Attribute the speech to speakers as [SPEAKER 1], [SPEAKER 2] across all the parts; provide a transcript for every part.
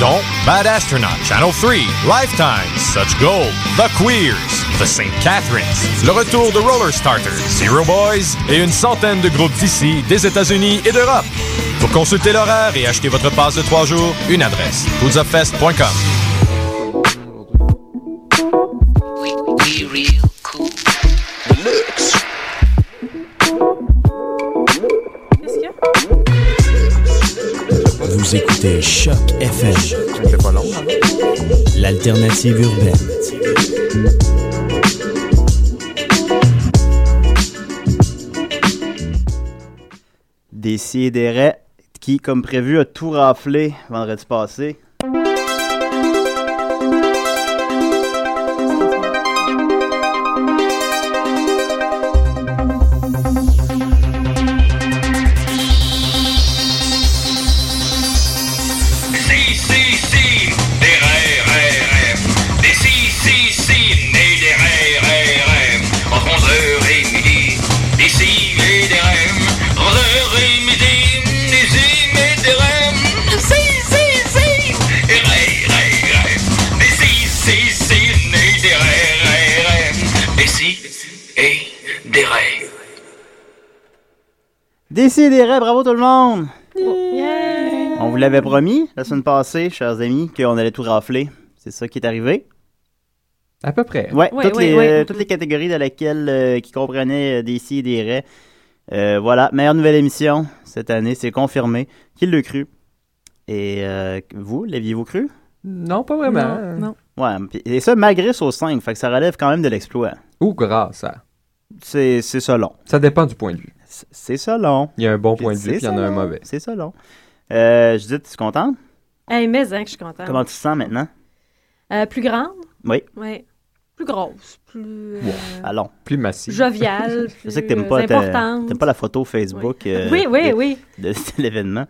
[SPEAKER 1] Don't, Bad Astronaut, Channel 3, Lifetime, Such Gold, The Queers, The St. Catharines, Le Retour de Roller Starters, Zero Boys et une centaine de groupes d'ici, des États-Unis et d'Europe. Pour consulter l'horaire et acheter votre passe de trois jours, une adresse, tootsupfest.com.
[SPEAKER 2] Vous écoutez Choc FM. L'alternative urbaine.
[SPEAKER 3] Décideret, qui, comme prévu, a tout raflé vendredi passé.
[SPEAKER 4] Si, si, si, des rêves, rêves, rêves. Des si, si, si, nés des rêves, rêves, rêves. Entre 11h et midi, des si et des rêves. Entre 11h et midi, des si et des rêves. Si, si, si, des rêves, rêves, rêves. Des si, si, si, nés des rêves, rêves, rêves. Des si et des rêves.
[SPEAKER 3] Décideret, bravo tout le monde! On vous l'avait promis la semaine passée, chers amis, qu'on allait tout rafler. C'est ça qui est arrivé.
[SPEAKER 5] À peu près.
[SPEAKER 3] Ouais,
[SPEAKER 5] Ouais,
[SPEAKER 3] toutes,
[SPEAKER 5] ouais,
[SPEAKER 3] les,
[SPEAKER 5] ouais.
[SPEAKER 3] euh, toutes les catégories de laquelle euh, qui comprenaient euh, des si et des raies. Euh, voilà, meilleure nouvelle émission cette année, c'est confirmé. Qui l'a cru Et euh, vous, l'aviez-vous cru
[SPEAKER 5] Non, pas vraiment.
[SPEAKER 6] Non,
[SPEAKER 3] Ouais, pis- et ça malgré Saut 5, fait que ça relève quand même de l'exploit.
[SPEAKER 5] Ou grâce à.
[SPEAKER 3] C'est c'est ça long.
[SPEAKER 5] Ça dépend du point de vue.
[SPEAKER 3] C'est ça long.
[SPEAKER 5] Il y a un bon point de vue,
[SPEAKER 3] C'est
[SPEAKER 5] puis il y en
[SPEAKER 3] ça
[SPEAKER 5] a un
[SPEAKER 3] long.
[SPEAKER 5] mauvais.
[SPEAKER 3] C'est ça long. Euh, Judith, tu es contente
[SPEAKER 6] Hey, mais hein, que je suis contente.
[SPEAKER 3] Comment tu te sens maintenant
[SPEAKER 6] Euh, plus grande,
[SPEAKER 3] Oui.
[SPEAKER 6] ouais. plus grosse, plus euh,
[SPEAKER 3] Allons.
[SPEAKER 5] Plus massif.
[SPEAKER 6] joviale, plus
[SPEAKER 3] Je sais que t'aimes pas,
[SPEAKER 6] euh,
[SPEAKER 3] ta-
[SPEAKER 6] importante.
[SPEAKER 3] t'aimes pas la photo Facebook euh,
[SPEAKER 6] Oui, oui,
[SPEAKER 3] de-
[SPEAKER 6] oui.
[SPEAKER 3] de, de l'événement.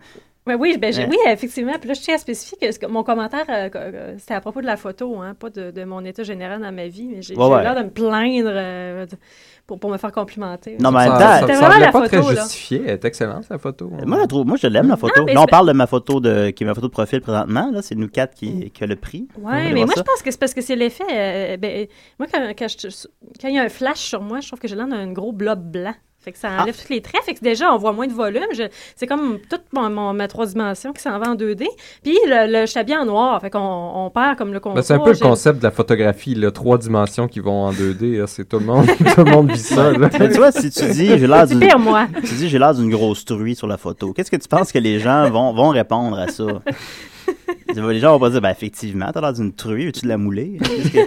[SPEAKER 6] Ouais, oui, ben, j'ai-
[SPEAKER 3] Hein?
[SPEAKER 6] oui, effectivement. Puis là, je tiens à spécifier que ce que mon commentaire, euh, que- que c'était à propos de la photo, hein, pas de, de mon état général dans ma vie, mais j'ai
[SPEAKER 3] Ouais,
[SPEAKER 6] j'ai eu
[SPEAKER 3] ouais.
[SPEAKER 6] l'air de me plaindre euh, de- pour, pour me faire complimenter.
[SPEAKER 3] Non, mais
[SPEAKER 5] Ça-
[SPEAKER 3] attends.
[SPEAKER 5] ça-
[SPEAKER 6] C'était
[SPEAKER 5] ça
[SPEAKER 6] vraiment
[SPEAKER 5] semblait
[SPEAKER 6] la
[SPEAKER 5] pas
[SPEAKER 6] photo,
[SPEAKER 5] très
[SPEAKER 6] là.
[SPEAKER 5] justifié. Elle est excellente, la photo. hein.
[SPEAKER 3] Moi, je la trouve, moi, je l'aime, la photo.
[SPEAKER 6] mais
[SPEAKER 3] là, on
[SPEAKER 6] c'est-
[SPEAKER 3] parle de ma photo de, qui est ma photo de profil présentement. Là, c'est nous quatre
[SPEAKER 6] Mm.
[SPEAKER 3] qui, qui a le prix. Vous
[SPEAKER 6] Oui,
[SPEAKER 3] voulez
[SPEAKER 6] mais
[SPEAKER 3] voir
[SPEAKER 6] moi,
[SPEAKER 3] ça?
[SPEAKER 6] je pense que c'est parce que c'est l'effet. euh, ben, moi, quand, quand, je- quand il y a un flash sur moi, je trouve que j'ai l'air d'un gros blob blanc. Fait que ça
[SPEAKER 5] Ah.
[SPEAKER 6] enlève tous les traits. Fait que déjà, on voit moins de volume. Je- C'est comme toute mon, mon- ma trois dimensions qui s'en va en 2D. Puis le, le je suis habillée en noir. Fait qu'on on perd comme le contour.
[SPEAKER 5] Ben, c'est un peu le
[SPEAKER 6] J'ai-
[SPEAKER 5] concept de la photographie, là, trois dimensions qui vont en 2D. là, C'est tout le monde, tout le monde vit ça. là.
[SPEAKER 3] Mais tu vois, si tu dis, j'ai l'air d'une.
[SPEAKER 6] C'est pire, moi.
[SPEAKER 3] Tu dis, j'ai l'air d'une grosse truie sur la photo. Qu'est-ce que tu penses que les gens vont, vont répondre à ça? Les gens vont pas dire, ben effectivement, t'as l'air d'une truie, veux-tu de la mouler? Qu'est-ce que,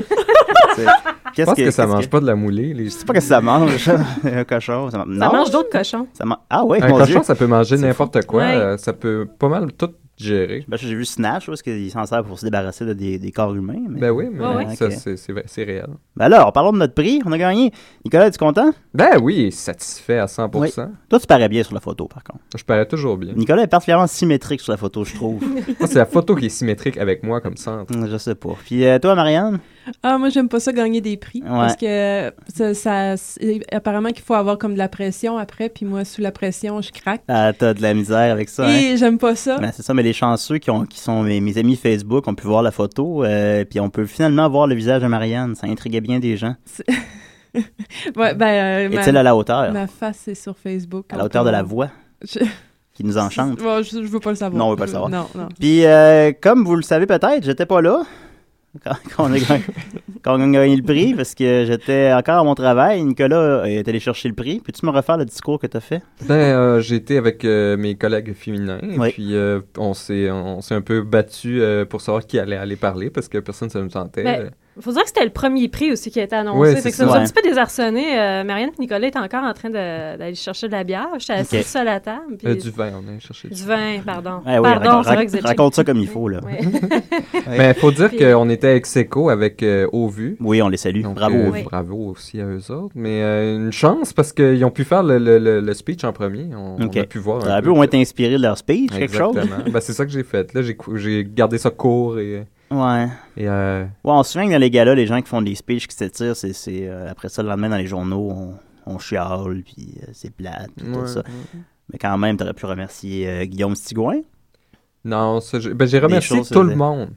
[SPEAKER 3] c'est-
[SPEAKER 5] Je
[SPEAKER 3] qu'est-ce
[SPEAKER 5] pense que, ça
[SPEAKER 3] qu'est-ce
[SPEAKER 5] mange pas de la moulée. les-
[SPEAKER 3] Je sais pas que ça mange, un cochon. Ça,
[SPEAKER 6] Ça mange d'autres cochons.
[SPEAKER 3] Ah ouais,
[SPEAKER 5] Un
[SPEAKER 3] mon
[SPEAKER 5] cochon,
[SPEAKER 3] Dieu.
[SPEAKER 5] ça peut manger n'importe quoi.
[SPEAKER 6] Ouais.
[SPEAKER 5] euh, Ça peut pas mal tout gérer.
[SPEAKER 3] Ben, j'ai vu Snatch, parce qu'il s'en sert pour se débarrasser de- des, des corps humains. mais-
[SPEAKER 5] Ben oui, mais
[SPEAKER 6] Ouais, ouais.
[SPEAKER 5] ça,
[SPEAKER 3] Ok.
[SPEAKER 5] c'est- c'est vrai- c'est réel.
[SPEAKER 3] Ben alors, parlons de notre prix, on a gagné. Nicolas, es-tu content?
[SPEAKER 5] Ben oui, il est satisfait à 100%.
[SPEAKER 3] Toi, tu parais bien sur la photo, par contre.
[SPEAKER 5] Je parais toujours bien.
[SPEAKER 3] Nicolas est particulièrement symétrique sur la photo, je trouve.
[SPEAKER 5] Moi, C'est la photo qui est symétrique avec moi comme centre.
[SPEAKER 3] Hum, je sais pas. Puis euh, toi, Marianne?
[SPEAKER 7] Ah, moi, j'aime pas ça gagner des prix.
[SPEAKER 3] Ouais.
[SPEAKER 7] Parce que ça, ça- c'est- apparemment qu'il faut avoir comme de la pression après, puis moi, sous la pression, je craque.
[SPEAKER 3] Ah, t'as de la misère avec ça, hein?
[SPEAKER 7] Et j'aime pas ça.
[SPEAKER 3] Ben, c'est ça, mais les chanceux qui, ont, qui sont mes, mes amis Facebook ont pu voir la photo, euh, puis on peut finalement voir le visage de Marianne. Ça intriguait bien des gens.
[SPEAKER 7] Ouais, ben, euh,
[SPEAKER 3] Est-il
[SPEAKER 7] ma,
[SPEAKER 3] à la hauteur?
[SPEAKER 7] ma face est sur Facebook.
[SPEAKER 3] À la hauteur de la voix
[SPEAKER 7] Je-
[SPEAKER 3] qui nous enchante.
[SPEAKER 7] Bon, je, je veux pas le savoir.
[SPEAKER 3] Non, on veut pas le savoir.
[SPEAKER 7] Non, non.
[SPEAKER 3] Puis, euh, comme vous le savez peut-être, j'étais pas là quand, quand on a gagné, quand on a gagné le prix, parce que j'étais encore à mon travail. Nicolas euh, est allé chercher le prix. Peux-tu me refaire le discours que t'as fait?
[SPEAKER 5] Ben, euh, j'ai été avec euh, mes collègues féminins et
[SPEAKER 3] Oui.
[SPEAKER 5] puis euh, on s'est on s'est un peu battu euh, pour savoir qui allait aller parler parce que personne ne me sentait. euh,
[SPEAKER 6] Ben, Faut dire que c'était le premier prix aussi qui a été annoncé.
[SPEAKER 5] Ouais,
[SPEAKER 6] fait
[SPEAKER 5] c'est
[SPEAKER 6] que ça nous
[SPEAKER 3] ça.
[SPEAKER 6] a un petit peu désarçonné. Euh, Marianne et Nicolas étaient encore en train de- d'aller chercher de la bière. J'étais assise
[SPEAKER 3] Ok.
[SPEAKER 6] seule à la table. puis-
[SPEAKER 5] Euh,
[SPEAKER 6] du...
[SPEAKER 5] du vin, on a cherché. du
[SPEAKER 6] vin, pardon.
[SPEAKER 3] Eh oui,
[SPEAKER 6] pardon,
[SPEAKER 3] raconte-
[SPEAKER 6] c'est vrai que vous êtes
[SPEAKER 3] raconte ça comme il faut, là.
[SPEAKER 6] Ouais.
[SPEAKER 5] vin. Ben, faut dire
[SPEAKER 6] Puis-
[SPEAKER 5] qu'on était ex aequo avec euh, Au Vu.
[SPEAKER 3] Oui, on les salue.
[SPEAKER 5] Donc,
[SPEAKER 3] Bravo.
[SPEAKER 5] euh,
[SPEAKER 6] Oui.
[SPEAKER 5] bravo aussi à eux autres. Mais euh, une chance parce qu'ils ont pu faire le, le- le- le speech en premier. On, on
[SPEAKER 3] Ok.
[SPEAKER 5] a pu voir.
[SPEAKER 3] Ça
[SPEAKER 5] un
[SPEAKER 3] a pu au moins t'inspirer de leur speech, quelque chose.
[SPEAKER 5] Exactement. Ben, c'est ça que j'ai fait. Là, j'ai cou- j'ai gardé ça court et,
[SPEAKER 3] Ouais. ouais.
[SPEAKER 5] et, euh,
[SPEAKER 3] On se souvient que dans les galas, les gens qui font des speeches qui s'étirent, c'est, c'est, euh, après ça, le lendemain, dans les journaux, on, on chiale, puis euh, c'est plate, puis tout
[SPEAKER 5] ouais,
[SPEAKER 3] ça. Mais quand même, t'aurais pu remercier euh, Guillaume Stigouin.
[SPEAKER 5] Non, ça, j'ai ben, j'ai remercié
[SPEAKER 3] choses, euh,
[SPEAKER 5] tout
[SPEAKER 3] c'est-
[SPEAKER 5] le monde.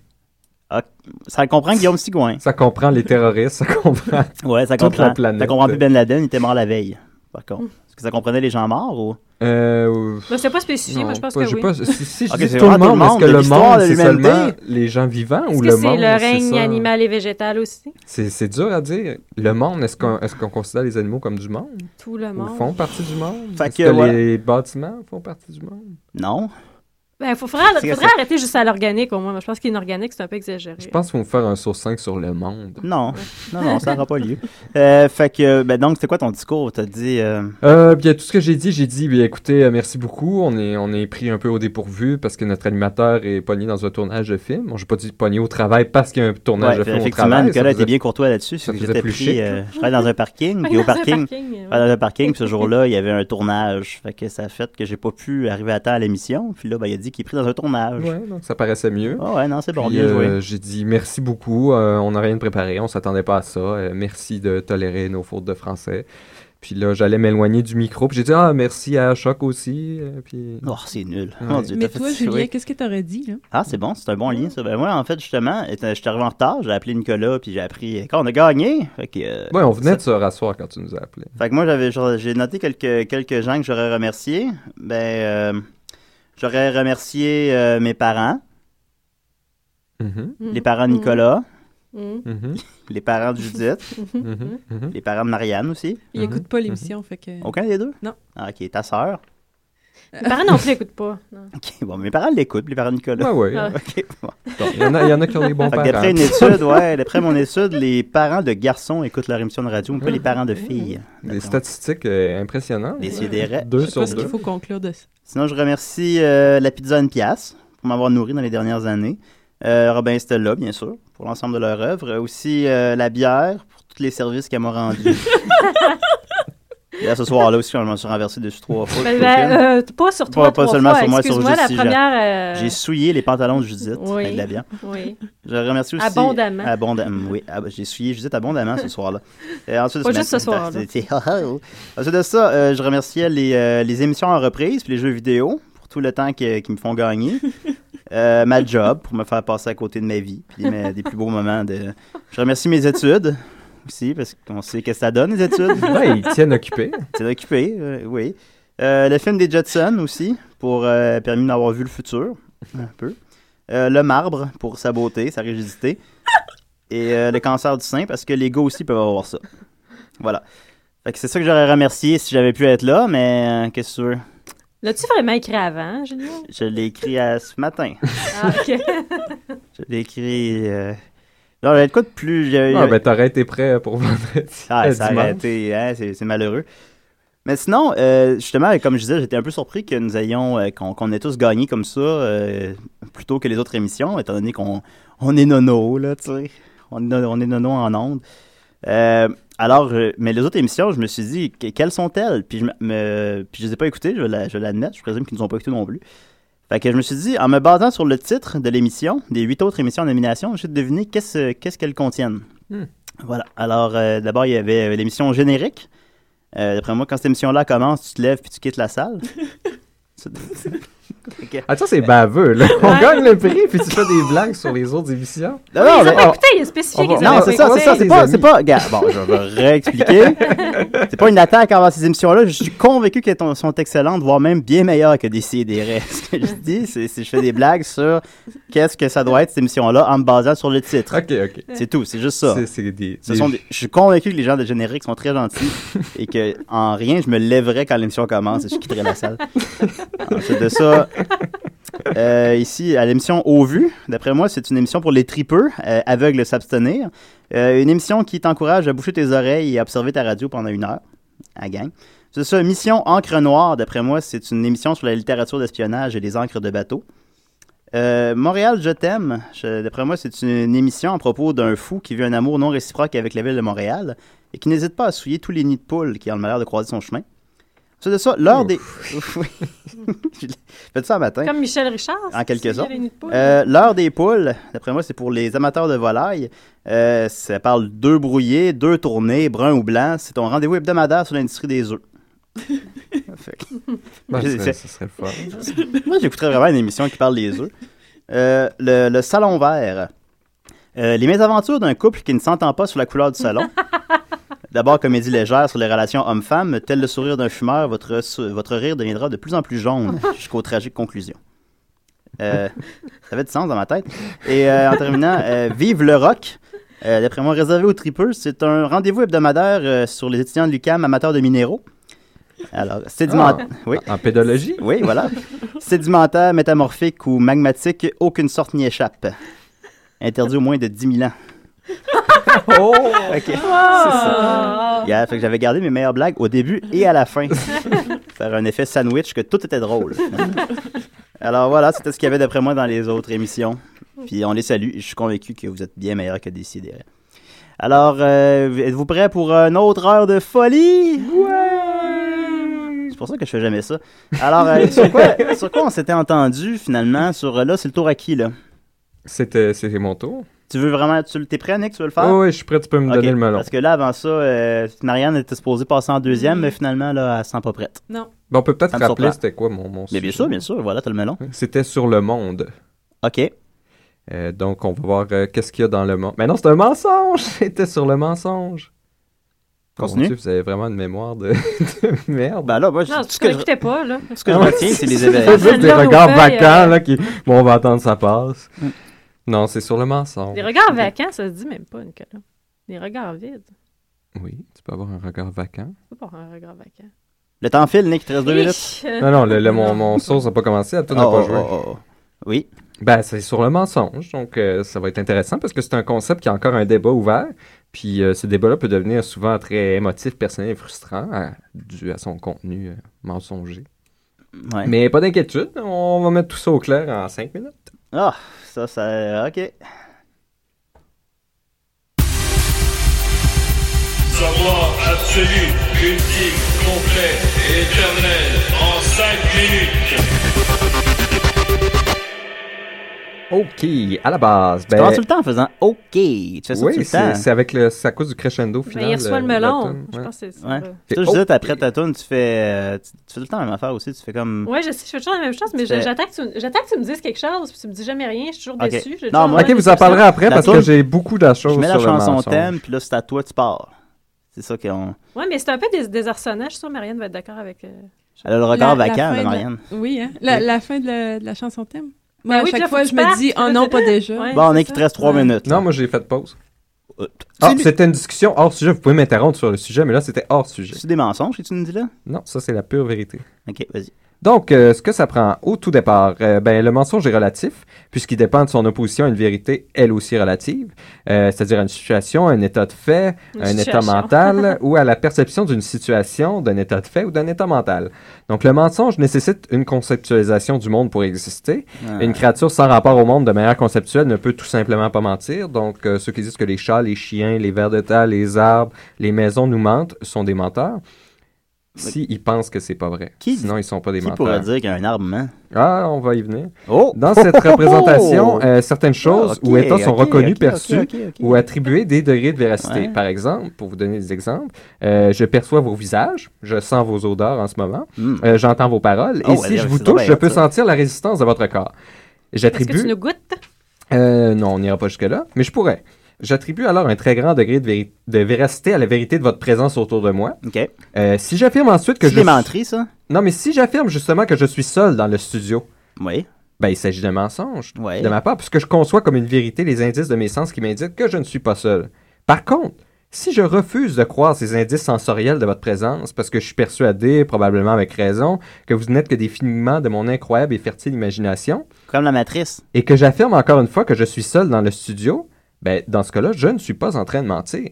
[SPEAKER 3] Ça comprend Guillaume Sigouin.
[SPEAKER 5] Ça comprend les terroristes, ça comprend.
[SPEAKER 3] Ouais, ça
[SPEAKER 5] Toute
[SPEAKER 3] comprend.
[SPEAKER 5] la planète.
[SPEAKER 3] Ça comprend plus Ben Laden, il était mort la veille, par contre. Est-ce que ça comprenait les gens morts ou.
[SPEAKER 5] Euh,
[SPEAKER 6] Ben, c'est pas spécifié,
[SPEAKER 5] non,
[SPEAKER 6] moi, je pense
[SPEAKER 5] pas-
[SPEAKER 6] que
[SPEAKER 5] j'ai
[SPEAKER 6] oui.
[SPEAKER 5] pas- si, si je
[SPEAKER 3] Ok,
[SPEAKER 5] dis
[SPEAKER 3] c'est
[SPEAKER 5] tout le
[SPEAKER 3] vraiment
[SPEAKER 5] monde, est-ce que
[SPEAKER 3] de
[SPEAKER 5] le
[SPEAKER 3] l'histoire
[SPEAKER 5] monde,
[SPEAKER 3] de
[SPEAKER 5] c'est
[SPEAKER 3] l'humanité?
[SPEAKER 5] seulement les gens vivants
[SPEAKER 6] Est-ce
[SPEAKER 5] ou
[SPEAKER 6] que
[SPEAKER 5] le
[SPEAKER 6] c'est
[SPEAKER 5] monde
[SPEAKER 6] le
[SPEAKER 5] c'est
[SPEAKER 6] règne
[SPEAKER 5] ça?
[SPEAKER 6] animal et végétal aussi?
[SPEAKER 5] C'est c'est dur à dire. Le monde, est-ce qu'on est qu'on considère les animaux comme du monde
[SPEAKER 6] Tout le
[SPEAKER 5] Ou
[SPEAKER 6] monde.
[SPEAKER 5] font partie du monde
[SPEAKER 3] Fait
[SPEAKER 5] Est-ce
[SPEAKER 3] que,
[SPEAKER 5] que
[SPEAKER 3] voilà.
[SPEAKER 5] les bâtiments font partie du monde
[SPEAKER 3] Non.
[SPEAKER 6] Ben, faut, faudrait,
[SPEAKER 3] C'est-
[SPEAKER 6] faudrait arrêter juste à l'organique, au moins. Moi, Je pense qu'inorganique, c'est un peu exagéré.
[SPEAKER 5] Je pense qu'il faut me faire un saut 5 sur le monde.
[SPEAKER 3] Non. Non, non, ça n'aura pas lieu. Euh, fait que, ben donc, c'était quoi ton discours? T'as dit. euh,
[SPEAKER 5] Euh, bien, tout ce que j'ai dit, j'ai dit, bien, écoutez, euh, merci beaucoup. On est, on est pris un peu au dépourvu parce que notre animateur est pogné dans un tournage de film. Bon, j'ai pas dit pogné au travail parce qu'il y a un tournage
[SPEAKER 3] ouais,
[SPEAKER 5] de film au
[SPEAKER 3] effectivement,
[SPEAKER 5] travail.
[SPEAKER 3] Nicolas
[SPEAKER 5] Ça
[SPEAKER 3] était
[SPEAKER 5] faisait-
[SPEAKER 3] bien courtois là-dessus.
[SPEAKER 5] ça
[SPEAKER 3] c'est que
[SPEAKER 5] faisait
[SPEAKER 3] J'étais
[SPEAKER 5] plus
[SPEAKER 3] pris.
[SPEAKER 5] chic,
[SPEAKER 3] euh, je travaillais dans un parking, puis
[SPEAKER 6] Dans
[SPEAKER 3] au
[SPEAKER 6] un
[SPEAKER 3] parking.
[SPEAKER 6] parking, euh,
[SPEAKER 3] Pas dans un parking, puis ce jour-là, il y avait un tournage. Fait que ça a fait que j'ai pas pu arriver à temps à l'émission. Puis là, ben, il a dit qu'il est pris dans un tournage.
[SPEAKER 5] Ouais, donc ça paraissait mieux.
[SPEAKER 3] Ah ouais, non, c'est bon,
[SPEAKER 5] Puis,
[SPEAKER 3] bien joué.
[SPEAKER 5] euh, j'ai dit merci beaucoup, euh, on n'a rien de préparé, on s'attendait pas à ça. euh, merci de tolérer nos fautes de français. Puis là, j'allais m'éloigner du micro. Puis j'ai dit ah merci à Choc aussi. euh, puis
[SPEAKER 3] Oh, c'est nul.
[SPEAKER 5] Ouais.
[SPEAKER 3] Mon Dieu,
[SPEAKER 7] Mais
[SPEAKER 3] t'as fait
[SPEAKER 7] toi,
[SPEAKER 3] tirer.
[SPEAKER 7] Julien, qu'est-ce que t'aurais dit, là?
[SPEAKER 3] Ah, c'est bon, c'est un bon lien, ça. Ben, moi, en fait, justement, j'étais j'étais arrivé en retard, j'ai appelé Nicolas, puis j'ai appris eh, qu'on a gagné. Fait que, euh,
[SPEAKER 5] Ouais, on venait de se rasseoir quand tu nous as appelés.
[SPEAKER 3] Fait que moi, j'avais, j'aurais- j'ai noté quelques, quelques gens que j'aurais remerciés. Ben, euh, j'aurais remercié euh, mes parents,
[SPEAKER 5] Mhm,
[SPEAKER 6] Mhm.
[SPEAKER 3] les parents de Nicolas,
[SPEAKER 6] Mhm.
[SPEAKER 5] mhm,
[SPEAKER 3] les parents de Judith, mm-hmm,
[SPEAKER 5] mhm, mhm.
[SPEAKER 3] les parents de Marianne aussi.
[SPEAKER 7] Il écoute pas l'émission, fait que...
[SPEAKER 3] Aucun des deux?
[SPEAKER 7] Non.
[SPEAKER 3] Ah, ok, ta sœur.
[SPEAKER 6] Les parents non plus n'écoutent pas. non.
[SPEAKER 3] Ok, bon, mes parents l'écoutent, les parents de Nicolas.
[SPEAKER 5] Ah ouais.
[SPEAKER 6] Ah.
[SPEAKER 3] Ok, bon.
[SPEAKER 5] Il y, en a- il y en a qui ont des bons
[SPEAKER 3] mm-hmm. Fait que
[SPEAKER 5] parents.
[SPEAKER 3] d'après une étude, ouais, d'après mon étude, les parents de garçons écoutent leur émission de radio, mais pas les parents de filles.
[SPEAKER 5] Des statistiques euh, impressionnantes.
[SPEAKER 3] Des sidérés.
[SPEAKER 5] Deux
[SPEAKER 7] Je sais
[SPEAKER 5] sur
[SPEAKER 7] pas ce
[SPEAKER 5] deux.
[SPEAKER 7] qu'il faut conclure de ça.
[SPEAKER 3] Sinon, je remercie euh, la pizza à une pièce pour m'avoir nourri dans les dernières années. Euh, Robin Stella, bien sûr, pour l'ensemble de leur œuvre. Aussi euh, la bière pour tous les services qu'elle m'a rendus. Et Là, ce soir-là aussi, quand je m'en suis renversé dessus trois fois.
[SPEAKER 6] Ben,
[SPEAKER 3] je
[SPEAKER 6] ben,
[SPEAKER 3] suis
[SPEAKER 6] euh, pas sur
[SPEAKER 3] Pas-
[SPEAKER 6] toi,
[SPEAKER 3] pas
[SPEAKER 6] trois
[SPEAKER 3] seulement
[SPEAKER 6] fois.
[SPEAKER 3] sur moi, sur
[SPEAKER 6] Excuse-moi,
[SPEAKER 3] juste
[SPEAKER 6] la
[SPEAKER 3] si
[SPEAKER 6] première...
[SPEAKER 3] aucune.
[SPEAKER 6] euh,
[SPEAKER 3] J'ai souillé les pantalons de Judith
[SPEAKER 6] Oui.
[SPEAKER 3] avec de la bière.
[SPEAKER 6] Oui.
[SPEAKER 3] Je remercie aussi.
[SPEAKER 6] Abondamment.
[SPEAKER 3] Abondamment. Oui, ab- j'ai souillé Judith abondamment ce soir-là. Euh, ensuite de
[SPEAKER 6] Pas juste
[SPEAKER 3] ma-
[SPEAKER 6] ce soir-là.
[SPEAKER 3] C'était- Oh. ensuite de ça, euh, je remerciais les, euh, les émissions en reprise puis les jeux vidéo pour tout le temps que- qu'ils me font gagner. Euh, ma job pour me faire passer à côté de ma vie puis mes- des plus beaux moments. De... Je remercie mes études aussi parce qu'on sait que ça donne les études.
[SPEAKER 5] Ouais, ils tiennent occupés.
[SPEAKER 3] C'est occupé, euh, oui. Euh, le film des Jetsons aussi, pour euh, permis d'avoir vu le futur, un peu. Euh, le marbre, pour sa beauté, sa rigidité. Et euh, le cancer du sein, parce que les gars aussi peuvent avoir ça. Voilà. Fait que c'est ça que j'aurais remercié si j'avais pu être là, mais euh, qu'est-ce que tu veux?
[SPEAKER 6] L'as-tu vraiment écrit avant, Julien?
[SPEAKER 3] Je l'ai écrit à ce matin.
[SPEAKER 6] Ah, OK.
[SPEAKER 3] Je l'ai écrit... euh, Non, j'avais de quoi de plus... j'avais-
[SPEAKER 5] Ah, ben, t'aurais été prêt pour vendredi.
[SPEAKER 3] Ah,
[SPEAKER 5] euh,
[SPEAKER 3] ça a
[SPEAKER 5] dimanche.
[SPEAKER 3] arrêté, hein, c'est c'est malheureux. Mais sinon, euh, justement, comme je disais, j'étais un peu surpris que nous ayons, euh, qu'on qu'on ait tous gagné comme ça, euh, plutôt que les autres émissions, étant donné qu'on on est nono, là, tu sais. On, est nono- on est nono en ondes. Euh, alors, euh, mais les autres émissions, je me suis dit, que- quelles sont-elles? Puis je me- me- puis je les ai pas écoutées, je la- je l'admets, je présume qu'ils nous ont pas écoutées non plus. Fait que je me suis dit, en me basant sur le titre de l'émission, des huit autres émissions en nomination, j'ai deviné qu'est-ce qu'est-ce qu'elles contiennent. Voilà. Alors, euh, d'abord, il y avait euh, l'émission générique. Euh, D'après moi, quand cette émission-là commence, tu te lèves puis tu quittes la salle.
[SPEAKER 5] Ah, ça,
[SPEAKER 3] Ben.
[SPEAKER 5] c'est baveux, là. On gagne le prix, puis tu fais des blagues sur les autres émissions.
[SPEAKER 3] non,
[SPEAKER 6] Ils
[SPEAKER 3] mais-
[SPEAKER 6] ont pas écouté, il a spécifié
[SPEAKER 5] on va-
[SPEAKER 6] qu'ils
[SPEAKER 3] non,
[SPEAKER 6] avaient
[SPEAKER 3] c'est
[SPEAKER 6] pas
[SPEAKER 3] ça, c'est
[SPEAKER 6] écouté.
[SPEAKER 3] ça, c'est
[SPEAKER 5] des
[SPEAKER 3] pas,
[SPEAKER 5] amis.
[SPEAKER 3] c'est pas, regarde, bon, je vais réexpliquer. C'est pas une attaque envers ces émissions-là, je suis convaincu qu'elles ton- sont excellentes, voire même bien meilleures que des CDR. E. Ce que je dis, c'est, c'est- je fais des blagues sur qu'est-ce que ça doit être cette émission-là en me basant sur le titre.
[SPEAKER 5] Ok, ok.
[SPEAKER 3] C'est tout, c'est juste ça.
[SPEAKER 5] C'est- C'est des.
[SPEAKER 3] Ce
[SPEAKER 5] des-
[SPEAKER 3] sont des- Je suis convaincu que les gens de générique sont très gentils et que en rien, je me lèverais quand l'émission commence et je quitterais la salle. Ensuite de ça, euh, ici, à l'émission Au Vu, d'après moi, c'est une émission pour les tripeux, euh, aveugles s'abstenir. Euh, une émission qui t'encourage à boucher tes oreilles et à observer ta radio pendant une heure. À gang. C'est ça, Mission Encre Noire, d'après moi, c'est une émission sur la littérature d'espionnage et les encres de bateau. Euh, Montréal, je t'aime. Je- D'après moi, c'est une émission à propos d'un fou qui vit un amour non réciproque avec la ville de Montréal et qui n'hésite pas à souiller tous les nids de poules qui ont le malheur de croiser son chemin. C'est de ça, l'heure des. Oui. Je l'ai- Faites ça un matin.
[SPEAKER 6] Comme Michel Richard.
[SPEAKER 3] En quelque
[SPEAKER 6] s'il
[SPEAKER 3] sorte.
[SPEAKER 6] avait une poule.
[SPEAKER 3] Euh, L'heure des poules, d'après moi, c'est pour les amateurs de volailles. Euh, ça parle d'œufs brouillés, d'œufs tournés, bruns ou blancs. C'est ton rendez-vous hebdomadaire sur l'industrie des œufs. Fait que-
[SPEAKER 5] Ben,
[SPEAKER 3] C'est-
[SPEAKER 5] ça, serait- ça serait le fun.
[SPEAKER 3] Moi, j'écouterais vraiment une émission qui parle des œufs. Euh, le, le salon vert. Euh, les mésaventures d'un couple qui ne s'entend pas sur la couleur du salon. D'abord, comédie légère sur les relations hommes-femmes. Tel le sourire d'un fumeur, votre, sou- votre rire deviendra de plus en plus jaune jusqu'aux tragiques conclusions. Euh, ça avait du sens dans ma tête. Et euh, en terminant, euh, Vive le rock. Euh, D'après moi, réservé aux tripeux, c'est un rendez-vous hebdomadaire euh, sur les étudiants de l'UCAM amateurs de minéraux. Alors, sédiment...
[SPEAKER 5] Ah.
[SPEAKER 3] Oui.
[SPEAKER 5] En pédologie?
[SPEAKER 3] Oui, voilà. Sédimentaire, métamorphique ou magmatique, aucune sorte n'y échappe. Interdit au moins de 10 000 ans.
[SPEAKER 5] Oh!
[SPEAKER 3] OK. Yeah, fait que j'avais gardé mes meilleures blagues au début et à la fin. Faire un effet sandwich que tout était drôle. Alors voilà, c'était ce qu'il y avait d'après moi dans les autres émissions. Puis on les salue. Je suis convaincu que vous êtes bien meilleurs que décidé. Alors, euh, êtes-vous prêts pour une autre heure de folie? Ouais! C'est pour ça que je fais jamais ça. Alors, euh, sur, quoi, sur quoi on s'était entendu finalement? Sur euh, là, c'est le tour à qui là?
[SPEAKER 5] C'était c'était mon tour.
[SPEAKER 3] Tu veux vraiment. Tu le- t'es prêt, Nick? Tu veux le faire?
[SPEAKER 5] Oh, oui, je suis prêt, tu peux me
[SPEAKER 3] Ok,
[SPEAKER 5] donner le melon.
[SPEAKER 3] Parce que là, avant ça, euh, Marianne était supposée passer en deuxième, mais finalement, là, elle sent pas prête.
[SPEAKER 5] Bon, Ben, on peut peut-être
[SPEAKER 3] ça me
[SPEAKER 5] rappeler
[SPEAKER 3] surprend.
[SPEAKER 5] c'était quoi mon, mon
[SPEAKER 3] Mais bien
[SPEAKER 5] sujet.
[SPEAKER 3] sûr, bien sûr, voilà, t'as le melon.
[SPEAKER 5] C'était sur le monde.
[SPEAKER 3] OK.
[SPEAKER 5] Euh, donc, on va voir euh, qu'est-ce qu'il y a dans le monde. Mais non, c'est un mensonge! C'était sur le mensonge. Oh, mon
[SPEAKER 3] Continue.
[SPEAKER 5] Dieu, vous avez vraiment une mémoire de, de merde.
[SPEAKER 3] Ben là, moi, je-
[SPEAKER 6] Non,
[SPEAKER 3] tout
[SPEAKER 6] tu
[SPEAKER 3] ce que
[SPEAKER 6] ne
[SPEAKER 3] je,
[SPEAKER 6] l'écoutais pas, là.
[SPEAKER 3] ce que je retiens, c'est les événements.
[SPEAKER 5] Ah, C'est juste des
[SPEAKER 6] Là, nos
[SPEAKER 5] regards
[SPEAKER 6] feuilles,
[SPEAKER 5] vacants,
[SPEAKER 6] euh,
[SPEAKER 5] là, qui... Bon, on va attendre ça passe.
[SPEAKER 3] Mm.
[SPEAKER 5] Non, c'est sur le mensonge.
[SPEAKER 6] Des regards vacants, ça se dit même pas, Nicolas. Des regards vides.
[SPEAKER 5] Oui, tu peux avoir un regard vacant.
[SPEAKER 6] C'est pas un regard vacant.
[SPEAKER 3] Le temps file, Nick, il te reste deux minutes.
[SPEAKER 6] Ich, euh,
[SPEAKER 5] Non, non, le, le- mon, mon source n'a pas commencé, à tout n'a
[SPEAKER 3] Oh,
[SPEAKER 5] pas
[SPEAKER 3] oh,
[SPEAKER 5] joué.
[SPEAKER 3] oh, oh. Oui.
[SPEAKER 5] Ben, c'est sur le mensonge, donc euh, ça va être intéressant parce que c'est un concept qui a encore un débat ouvert. Puis euh, ce débat-là peut devenir souvent très émotif, personnel et frustrant, à- dû à son contenu euh, mensonger.
[SPEAKER 3] Ouais.
[SPEAKER 5] Mais pas d'inquiétude, on va mettre tout ça au clair en 5 minutes.
[SPEAKER 3] Ah, ça, ça. OK.
[SPEAKER 4] Savoir absolu, ultime, complet, éternel, en 5 minutes.
[SPEAKER 5] Ok, à la base.
[SPEAKER 3] Tu commences
[SPEAKER 5] Ben,
[SPEAKER 3] tout le temps en faisant OK. Tu fais ça tout
[SPEAKER 5] oui,
[SPEAKER 3] le
[SPEAKER 5] c'est
[SPEAKER 3] temps. hein.
[SPEAKER 5] c'est avec le, c'est à cause du crescendo
[SPEAKER 6] ben,
[SPEAKER 5] final.
[SPEAKER 6] il reçoit le
[SPEAKER 5] euh,
[SPEAKER 6] melon.
[SPEAKER 5] l'automne,
[SPEAKER 6] Je
[SPEAKER 5] ouais.
[SPEAKER 6] pense que c'est ça.
[SPEAKER 3] Ouais.
[SPEAKER 6] là.
[SPEAKER 3] C'est ça que je disais, après ta tune, tu fais. euh, tu, tu fais tout le temps la même affaire aussi. Tu fais comme.
[SPEAKER 6] Ouais, je sais, je fais toujours la même chose, mais je-
[SPEAKER 3] C'est-
[SPEAKER 6] j'attends que, tu me- j'attends que tu me dises quelque chose, puis tu me dis jamais rien, je suis toujours
[SPEAKER 3] Ok.
[SPEAKER 6] déçu. j'ai
[SPEAKER 3] Non,
[SPEAKER 6] toujours
[SPEAKER 3] moi-
[SPEAKER 6] la
[SPEAKER 5] Ok,
[SPEAKER 6] même
[SPEAKER 5] vous en parlerez après
[SPEAKER 3] La
[SPEAKER 5] parce que
[SPEAKER 3] tourne-
[SPEAKER 5] j'ai beaucoup de choses
[SPEAKER 3] je mets la
[SPEAKER 5] sur le
[SPEAKER 3] chanson
[SPEAKER 5] mensonge.
[SPEAKER 3] thème, puis là, c'est à toi, tu pars. C'est ça qu'on.
[SPEAKER 6] chose. Ouais, mais c'est un peu des désarçonnant. Je suis sûre que Marianne va être d'accord avec. euh,
[SPEAKER 3] Elle a le regard
[SPEAKER 7] La- la
[SPEAKER 3] vacant, là,
[SPEAKER 7] fin de la-
[SPEAKER 3] Marianne.
[SPEAKER 7] Oui, hein? La, la fin de la, de la chanson thème. Moi,
[SPEAKER 6] Ben
[SPEAKER 7] à
[SPEAKER 6] oui, puis là,
[SPEAKER 7] chaque
[SPEAKER 6] faut
[SPEAKER 7] fois,
[SPEAKER 6] que
[SPEAKER 7] je
[SPEAKER 6] tu
[SPEAKER 7] me
[SPEAKER 6] partes,
[SPEAKER 7] dis,
[SPEAKER 6] là,
[SPEAKER 7] oh non,
[SPEAKER 6] t'es-
[SPEAKER 7] pas déjà.
[SPEAKER 6] Ouais,
[SPEAKER 3] Bon,
[SPEAKER 6] c'est
[SPEAKER 3] Nick, il
[SPEAKER 6] ça.
[SPEAKER 3] te reste trois
[SPEAKER 7] Ouais.
[SPEAKER 3] minutes.
[SPEAKER 5] Non, moi j'ai fait pause.
[SPEAKER 3] Euh,
[SPEAKER 5] Ah,
[SPEAKER 3] c'est lui-
[SPEAKER 5] c'était une discussion hors sujet. Vous pouvez m'interrompre sur le sujet, mais là c'était hors sujet.
[SPEAKER 3] C'est des mensonges que tu nous dis là?
[SPEAKER 5] Non, ça c'est la pure vérité.
[SPEAKER 3] OK, vas-y.
[SPEAKER 5] Donc, euh, ce que ça prend au tout départ, euh, ben, le mensonge est relatif, puisqu'il dépend de son opposition à une vérité, elle aussi relative, euh, c'est-à-dire à une situation, un état de fait,
[SPEAKER 6] Une
[SPEAKER 5] un état
[SPEAKER 6] situation.
[SPEAKER 5] mental, ou à la perception d'une situation, d'un état de fait ou d'un état mental. Donc, le mensonge nécessite une conceptualisation du monde pour exister.
[SPEAKER 3] Ah.
[SPEAKER 5] Une créature sans rapport au monde de manière conceptuelle ne peut tout simplement pas mentir. Donc, euh, ceux qui disent que les chats, les chiens, les vers de terre, les arbres, les maisons nous mentent sont des menteurs. S'ils pensent que c'est pas vrai.
[SPEAKER 3] Qui
[SPEAKER 5] Sinon, ils sont pas des
[SPEAKER 3] Qui
[SPEAKER 5] menteurs.
[SPEAKER 3] pourrait dire qu'il y a un arbre, hein?
[SPEAKER 5] Ah, on va y venir.
[SPEAKER 3] Oh!
[SPEAKER 5] Dans cette représentation,
[SPEAKER 3] oh.
[SPEAKER 5] euh, certaines choses ou états sont reconnus, perçus ou
[SPEAKER 3] ouais.
[SPEAKER 5] attribués des degrés de véracité.
[SPEAKER 3] Ouais.
[SPEAKER 5] Par exemple, pour vous donner des exemples, euh, je perçois vos visages, je sens vos odeurs en ce moment,
[SPEAKER 3] Hmm,
[SPEAKER 5] euh, j'entends vos paroles,
[SPEAKER 3] Oh,
[SPEAKER 5] et
[SPEAKER 3] ouais,
[SPEAKER 5] si
[SPEAKER 3] là,
[SPEAKER 5] je vous
[SPEAKER 3] c'est donc
[SPEAKER 5] touche,
[SPEAKER 3] bien
[SPEAKER 5] je peux
[SPEAKER 3] ça.
[SPEAKER 5] sentir la résistance de votre corps.
[SPEAKER 6] Est-ce que tu
[SPEAKER 5] J'attribue...
[SPEAKER 6] nous goûtes?
[SPEAKER 5] Euh, non, on n'ira pas jusque-là, mais je pourrais. J'attribue alors un très grand degré de, véri- de véracité à la vérité de votre présence autour de moi.
[SPEAKER 3] OK.
[SPEAKER 5] Euh, si j'affirme ensuite que
[SPEAKER 3] C'est
[SPEAKER 5] je...
[SPEAKER 3] des
[SPEAKER 5] suis-
[SPEAKER 3] menteries, ça?
[SPEAKER 5] Non, mais si j'affirme justement que je suis seul dans le studio,
[SPEAKER 3] Oui.
[SPEAKER 5] ben, il s'agit d'un mensonge
[SPEAKER 3] Ouais.
[SPEAKER 5] de ma part, puisque je conçois comme une vérité les indices de mes sens qui m'indiquent que je ne suis pas seul. Par contre, si je refuse de croire ces indices sensoriels de votre présence, parce que je suis persuadé, probablement avec raison, que vous n'êtes que des figments de mon incroyable et fertile imagination,
[SPEAKER 3] Comme la matrice.
[SPEAKER 5] et que j'affirme encore une fois que je suis seul dans le studio, ben, dans ce cas-là, je ne suis pas en train de mentir.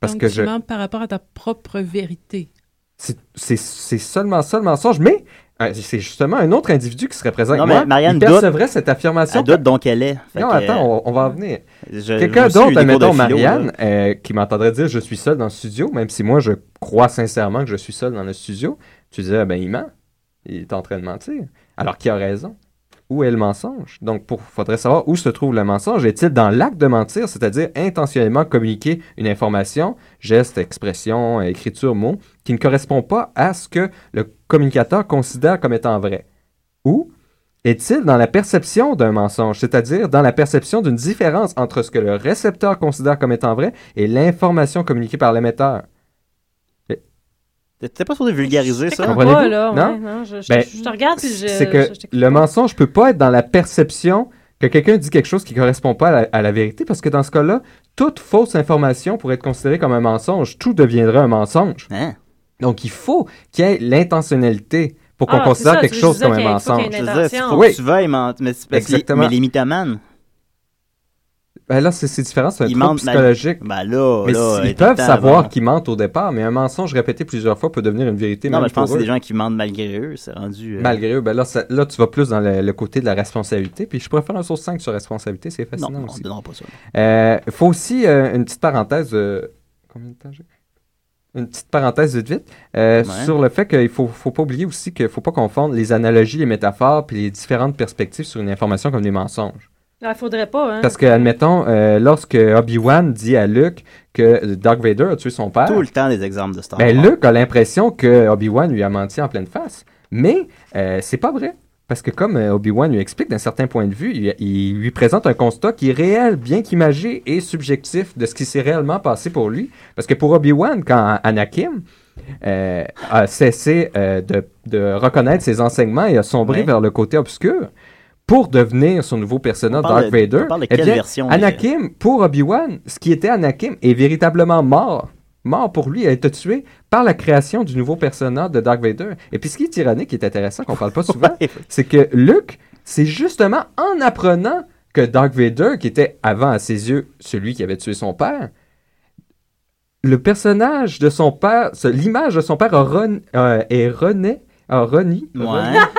[SPEAKER 5] Parce
[SPEAKER 7] Donc,
[SPEAKER 5] que
[SPEAKER 7] tu
[SPEAKER 5] je...
[SPEAKER 7] mens par rapport à ta propre vérité.
[SPEAKER 5] C'est c'est- c'est seulement ça le mensonge, mais euh, c'est justement un autre individu qui serait présent
[SPEAKER 3] Non,
[SPEAKER 5] avec
[SPEAKER 3] mais
[SPEAKER 5] moi.
[SPEAKER 3] Marianne
[SPEAKER 5] il
[SPEAKER 3] doute.
[SPEAKER 5] percevrait cette affirmation.
[SPEAKER 3] Elle doute donc elle est. Fait
[SPEAKER 5] Non,
[SPEAKER 3] que,
[SPEAKER 5] attends,
[SPEAKER 3] euh,
[SPEAKER 5] on, on va en venir.
[SPEAKER 3] je- je-
[SPEAKER 5] Quelqu'un
[SPEAKER 3] je suis eu
[SPEAKER 5] d'autre,
[SPEAKER 3] des cours de
[SPEAKER 5] admettons
[SPEAKER 3] philo, là.
[SPEAKER 5] Marianne, euh, qui m'entendrait dire je suis seul dans le studio, même si moi je crois sincèrement que je suis seul dans le studio, tu disais ben il ment, il est en train de mentir. Alors qui a raison où est le mensonge. Donc, il faudrait savoir où se trouve le mensonge. Est-il dans l'acte de mentir, c'est-à-dire intentionnellement communiquer une information, geste, expression, euh, écriture, mot, qui ne correspond pas à ce que le communicateur considère comme étant vrai? Ou est-il dans la perception d'un mensonge, c'est-à-dire dans la perception d'une différence entre ce que le récepteur considère comme étant vrai et l'information communiquée par l'émetteur?
[SPEAKER 6] Ah,
[SPEAKER 3] T'es pas supposé vulgariser
[SPEAKER 6] Je
[SPEAKER 3] ça?
[SPEAKER 6] comprends
[SPEAKER 5] Comprenez-vous?
[SPEAKER 6] pas, là,
[SPEAKER 5] Non?
[SPEAKER 6] ouais, non, je, je-
[SPEAKER 5] Ben,
[SPEAKER 6] je te regarde puis je.
[SPEAKER 5] C'est que
[SPEAKER 6] je- je t'écoute
[SPEAKER 5] le
[SPEAKER 6] pas.
[SPEAKER 5] mensonge peut pas être dans la perception que quelqu'un dit quelque chose qui correspond pas à la, à la vérité, parce que dans ce cas-là, toute fausse information pourrait être considérée comme un mensonge. Tout deviendrait un mensonge.
[SPEAKER 3] Hein?
[SPEAKER 5] Donc il faut qu'il y ait l'intentionnalité pour qu'on
[SPEAKER 6] Ah,
[SPEAKER 5] considère
[SPEAKER 6] c'est ça,
[SPEAKER 5] quelque
[SPEAKER 6] tu
[SPEAKER 5] chose
[SPEAKER 6] disais
[SPEAKER 5] comme un
[SPEAKER 6] qu'il faut qu'il y
[SPEAKER 5] mensonge.
[SPEAKER 6] ait une
[SPEAKER 3] Je veux dire, faut
[SPEAKER 6] Attention.
[SPEAKER 3] que
[SPEAKER 5] Oui.
[SPEAKER 3] tu veuilles mentir. Mais, c'est parce que-
[SPEAKER 5] Exactement.
[SPEAKER 3] mais les mythomanes,
[SPEAKER 5] Ben là, c'est c'est différent, c'est un
[SPEAKER 3] Ils
[SPEAKER 5] trouble
[SPEAKER 3] mentent, ben,
[SPEAKER 5] psychologique.
[SPEAKER 3] ben là,
[SPEAKER 5] Mais
[SPEAKER 3] là,
[SPEAKER 5] si- ils
[SPEAKER 3] est tout le
[SPEAKER 5] peuvent
[SPEAKER 3] temps,
[SPEAKER 5] savoir
[SPEAKER 3] ben,
[SPEAKER 5] qu'ils mentent au départ, mais un mensonge répété plusieurs fois peut devenir une vérité
[SPEAKER 3] Non,
[SPEAKER 5] même
[SPEAKER 3] mais je pense que
[SPEAKER 5] pour
[SPEAKER 3] c'est des
[SPEAKER 5] eux.
[SPEAKER 3] gens qui mentent malgré eux. C'est rendu. euh,
[SPEAKER 5] Malgré eux, ben là, ça- là, tu vas plus dans le, le côté de la responsabilité. Puis je pourrais faire un source 5 sur responsabilité, c'est
[SPEAKER 3] Non,
[SPEAKER 5] fascinant
[SPEAKER 3] non,
[SPEAKER 5] aussi.
[SPEAKER 3] on donnera pas ça.
[SPEAKER 5] Euh, faut aussi euh, une petite parenthèse. euh, combien de temps j'ai Une petite parenthèse vite vite euh,
[SPEAKER 3] Ouais.
[SPEAKER 5] sur le fait qu'il faut faut pas oublier aussi qu'il faut pas confondre les analogies, les métaphores puis les différentes perspectives sur une information comme des mensonges.
[SPEAKER 6] Ah, faudrait pas, hein.
[SPEAKER 5] Parce que admettons euh, lorsque Obi Wan dit à Luke que Dark Vader a tué son père,
[SPEAKER 3] Tout le temps des exemples de Star Wars.
[SPEAKER 5] Ah. ben Luke a l'impression que Obi-Wan lui a menti en pleine face. Mais euh, c'est pas vrai. Parce que comme euh, Obi-Wan lui explique d'un certain point de vue, il, il lui présente un constat qui est réel, bien qu'imagé et subjectif de ce qui s'est réellement passé pour lui. Parce que pour Obi-Wan, quand Anakin euh, a cessé euh, de, de reconnaître ses enseignements et a sombré
[SPEAKER 3] Ouais.
[SPEAKER 5] vers le côté obscur, pour devenir son nouveau personnage
[SPEAKER 3] On parle
[SPEAKER 5] Dark
[SPEAKER 3] de-
[SPEAKER 5] Vader,
[SPEAKER 3] on parle de
[SPEAKER 5] eh
[SPEAKER 3] quelle
[SPEAKER 5] bien,
[SPEAKER 3] version,
[SPEAKER 5] Anakin, pour Obi-Wan, ce qui était Anakin est véritablement mort. Mort pour lui, a été tué par la création du nouveau personnage de Dark Vader. Et puis ce qui est ironique, et intéressant, qu'on parle pas souvent,
[SPEAKER 3] Ouais.
[SPEAKER 5] c'est que Luke, c'est justement en apprenant que Dark Vader, qui était avant à ses yeux celui qui avait tué son père, le personnage de son père, ce- l'image de son père a ren- euh, est rené, a reni,
[SPEAKER 3] Ouais.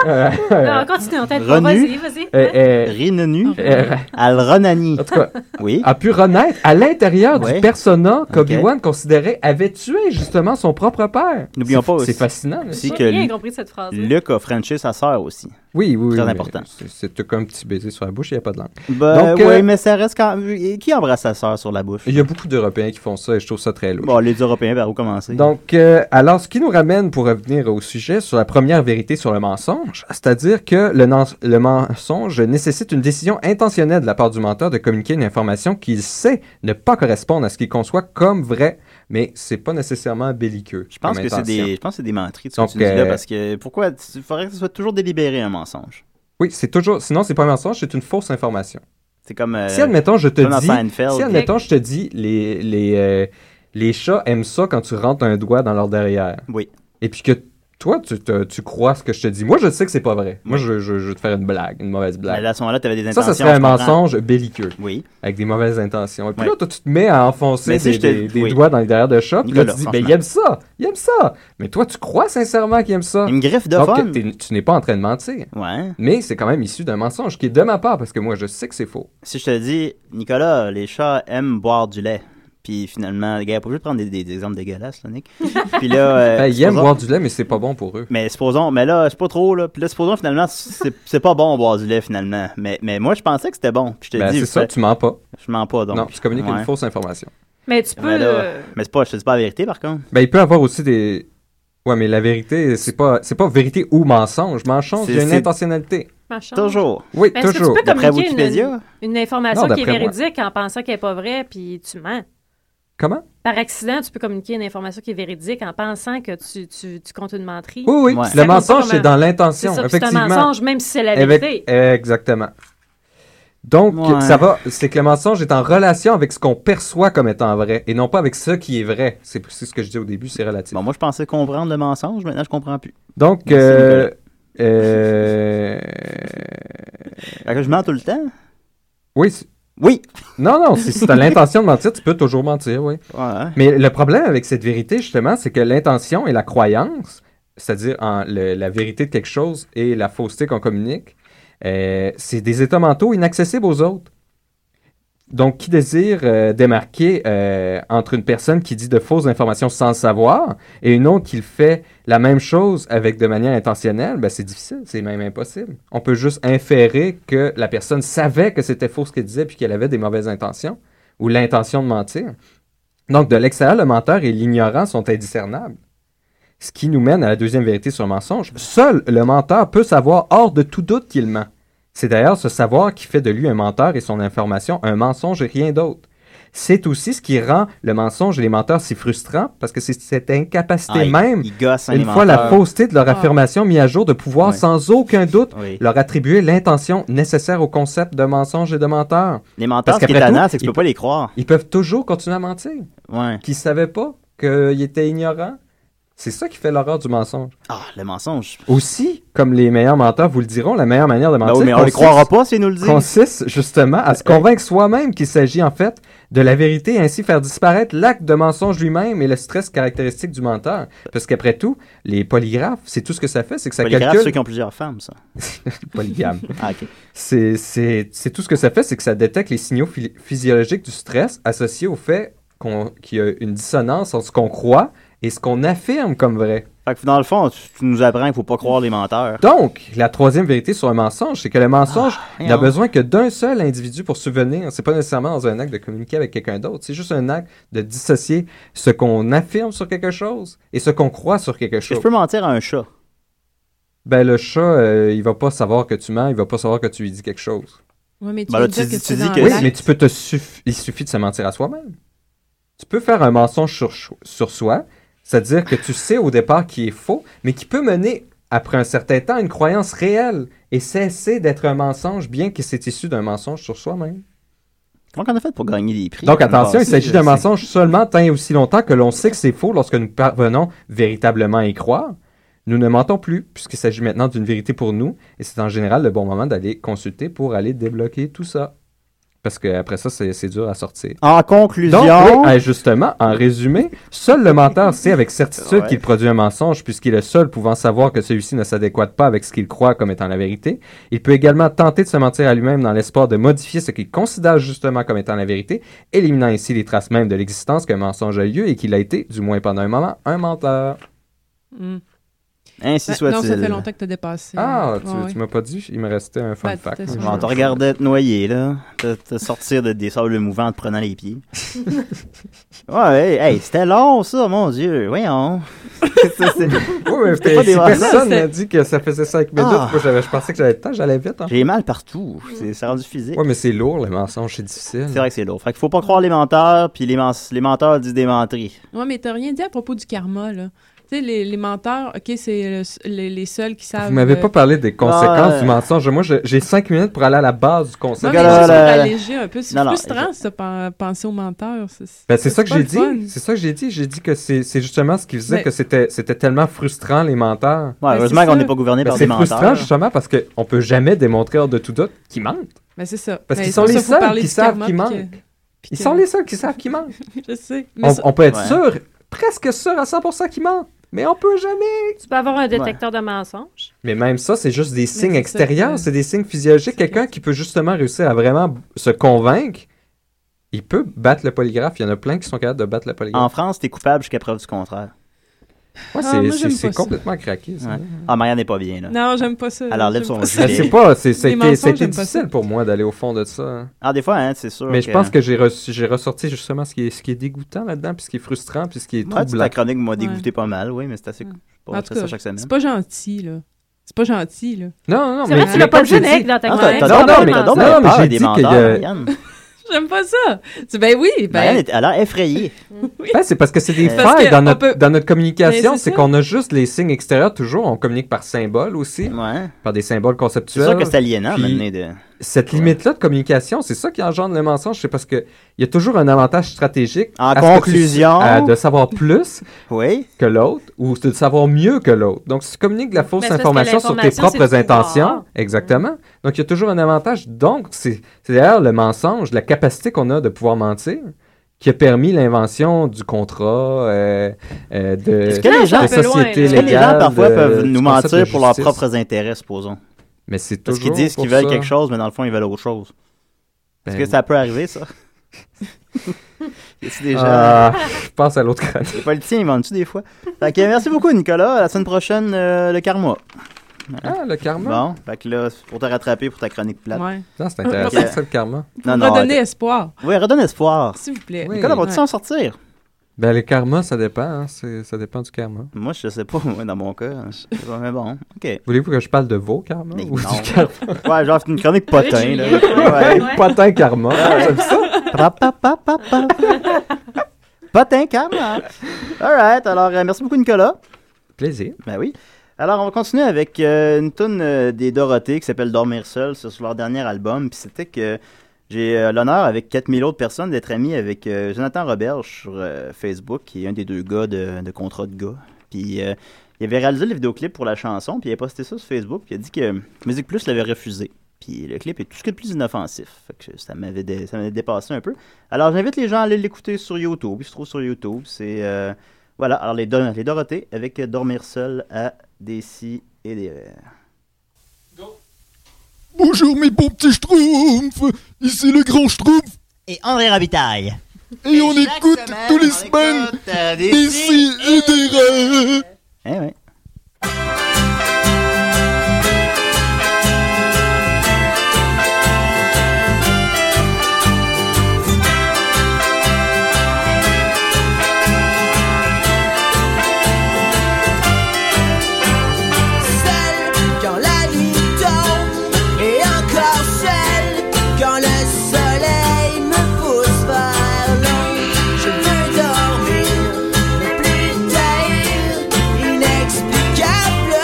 [SPEAKER 5] euh,
[SPEAKER 6] Alors, continue en tête.
[SPEAKER 3] Renu.
[SPEAKER 6] Vas-y, vas-y.
[SPEAKER 5] euh, euh,
[SPEAKER 3] Rinenu.
[SPEAKER 5] euh, Ah.
[SPEAKER 3] Al-Ronani.
[SPEAKER 5] en tout cas,
[SPEAKER 3] Oui.
[SPEAKER 5] a pu renaître à l'intérieur
[SPEAKER 3] Ouais.
[SPEAKER 5] du persona
[SPEAKER 3] Ok.
[SPEAKER 5] qu'Obi-Wan considérait avait tué justement son propre père.
[SPEAKER 3] N'oublions
[SPEAKER 5] C'est-
[SPEAKER 3] pas aussi-
[SPEAKER 5] C'est fascinant. là.
[SPEAKER 3] aussi
[SPEAKER 6] J'ai
[SPEAKER 3] que
[SPEAKER 6] bien
[SPEAKER 3] Lu-
[SPEAKER 6] compris cette phrase.
[SPEAKER 3] Luc a frenché sa sœur aussi.
[SPEAKER 5] Oui, oui, oui.
[SPEAKER 3] Très
[SPEAKER 5] mais
[SPEAKER 3] important.
[SPEAKER 5] c'est- C'est tout comme un petit baiser sur la bouche, il n'y a pas de langue.
[SPEAKER 3] Ben,
[SPEAKER 5] Donc,
[SPEAKER 3] oui,
[SPEAKER 5] euh,
[SPEAKER 3] mais ça reste quand et Qui embrasse sa sœur sur la bouche?
[SPEAKER 5] Il y a beaucoup d'Européens qui font ça et je trouve ça très lourd.
[SPEAKER 3] Bon, les Européens, par où commencer?
[SPEAKER 5] Donc, euh, alors, ce qui nous ramène pour revenir au sujet sur la première vérité sur le mensonge, c'est-à-dire que le, nan- le mensonge nécessite une décision intentionnelle de la part du menteur de communiquer une information qu'il sait ne pas correspondre à ce qu'il conçoit comme vrai, mais c'est pas nécessairement belliqueux.
[SPEAKER 3] je pense
[SPEAKER 5] comme
[SPEAKER 3] que c'est
[SPEAKER 5] intention.
[SPEAKER 3] des, je pense que c'est des menteries, ce
[SPEAKER 5] Donc,
[SPEAKER 3] que tu nous dis là,
[SPEAKER 5] euh,
[SPEAKER 3] parce que pourquoi, il faudrait que ce soit toujours délibéré un mensonge.
[SPEAKER 5] Oui, c'est toujours. Sinon, c'est pas un mensonge, c'est une fausse information.
[SPEAKER 3] C'est comme, euh,
[SPEAKER 5] si admettons, je te
[SPEAKER 3] comme dans
[SPEAKER 5] dis,
[SPEAKER 3] Seinfeld.
[SPEAKER 5] si admettons, je te dis, les les euh, les chats aiment ça quand tu rentres un doigt dans leur derrière.
[SPEAKER 3] Oui.
[SPEAKER 5] Et puis que toi, tu, te- tu crois ce que je te dis. Moi, je sais que c'est pas vrai. Moi, je, je, je vais te faire une blague, une mauvaise
[SPEAKER 3] Mais
[SPEAKER 5] blague.
[SPEAKER 3] là, à ce moment-là, t'avais des
[SPEAKER 5] Ça,
[SPEAKER 3] intentions.
[SPEAKER 5] ça serait un
[SPEAKER 3] je comprends.
[SPEAKER 5] mensonge belliqueux,
[SPEAKER 3] Oui.
[SPEAKER 5] avec des mauvaises intentions. Et puis
[SPEAKER 3] Ouais.
[SPEAKER 5] là, toi, tu te mets à enfoncer
[SPEAKER 3] Mais si
[SPEAKER 5] des,
[SPEAKER 3] je te-
[SPEAKER 5] des- des
[SPEAKER 3] oui.
[SPEAKER 5] doigts dans les derrière de chat. Puis là,
[SPEAKER 3] Nicolas,
[SPEAKER 5] tu dis, ben,
[SPEAKER 3] franchement.
[SPEAKER 5] il aime ça. Il aime ça. Mais toi, tu crois sincèrement qu'il aime ça.
[SPEAKER 3] Une griffe de fun.
[SPEAKER 5] Ah. Donc, t'es- tu n'es pas en train de mentir.
[SPEAKER 3] Ouais.
[SPEAKER 5] Mais c'est quand même issu d'un mensonge qui est de ma part parce que moi je sais que c'est faux.
[SPEAKER 3] Si je te dis, Nicolas, les chats aiment boire du lait. Puis finalement, les gars, pas obligé de prendre des, des- des exemples dégueulasses, là, Nick. Puis là. euh,
[SPEAKER 5] Ben, ils aiment
[SPEAKER 3] supposons-
[SPEAKER 5] boire du lait, mais c'est pas bon pour eux.
[SPEAKER 3] Mais supposons, mais là, c'est pas trop, là. Puis là, supposons, finalement, c'est c'est pas bon boire du lait, finalement. Mais, mais moi, je pensais que c'était bon. Puis je te
[SPEAKER 5] Ben,
[SPEAKER 3] dis,
[SPEAKER 5] c'est
[SPEAKER 3] je,
[SPEAKER 5] ça,
[SPEAKER 3] fais-
[SPEAKER 5] tu mens pas.
[SPEAKER 3] je mens pas, donc.
[SPEAKER 5] non, tu communiques
[SPEAKER 3] Ouais.
[SPEAKER 5] une fausse information.
[SPEAKER 6] Mais tu peux.
[SPEAKER 3] Mais, là,
[SPEAKER 6] euh,
[SPEAKER 3] mais c'est pas, je te dis pas la vérité, par contre.
[SPEAKER 5] Ben, il peut avoir aussi des. Ouais, mais la vérité, c'est pas, c'est pas vérité ou mensonge. Mensonge, il y a
[SPEAKER 3] C'est-
[SPEAKER 5] une
[SPEAKER 3] c'est-
[SPEAKER 5] intentionnalité.
[SPEAKER 6] machin.
[SPEAKER 3] Toujours.
[SPEAKER 5] Oui,
[SPEAKER 6] Mais est-ce que Ben, tu
[SPEAKER 5] toujours.
[SPEAKER 6] peux
[SPEAKER 3] D'après
[SPEAKER 6] communiquer une-
[SPEAKER 3] Wikipédia?
[SPEAKER 6] Une information
[SPEAKER 5] Non,
[SPEAKER 6] qui est
[SPEAKER 5] d'après moi.
[SPEAKER 6] véridique en pensant qu'elle n'est pas vraie, puis tu mens.
[SPEAKER 5] Comment
[SPEAKER 6] Par accident, tu peux communiquer une information qui est véridique en pensant que tu, tu, tu comptes une menterie.
[SPEAKER 5] Oui, oui.
[SPEAKER 3] Ouais.
[SPEAKER 5] Le
[SPEAKER 6] Ça compte pas
[SPEAKER 5] mensonge,
[SPEAKER 6] comme
[SPEAKER 5] c'est
[SPEAKER 6] un-
[SPEAKER 5] dans
[SPEAKER 6] c'est
[SPEAKER 5] l'intention,
[SPEAKER 6] ça, c'est un
[SPEAKER 5] effectivement.
[SPEAKER 6] mensonge, même si c'est la
[SPEAKER 5] Avec-
[SPEAKER 6] vérité.
[SPEAKER 5] Exactement. Donc,
[SPEAKER 3] Ouais.
[SPEAKER 5] ça va, c'est que le mensonge est en relation avec ce qu'on perçoit comme étant vrai et non pas avec ce qui est vrai. C'est c'est ce que je dis au début, c'est relatif.
[SPEAKER 3] Bon, moi, je pensais comprendre le mensonge. Maintenant, je comprends plus.
[SPEAKER 5] Donc,
[SPEAKER 3] Merci,
[SPEAKER 5] euh,
[SPEAKER 3] Nicolas.
[SPEAKER 5] euh,
[SPEAKER 3] Fait que je mens tout le temps.
[SPEAKER 5] oui, c'est-
[SPEAKER 3] Oui.
[SPEAKER 5] non, non, si, si t'as l'intention de mentir, tu peux toujours mentir, oui.
[SPEAKER 3] Ouais. hein.
[SPEAKER 5] Mais le problème avec cette vérité, justement, c'est que l'intention et la croyance, c'est-à-dire en le- la vérité de quelque chose et la fausseté qu'on communique, euh, c'est des états mentaux inaccessibles aux autres. Donc, qui désire euh, démarquer euh, entre une personne qui dit de fausses informations sans le savoir et une autre qui le fait la même chose avec de manière intentionnelle, ben, c'est difficile, c'est même impossible. On peut juste inférer que la personne savait que c'était faux ce qu'elle disait puis qu'elle avait des mauvaises intentions ou l'intention de mentir. Donc, de l'extérieur, le menteur et l'ignorant sont indiscernables. Ce qui nous mène à la deuxième vérité sur le mensonge. Seul le menteur peut savoir hors de tout doute qu'il ment. C'est d'ailleurs ce savoir qui fait de lui un menteur et son information un mensonge et rien d'autre. C'est aussi ce qui rend le mensonge et les menteurs si frustrants parce que c'est cette incapacité
[SPEAKER 3] Ah, ils-
[SPEAKER 5] même,
[SPEAKER 3] ils gossent, hein,
[SPEAKER 5] une
[SPEAKER 3] les
[SPEAKER 5] fois la
[SPEAKER 3] menteurs.
[SPEAKER 5] fausseté de leur
[SPEAKER 7] Ah.
[SPEAKER 5] affirmation mise à jour, de pouvoir
[SPEAKER 3] Ouais.
[SPEAKER 5] sans aucun doute
[SPEAKER 3] Oui.
[SPEAKER 5] leur attribuer l'intention nécessaire au concept de mensonge et de menteur.
[SPEAKER 3] Les menteurs,
[SPEAKER 5] Parce
[SPEAKER 3] ce qui est
[SPEAKER 5] qu'après
[SPEAKER 3] tannant,
[SPEAKER 5] tout,
[SPEAKER 3] c'est que tu
[SPEAKER 5] ils-
[SPEAKER 3] peux pas les croire.
[SPEAKER 5] Ils peuvent toujours continuer à mentir,
[SPEAKER 3] Ouais.
[SPEAKER 5] qu'ils savaient pas, qu'ils étaient ignorants. C'est ça qui fait l'horreur du mensonge.
[SPEAKER 3] Ah, le mensonge.
[SPEAKER 5] Aussi, comme les meilleurs menteurs vous le diront, la meilleure manière de mentir
[SPEAKER 3] Non, Ben Bah mais on les
[SPEAKER 5] consiste-
[SPEAKER 3] croira pas s'ils nous le disent.
[SPEAKER 5] consiste justement à se convaincre soi-même qu'il s'agit en fait de la vérité et ainsi faire disparaître l'acte de mensonge lui-même et le stress caractéristique du menteur. Parce qu'après tout, les polygraphes, c'est tout ce que ça fait, c'est que ça
[SPEAKER 3] Polygraphe, ceux
[SPEAKER 5] calcule...
[SPEAKER 3] qui ont plusieurs femmes, ça.
[SPEAKER 5] Polygame.
[SPEAKER 3] Ah, ok.
[SPEAKER 5] C'est- C'est c'est tout ce que ça fait, c'est que ça détecte les signaux phy- physiologiques du stress associés au fait qu'on- qu'il y a une dissonance entre ce qu'on croit et ce qu'on affirme comme vrai.
[SPEAKER 3] Fait que dans le fond, tu, tu nous apprends qu'il faut pas croire les menteurs.
[SPEAKER 5] Donc, la troisième vérité sur un mensonge, c'est que le mensonge
[SPEAKER 3] Ah,
[SPEAKER 5] n'a
[SPEAKER 3] voyons.
[SPEAKER 5] besoin que d'un seul individu pour subvenir. C'est pas nécessairement dans un acte de communiquer avec quelqu'un d'autre. C'est juste un acte de dissocier ce qu'on affirme sur quelque chose et ce qu'on croit sur quelque
[SPEAKER 3] Est-ce que
[SPEAKER 5] chose.
[SPEAKER 3] je peux mentir à un chat?
[SPEAKER 5] Ben, le chat, euh, il va pas savoir que tu mens, il va pas savoir que tu lui dis quelque chose.
[SPEAKER 7] Ouais, mais tu,
[SPEAKER 3] Ben là,
[SPEAKER 7] veux dire
[SPEAKER 3] tu dis-
[SPEAKER 7] que
[SPEAKER 3] tu
[SPEAKER 7] c'est
[SPEAKER 3] dis
[SPEAKER 7] dans
[SPEAKER 3] que-
[SPEAKER 7] la
[SPEAKER 5] Oui,
[SPEAKER 7] tête.
[SPEAKER 5] mais tu peux te suff- il suffit de se mentir à soi-même. Tu peux faire un mensonge sur, cho- sur soi, c'est-à-dire que tu sais au départ qui est faux, mais qui peut mener après un certain temps à une croyance réelle et cesser d'être un mensonge, bien que c'est issu d'un mensonge sur soi-même.
[SPEAKER 3] Comment on a fait pour gagner des prix? Ah,
[SPEAKER 5] Donc
[SPEAKER 3] l'année
[SPEAKER 5] attention, il
[SPEAKER 3] passée,
[SPEAKER 5] s'agit
[SPEAKER 3] bah, je
[SPEAKER 5] d'un
[SPEAKER 3] sais.
[SPEAKER 5] mensonge seulement tant et aussi longtemps que l'on sait que c'est faux lorsque nous parvenons véritablement à y croire. Nous ne mentons plus, puisqu'il s'agit maintenant d'une vérité pour nous, et c'est en général le bon moment d'aller consulter pour aller débloquer tout ça. Parce qu'après ça, c'est c'est dur à sortir.
[SPEAKER 3] En
[SPEAKER 5] Donc,
[SPEAKER 3] conclusion,
[SPEAKER 5] oui, euh, justement, en résumé, seul le menteur sait avec certitude
[SPEAKER 3] Ouais.
[SPEAKER 5] qu'il produit un mensonge, puisqu'il est le seul pouvant savoir que celui-ci ne s'adéquate pas avec ce qu'il croit comme étant la vérité. Il peut également tenter de se mentir à lui-même dans l'espoir de modifier ce qu'il considère justement comme étant la vérité, éliminant ainsi les traces même de l'existence qu'un mensonge a lieu et qu'il a été, du moins pendant un moment, un menteur.
[SPEAKER 7] Mm.
[SPEAKER 3] ainsi
[SPEAKER 7] Ben, non, ça fait
[SPEAKER 3] soit-il.
[SPEAKER 7] longtemps que t'as dépassé.
[SPEAKER 5] Ah,
[SPEAKER 7] Ouais,
[SPEAKER 5] tu,
[SPEAKER 7] ouais.
[SPEAKER 5] tu m'as pas dit, il me restait un fun
[SPEAKER 7] Ben,
[SPEAKER 5] fact.
[SPEAKER 7] t'étais
[SPEAKER 5] mais
[SPEAKER 7] sûr.
[SPEAKER 5] je-
[SPEAKER 3] On te regardait te noyer, là. Te, te sortir de, des sables mouvants en te prenant les pieds. ouais, hey, hey, c'était long, ça, mon Dieu. Voyons. Ça, c'est-
[SPEAKER 5] Oui, mais
[SPEAKER 3] C'était pas
[SPEAKER 5] si
[SPEAKER 3] des mensonges,
[SPEAKER 5] personne
[SPEAKER 7] c'est-
[SPEAKER 5] n'a dit que ça faisait 5 minutes,
[SPEAKER 3] Ah.
[SPEAKER 5] moi, j'avais- je pensais que j'avais le temps, j'allais vite. hein.
[SPEAKER 3] J'ai mal partout.
[SPEAKER 7] Mm.
[SPEAKER 3] C'est c'est rendu physique.
[SPEAKER 5] Ouais, mais c'est lourd, les mensonges, c'est difficile.
[SPEAKER 3] C'est vrai que c'est lourd. Fait qu'il faut pas croire les menteurs, puis les, mens- les menteurs disent des menteries.
[SPEAKER 7] Ouais, mais t'as rien dit à propos du karma, là. Tu sais, les, les menteurs, OK, c'est le- les, les seuls qui savent...
[SPEAKER 5] Vous m'avez
[SPEAKER 7] euh,
[SPEAKER 5] pas parlé des conséquences
[SPEAKER 3] Ouais.
[SPEAKER 5] du mensonge. Moi, je- j'ai cinq minutes pour aller à la base du
[SPEAKER 7] Non,
[SPEAKER 5] concept.
[SPEAKER 7] mais
[SPEAKER 3] Regarde,
[SPEAKER 7] juste
[SPEAKER 3] là,
[SPEAKER 7] pour
[SPEAKER 3] là, là.
[SPEAKER 7] alléger un peu. C'est
[SPEAKER 3] Non, non,
[SPEAKER 7] frustrant, ça, pen- penser aux menteurs. C'est
[SPEAKER 5] Ben, c'est ça que
[SPEAKER 7] pas
[SPEAKER 5] j'ai
[SPEAKER 7] le
[SPEAKER 5] dit.
[SPEAKER 7] fun.
[SPEAKER 5] C'est ça que j'ai dit. J'ai dit que c'est c'est justement ce qui faisait
[SPEAKER 7] Mais-
[SPEAKER 5] que c'était c'était tellement frustrant les menteurs.
[SPEAKER 3] Ouais,
[SPEAKER 7] Ben,
[SPEAKER 3] heureusement
[SPEAKER 7] c'est
[SPEAKER 3] qu'on
[SPEAKER 7] ça.
[SPEAKER 3] n'est pas gouverné
[SPEAKER 5] Ben,
[SPEAKER 3] par
[SPEAKER 5] c'est
[SPEAKER 3] des
[SPEAKER 5] frustrant
[SPEAKER 3] menteurs.
[SPEAKER 5] justement parce qu'on peut jamais démontrer hors de tout doute qu'ils mentent.
[SPEAKER 7] Ben, c'est ça.
[SPEAKER 5] Parce
[SPEAKER 7] Ben,
[SPEAKER 5] qu'ils
[SPEAKER 7] c'est
[SPEAKER 5] sont
[SPEAKER 7] pour
[SPEAKER 5] les
[SPEAKER 7] ça, faut
[SPEAKER 5] seuls
[SPEAKER 7] parler
[SPEAKER 5] qui
[SPEAKER 7] du
[SPEAKER 5] savent
[SPEAKER 7] karma,
[SPEAKER 5] qu'ils
[SPEAKER 7] puis que-
[SPEAKER 5] mentent.
[SPEAKER 7] puis
[SPEAKER 5] Ils
[SPEAKER 7] que-
[SPEAKER 5] sont les seuls qui savent qu'ils mentent.
[SPEAKER 7] Je sais. Mais
[SPEAKER 5] On,
[SPEAKER 7] ça-
[SPEAKER 5] on peut être
[SPEAKER 3] Ouais.
[SPEAKER 5] sûr, presque sûr à 100% qu'ils mentent. Mais on peut jamais.
[SPEAKER 6] Tu peux avoir un détecteur de mensonges.
[SPEAKER 5] Mais même ça, c'est juste des signes
[SPEAKER 7] c'est ça
[SPEAKER 5] extérieurs,
[SPEAKER 7] que-
[SPEAKER 5] c'est des signes physiologiques. Quelqu'un qui peut justement réussir à vraiment se convaincre, il peut battre le polygraphe. Il y en a plein qui sont capables de battre le polygraphe.
[SPEAKER 3] En France, t'es coupable jusqu'à preuve du contraire.
[SPEAKER 5] Ouais,
[SPEAKER 7] Ah,
[SPEAKER 5] c'est-
[SPEAKER 7] moi,
[SPEAKER 5] c'est
[SPEAKER 7] j'aime
[SPEAKER 5] c'est
[SPEAKER 7] pas ça.
[SPEAKER 5] complètement craqué. ça.
[SPEAKER 3] Ouais. Ah, Marianne n'est pas bien, là.
[SPEAKER 7] Mm. Non, j'aime pas ça.
[SPEAKER 3] Alors, lève
[SPEAKER 7] J'aime
[SPEAKER 3] son
[SPEAKER 7] pas
[SPEAKER 5] Je
[SPEAKER 3] gilet.
[SPEAKER 5] sais pas, c'est- ça a
[SPEAKER 7] Les
[SPEAKER 5] été- ça a
[SPEAKER 7] mensonges,
[SPEAKER 5] été
[SPEAKER 7] j'aime pas
[SPEAKER 5] difficile
[SPEAKER 7] ça.
[SPEAKER 5] pour moi d'aller au fond de ça.
[SPEAKER 3] Ah, des fois, hein, c'est sûr.
[SPEAKER 5] Mais je pense que j'ai reçu- j'ai ressorti justement ce qui est, ce qui est dégoûtant là-dedans, puis ce qui est frustrant, puis ce qui est
[SPEAKER 3] Moi,
[SPEAKER 5] troublant.
[SPEAKER 3] ta chronique m'a dégoûté pas mal, oui, mais c'est assez. Bon,
[SPEAKER 7] Mm. En
[SPEAKER 3] je
[SPEAKER 7] tout
[SPEAKER 3] fais ça
[SPEAKER 7] cas,
[SPEAKER 3] chaque semaine.
[SPEAKER 7] C'est pas gentil, là. C'est pas gentil, là.
[SPEAKER 5] Non, non,
[SPEAKER 6] C'est
[SPEAKER 5] mais
[SPEAKER 6] vrai que tu
[SPEAKER 5] mais
[SPEAKER 6] l'as pas
[SPEAKER 5] comme
[SPEAKER 6] dit,
[SPEAKER 5] j'ai dit-
[SPEAKER 6] Nick, dans ta
[SPEAKER 3] Ah,
[SPEAKER 6] chronique.
[SPEAKER 3] t'as- t'as
[SPEAKER 5] Non, non,
[SPEAKER 3] donc
[SPEAKER 5] mais-
[SPEAKER 3] bien- t'as donc
[SPEAKER 5] non,
[SPEAKER 3] bien
[SPEAKER 5] mais
[SPEAKER 3] peur
[SPEAKER 5] j'ai
[SPEAKER 3] des
[SPEAKER 5] dit euh, qu'il y a-
[SPEAKER 3] menteurs, Marianne.
[SPEAKER 7] Ben, J'aime pas ça. Tu- Ben oui, ben.
[SPEAKER 3] Marianne est- elle a l'air effrayée.
[SPEAKER 5] Ben, c'est parce que c'est des
[SPEAKER 3] C'est
[SPEAKER 7] hein. parce
[SPEAKER 5] failles
[SPEAKER 7] que
[SPEAKER 5] dans
[SPEAKER 7] on
[SPEAKER 5] notre,
[SPEAKER 7] peut-
[SPEAKER 5] dans notre communication,
[SPEAKER 7] Mais c'est
[SPEAKER 5] c'est
[SPEAKER 7] ça.
[SPEAKER 5] qu'on a juste les signes extérieurs toujours, on communique par symboles aussi,
[SPEAKER 3] Ouais.
[SPEAKER 5] par des symboles
[SPEAKER 3] C'est
[SPEAKER 5] conceptuels.
[SPEAKER 3] sûr que c'est aliénant,
[SPEAKER 5] puis-
[SPEAKER 3] maintenant, de.
[SPEAKER 5] Cette limite-là de communication, c'est ça qui engendre le mensonge, c'est parce que il y a toujours un avantage stratégique
[SPEAKER 3] En
[SPEAKER 5] à ce que tu-
[SPEAKER 3] conclusion-
[SPEAKER 5] à- de savoir plus
[SPEAKER 3] Oui.
[SPEAKER 5] que l'autre ou c'est de savoir mieux que l'autre. Donc, si tu communiques de la fausse
[SPEAKER 6] c'est parce que
[SPEAKER 5] information sur tes
[SPEAKER 6] l'information,
[SPEAKER 5] propres
[SPEAKER 6] c'est le pouvoir.
[SPEAKER 5] intentions, exactement. Donc, il y a toujours un avantage. Donc, c'est c'est d'ailleurs le mensonge, la capacité qu'on a de pouvoir mentir, qui a permis l'invention du contrat, euh, euh, de,
[SPEAKER 3] Est-ce que les
[SPEAKER 6] ça
[SPEAKER 3] gens.
[SPEAKER 5] de
[SPEAKER 6] un peu loin,
[SPEAKER 5] société
[SPEAKER 6] là.
[SPEAKER 3] Est-ce que les gens
[SPEAKER 5] légale,
[SPEAKER 3] parfois
[SPEAKER 5] de-
[SPEAKER 3] peuvent nous
[SPEAKER 5] du concept de
[SPEAKER 3] mentir pour leurs
[SPEAKER 5] justice.
[SPEAKER 3] propres intérêts, supposons?
[SPEAKER 5] Mais c'est
[SPEAKER 3] Parce qu'ils
[SPEAKER 5] toujours
[SPEAKER 3] disent qu'ils
[SPEAKER 5] pour
[SPEAKER 3] veulent
[SPEAKER 5] ça.
[SPEAKER 3] quelque chose, mais dans le fond, ils veulent autre chose. Est-ce
[SPEAKER 5] Ben
[SPEAKER 3] que
[SPEAKER 5] oui.
[SPEAKER 3] ça peut arriver, ça? y a-t-il des gens...
[SPEAKER 5] Ah, je pense à l'autre chronique.
[SPEAKER 3] Les politiciens, ils vendent-tu des fois? Fait que merci beaucoup, Nicolas. À la semaine prochaine, euh, le karma.
[SPEAKER 5] Ah, le karma.
[SPEAKER 3] Bon, fait que là, c'est pour te rattraper pour ta chronique plate.
[SPEAKER 7] Ouais.
[SPEAKER 5] Non, c'est intéressant,
[SPEAKER 3] Ok.
[SPEAKER 5] ça, le karma.
[SPEAKER 3] Non, non.
[SPEAKER 7] Redonnez
[SPEAKER 3] arrête.
[SPEAKER 7] espoir,
[SPEAKER 3] Ouais, redonne espoir.
[SPEAKER 7] s'il vous plaît.
[SPEAKER 5] Oui.
[SPEAKER 3] Nicolas, vas-tu
[SPEAKER 7] Ouais.
[SPEAKER 3] s'en sortir?
[SPEAKER 5] Ben, le karma, ça dépend. hein, c'est- Ça dépend du karma.
[SPEAKER 3] Moi, je sais pas, moi, dans mon cas. je sais pas, Mais bon, OK.
[SPEAKER 5] Voulez-vous que je parle de vos karmas
[SPEAKER 3] Mais
[SPEAKER 5] ou
[SPEAKER 3] non.
[SPEAKER 5] du karma?
[SPEAKER 3] Ouais, genre, c'est une chronique potin, là.
[SPEAKER 6] Ouais.
[SPEAKER 3] Ouais. Ah,
[SPEAKER 5] Potin karma. J'aime ça.
[SPEAKER 3] Pa, pa, pa, pa, pa. Potin, calme. hein. All right. Alors, euh, merci beaucoup, Nicolas.
[SPEAKER 5] Plaisir.
[SPEAKER 3] Ben oui. Alors, on va continuer avec euh, une toune euh, des Dorothées qui s'appelle Dormir seul, c'est sur leur dernier album. Puis c'était que j'ai euh, l'honneur, avec 4000 autres personnes, d'être ami avec euh, Jonathan Roberge sur euh, Facebook, qui est un des deux gars de, de contrat de gars. Puis euh, il avait réalisé le vidéoclip pour la chanson, puis il a posté ça sur Facebook, puis il a dit que Musique Plus l'avait refusé. Puis le clip est tout ce que de plus inoffensif. Fait que ça m'avait dé- ça m'avait dépassé un peu. Alors, j'invite les gens à aller l'écouter sur YouTube. Il se trouve sur YouTube. C'est. euh, voilà, alors les, Don- les Dorothées avec Dormir seul à des si et des verres.
[SPEAKER 8] Bonjour mes beaux petits schtroumpfs, ici le grand schtroumpf
[SPEAKER 9] et André Robitaille.
[SPEAKER 8] et, on écoute euh, tous les semaines des si et des rêves.
[SPEAKER 3] Eh ouais.
[SPEAKER 9] Seul quand la nuit tombe et encore seul quand le soleil me pousse vers l'ombre. Je veux dormir, ne plus taire, inexplicable.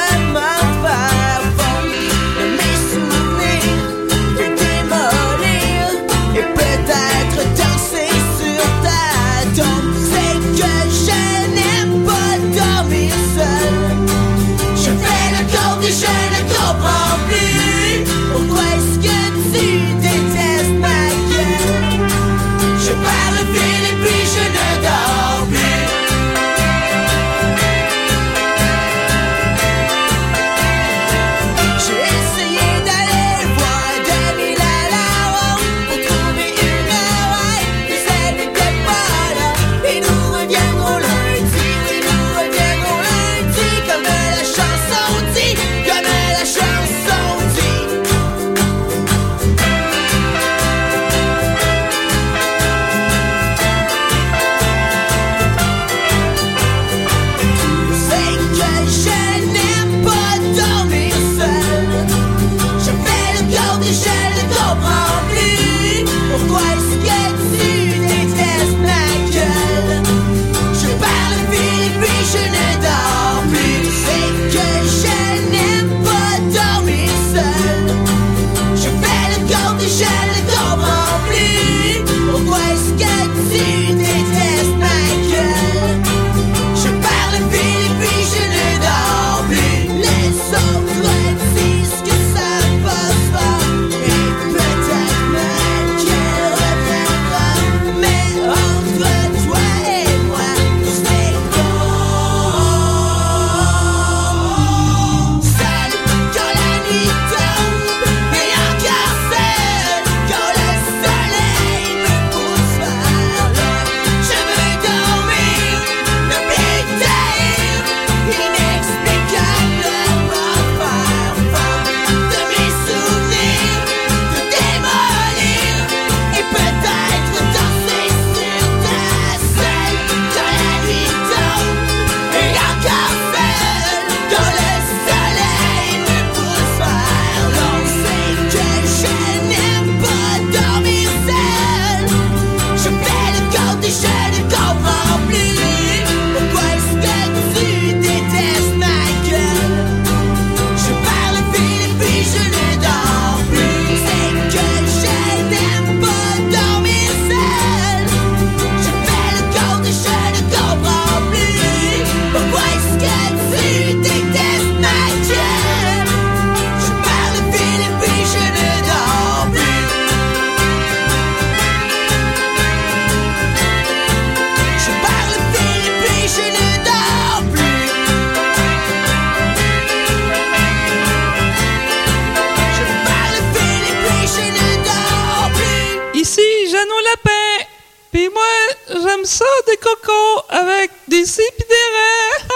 [SPEAKER 10] Jeannot Lapin. Puis moi, j'aime ça des cocos avec des Ah, cipidérés. ah,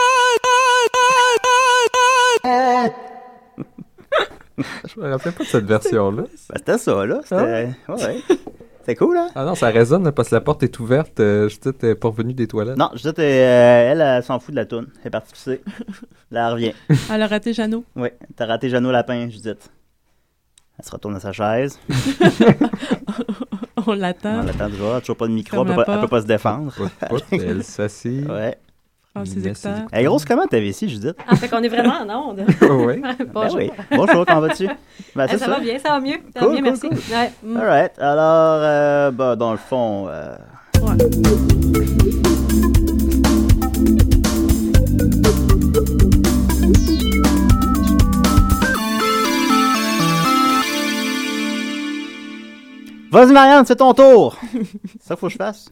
[SPEAKER 8] Euh,
[SPEAKER 5] Je me rappelais pas de cette version-là.
[SPEAKER 3] Ben, c'était ça, là.
[SPEAKER 8] Ah
[SPEAKER 3] C'était ouais, ouais. C'était cool, hein?
[SPEAKER 5] Ah non, ça résonne là, parce que la porte est ouverte. euh, je dis, t'es pas revenu des toilettes.
[SPEAKER 3] Non, je disais, euh, elle, elle s'en fout de la toune. Elle est partie pisser. Là, elle revient.
[SPEAKER 7] Elle a raté Jeannot.
[SPEAKER 3] Oui, t'as raté Jeannot Lapin, Judith. Elle se retourne à sa chaise.
[SPEAKER 7] On
[SPEAKER 3] On
[SPEAKER 7] l'attend.
[SPEAKER 3] l'attend toujours. Toujours pas de micro. Elle
[SPEAKER 7] Ferme
[SPEAKER 3] peut
[SPEAKER 7] la
[SPEAKER 3] pas, elle peut
[SPEAKER 7] porte.
[SPEAKER 3] pas se défendre.
[SPEAKER 5] Pas de porte, elle s'assit.
[SPEAKER 3] Ouais.
[SPEAKER 7] Prends ses
[SPEAKER 5] Yes,
[SPEAKER 7] écouteurs.
[SPEAKER 3] Elle est grosse comment ta vessie, Judith?
[SPEAKER 6] Ah, fait qu'on est vraiment en onde.
[SPEAKER 5] Ah Ouais.
[SPEAKER 6] Bonjour.
[SPEAKER 3] Ben oui. Bonjour, comment vas-tu? Ben,
[SPEAKER 6] Eh,
[SPEAKER 3] c'est
[SPEAKER 6] ça, va bien, ça va mieux. Ça va
[SPEAKER 3] Cool,
[SPEAKER 6] bien, merci.
[SPEAKER 3] cool, ben
[SPEAKER 6] Ouais, mm.
[SPEAKER 3] All right. Alors, euh, bah, dans le fond, euh, Vas-y, Marianne, c'est ton tour. Ça, faut que je fasse.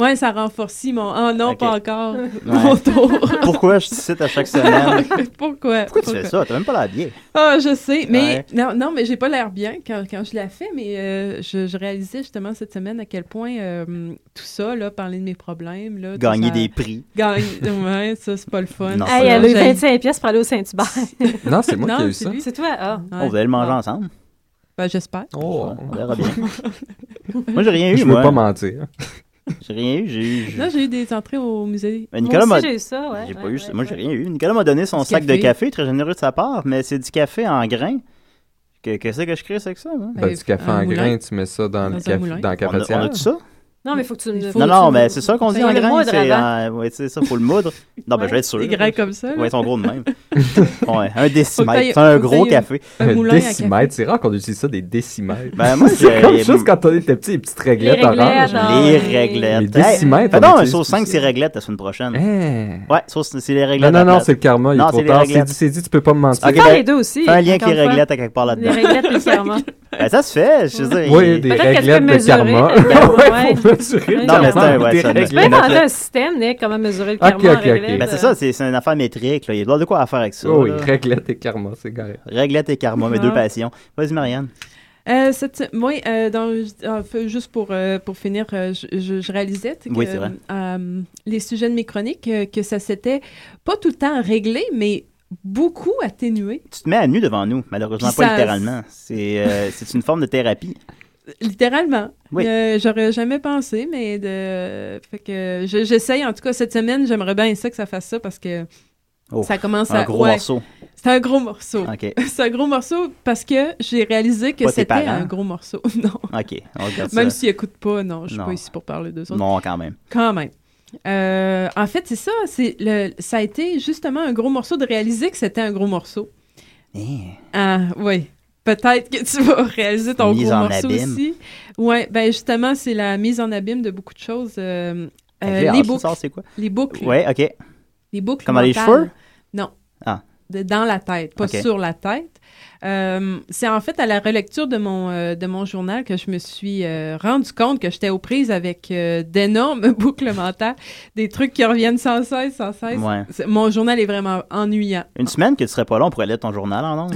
[SPEAKER 7] Ouais, ça renforcit mon. Ah non,
[SPEAKER 3] Ok.
[SPEAKER 7] pas encore. Mon tour.
[SPEAKER 3] Pourquoi je te cite à chaque semaine?
[SPEAKER 7] Pourquoi?
[SPEAKER 3] Pourquoi tu fais ça? T'as même pas l'air bien.
[SPEAKER 7] Ah, je sais, mais
[SPEAKER 3] Ouais.
[SPEAKER 7] non, non, mais j'ai pas l'air bien quand, quand je la fais, mais euh, je, je réalisais justement cette semaine à quel point euh, tout ça, là, parler de mes problèmes, là, tout
[SPEAKER 3] Gagner
[SPEAKER 7] ça-
[SPEAKER 3] des prix.
[SPEAKER 7] Gagner, ouais, ça c'est pas le fun.
[SPEAKER 3] Non,
[SPEAKER 7] Ça,
[SPEAKER 6] Hey, elle a eu
[SPEAKER 7] j'ai-
[SPEAKER 6] 25 pièces pour aller au Saint-Hubert.
[SPEAKER 5] Non, c'est moi
[SPEAKER 7] Non,
[SPEAKER 5] qui ai eu
[SPEAKER 7] c'est
[SPEAKER 5] ça.
[SPEAKER 7] lui.
[SPEAKER 6] C'est toi? Ah.
[SPEAKER 3] On va aller manger ensemble.
[SPEAKER 7] Ben, j'espère.
[SPEAKER 5] Oh,
[SPEAKER 3] On verra bien. moi, j'ai rien eu,
[SPEAKER 5] je veux
[SPEAKER 3] moi.
[SPEAKER 5] pas mentir.
[SPEAKER 3] J'ai rien eu. J'ai eu.
[SPEAKER 7] Là, j'ai eu des entrées au musée.
[SPEAKER 3] Ben, Nicolas
[SPEAKER 6] moi
[SPEAKER 3] m'a.
[SPEAKER 6] aussi, j'ai eu ça, ouais.
[SPEAKER 3] J'ai pas
[SPEAKER 6] ouais,
[SPEAKER 3] eu
[SPEAKER 6] ouais,
[SPEAKER 3] ça. Moi, j'ai
[SPEAKER 6] ouais.
[SPEAKER 3] rien eu. Nicolas m'a donné son
[SPEAKER 7] Du
[SPEAKER 3] sac de
[SPEAKER 7] café.
[SPEAKER 3] café, très généreux de sa part, mais c'est du café en grains. Que- Qu'est-ce que je crée avec ça? moi? Ben,
[SPEAKER 5] Ben,
[SPEAKER 7] Ben,
[SPEAKER 5] du café
[SPEAKER 7] un
[SPEAKER 5] en
[SPEAKER 7] moulin.
[SPEAKER 5] grain, tu mets ça dans,
[SPEAKER 7] Dans
[SPEAKER 5] le
[SPEAKER 7] un
[SPEAKER 5] café,
[SPEAKER 7] moulin.
[SPEAKER 5] dans la
[SPEAKER 3] On a, on
[SPEAKER 5] cafetière.
[SPEAKER 3] a tout ça?
[SPEAKER 6] Non, mais il faut que tu me...
[SPEAKER 7] Faut-
[SPEAKER 3] non, non,
[SPEAKER 7] tu-
[SPEAKER 3] mais c'est ça qu'on dit
[SPEAKER 6] Faut
[SPEAKER 3] en
[SPEAKER 6] le
[SPEAKER 3] grain.
[SPEAKER 6] moudre
[SPEAKER 3] C'est
[SPEAKER 6] avant.
[SPEAKER 3] euh, ouais, c'est ça, faut le moudre. Non, ben je vais être sûr.
[SPEAKER 7] Des grains comme ça. là.
[SPEAKER 3] Ouais, ils sont gros de même. ouais, un décimètre.
[SPEAKER 7] Faut que
[SPEAKER 3] C'est un
[SPEAKER 7] t'ailles-
[SPEAKER 3] gros
[SPEAKER 7] faut que t'ailles-
[SPEAKER 3] café.
[SPEAKER 7] Un
[SPEAKER 5] Un
[SPEAKER 7] moulin à
[SPEAKER 5] décimètre, Euh, c'est rare qu'on utilise ça, des décimètres.
[SPEAKER 3] Ben, moi,
[SPEAKER 5] c'est
[SPEAKER 3] j'ai-
[SPEAKER 5] comme juste quand on était petit, les petites réglettes,
[SPEAKER 6] Les réglettes,
[SPEAKER 5] oranges.
[SPEAKER 6] ah.
[SPEAKER 3] Les
[SPEAKER 6] ouais.
[SPEAKER 5] Les
[SPEAKER 3] réglettes. Hey,
[SPEAKER 5] décimètres.
[SPEAKER 3] Fais
[SPEAKER 5] on
[SPEAKER 3] donc un
[SPEAKER 5] utilise
[SPEAKER 3] sauce
[SPEAKER 5] tout
[SPEAKER 3] 5,
[SPEAKER 5] ça.
[SPEAKER 3] c'est réglettes la semaine prochaine.
[SPEAKER 5] Hein.
[SPEAKER 3] Ouais, sauce, c'est les
[SPEAKER 5] Non,
[SPEAKER 3] réglettes.
[SPEAKER 5] non,
[SPEAKER 3] à
[SPEAKER 5] non,
[SPEAKER 3] plate.
[SPEAKER 5] c'est le karma, il
[SPEAKER 3] Non,
[SPEAKER 5] est
[SPEAKER 3] c'est
[SPEAKER 5] trop
[SPEAKER 3] les
[SPEAKER 5] tard. C'est
[SPEAKER 3] réglettes.
[SPEAKER 5] dit, c'est dit, tu peux pas me mentir.
[SPEAKER 3] Ok,
[SPEAKER 6] Faire
[SPEAKER 3] ben,
[SPEAKER 6] les deux aussi.
[SPEAKER 3] Fais un lien avec les
[SPEAKER 6] encore une fois.
[SPEAKER 3] réglettes à quelque part
[SPEAKER 6] Les
[SPEAKER 3] là-dedans.
[SPEAKER 6] réglettes et le karma.
[SPEAKER 3] Ben, ça se fait, je veux dire.
[SPEAKER 5] Oui,
[SPEAKER 3] il-
[SPEAKER 5] des
[SPEAKER 6] Peut-être qu'elle
[SPEAKER 5] réglettes
[SPEAKER 6] peut
[SPEAKER 5] de karma.
[SPEAKER 6] mesurer, peut-être, ouais.
[SPEAKER 5] faut mesurer.
[SPEAKER 3] Non, mais c'est
[SPEAKER 5] karma
[SPEAKER 3] un-
[SPEAKER 5] avec
[SPEAKER 3] ouais,
[SPEAKER 5] des
[SPEAKER 3] ça, mais-
[SPEAKER 5] réglettes.
[SPEAKER 6] Je vais
[SPEAKER 3] Mais
[SPEAKER 6] inventer
[SPEAKER 3] notre-
[SPEAKER 6] un système, Nick, comment mesurer le
[SPEAKER 5] Ok,
[SPEAKER 6] karma en
[SPEAKER 5] ok, ok.
[SPEAKER 6] réglette,
[SPEAKER 3] Ben, c'est
[SPEAKER 6] euh,
[SPEAKER 3] ça, c'est c'est une affaire métrique. Là. Il doit de quoi à faire avec ça.
[SPEAKER 5] Oh, oui,
[SPEAKER 3] là.
[SPEAKER 5] réglettes et karma, c'est correct.
[SPEAKER 3] Réglettes et karma, mes
[SPEAKER 7] Ah.
[SPEAKER 3] deux passions. Vas-y, Marianne.
[SPEAKER 7] Euh, cette, oui, euh, dans- euh, f- juste pour, euh, pour finir, euh, je, je- je réalisais tu sais, que
[SPEAKER 3] Oui, c'est vrai.
[SPEAKER 7] euh, les sujets de mes chroniques, euh, que ça s'était pas tout le temps réglé, mais beaucoup atténué,
[SPEAKER 3] Tu te mets à nu devant nous, malheureusement,
[SPEAKER 7] Puis
[SPEAKER 3] pas
[SPEAKER 7] ça-
[SPEAKER 3] littéralement. C'est euh, c'est une forme de thérapie.
[SPEAKER 7] littéralement.
[SPEAKER 3] Oui.
[SPEAKER 7] Euh, J'aurais jamais pensé, mais de... fait que je- j'essaye, en tout cas, cette semaine, j'aimerais bien ça que ça fasse ça parce que
[SPEAKER 3] Oh,
[SPEAKER 7] ça commence
[SPEAKER 3] Un
[SPEAKER 7] à...
[SPEAKER 3] gros
[SPEAKER 7] ouais,
[SPEAKER 3] morceau.
[SPEAKER 7] C'est un gros morceau.
[SPEAKER 3] OK,
[SPEAKER 7] C'est un gros morceau parce que j'ai réalisé que
[SPEAKER 3] Pas tes
[SPEAKER 7] c'était
[SPEAKER 3] parents.
[SPEAKER 7] un gros morceau. non.
[SPEAKER 3] OK. On regarde
[SPEAKER 7] Même
[SPEAKER 3] ça.
[SPEAKER 7] s'ils n'écoutent pas, non, je suis
[SPEAKER 3] Non.
[SPEAKER 7] pas ici pour parler d'eux autres.
[SPEAKER 3] Non, quand même.
[SPEAKER 7] Quand même. Euh, en fait, c'est ça. C'est le, ça a été justement un gros morceau de réaliser que c'était un gros morceau.
[SPEAKER 3] Eh,
[SPEAKER 7] Ah, oui. Peut-être que tu vas réaliser ton
[SPEAKER 3] Mise
[SPEAKER 7] gros
[SPEAKER 3] en
[SPEAKER 7] morceau
[SPEAKER 3] abîme.
[SPEAKER 7] aussi. Oui, ben justement, c'est la mise en abîme de beaucoup de choses. Euh, euh,
[SPEAKER 3] j'ai hâte
[SPEAKER 7] les,
[SPEAKER 3] de
[SPEAKER 7] boucles,
[SPEAKER 3] savoir c'est quoi?
[SPEAKER 7] les boucles.
[SPEAKER 3] Ouais, OK.
[SPEAKER 7] Les boucles.
[SPEAKER 3] Comme dans les
[SPEAKER 7] mentales.
[SPEAKER 3] cheveux?
[SPEAKER 7] Non.
[SPEAKER 3] Ah.
[SPEAKER 7] De- dans la tête, pas
[SPEAKER 3] Ok.
[SPEAKER 7] sur la tête. Euh, c'est en fait à la relecture de mon, euh, de mon journal que je me suis euh, rendu compte que j'étais aux prises avec euh, d'énormes boucles mentales, des trucs qui reviennent sans cesse, sans cesse.
[SPEAKER 3] Ouais.
[SPEAKER 7] C'est- Mon journal est vraiment ennuyant.
[SPEAKER 3] Une semaine que tu serais pas là, on pourrait lire ton journal en ondes.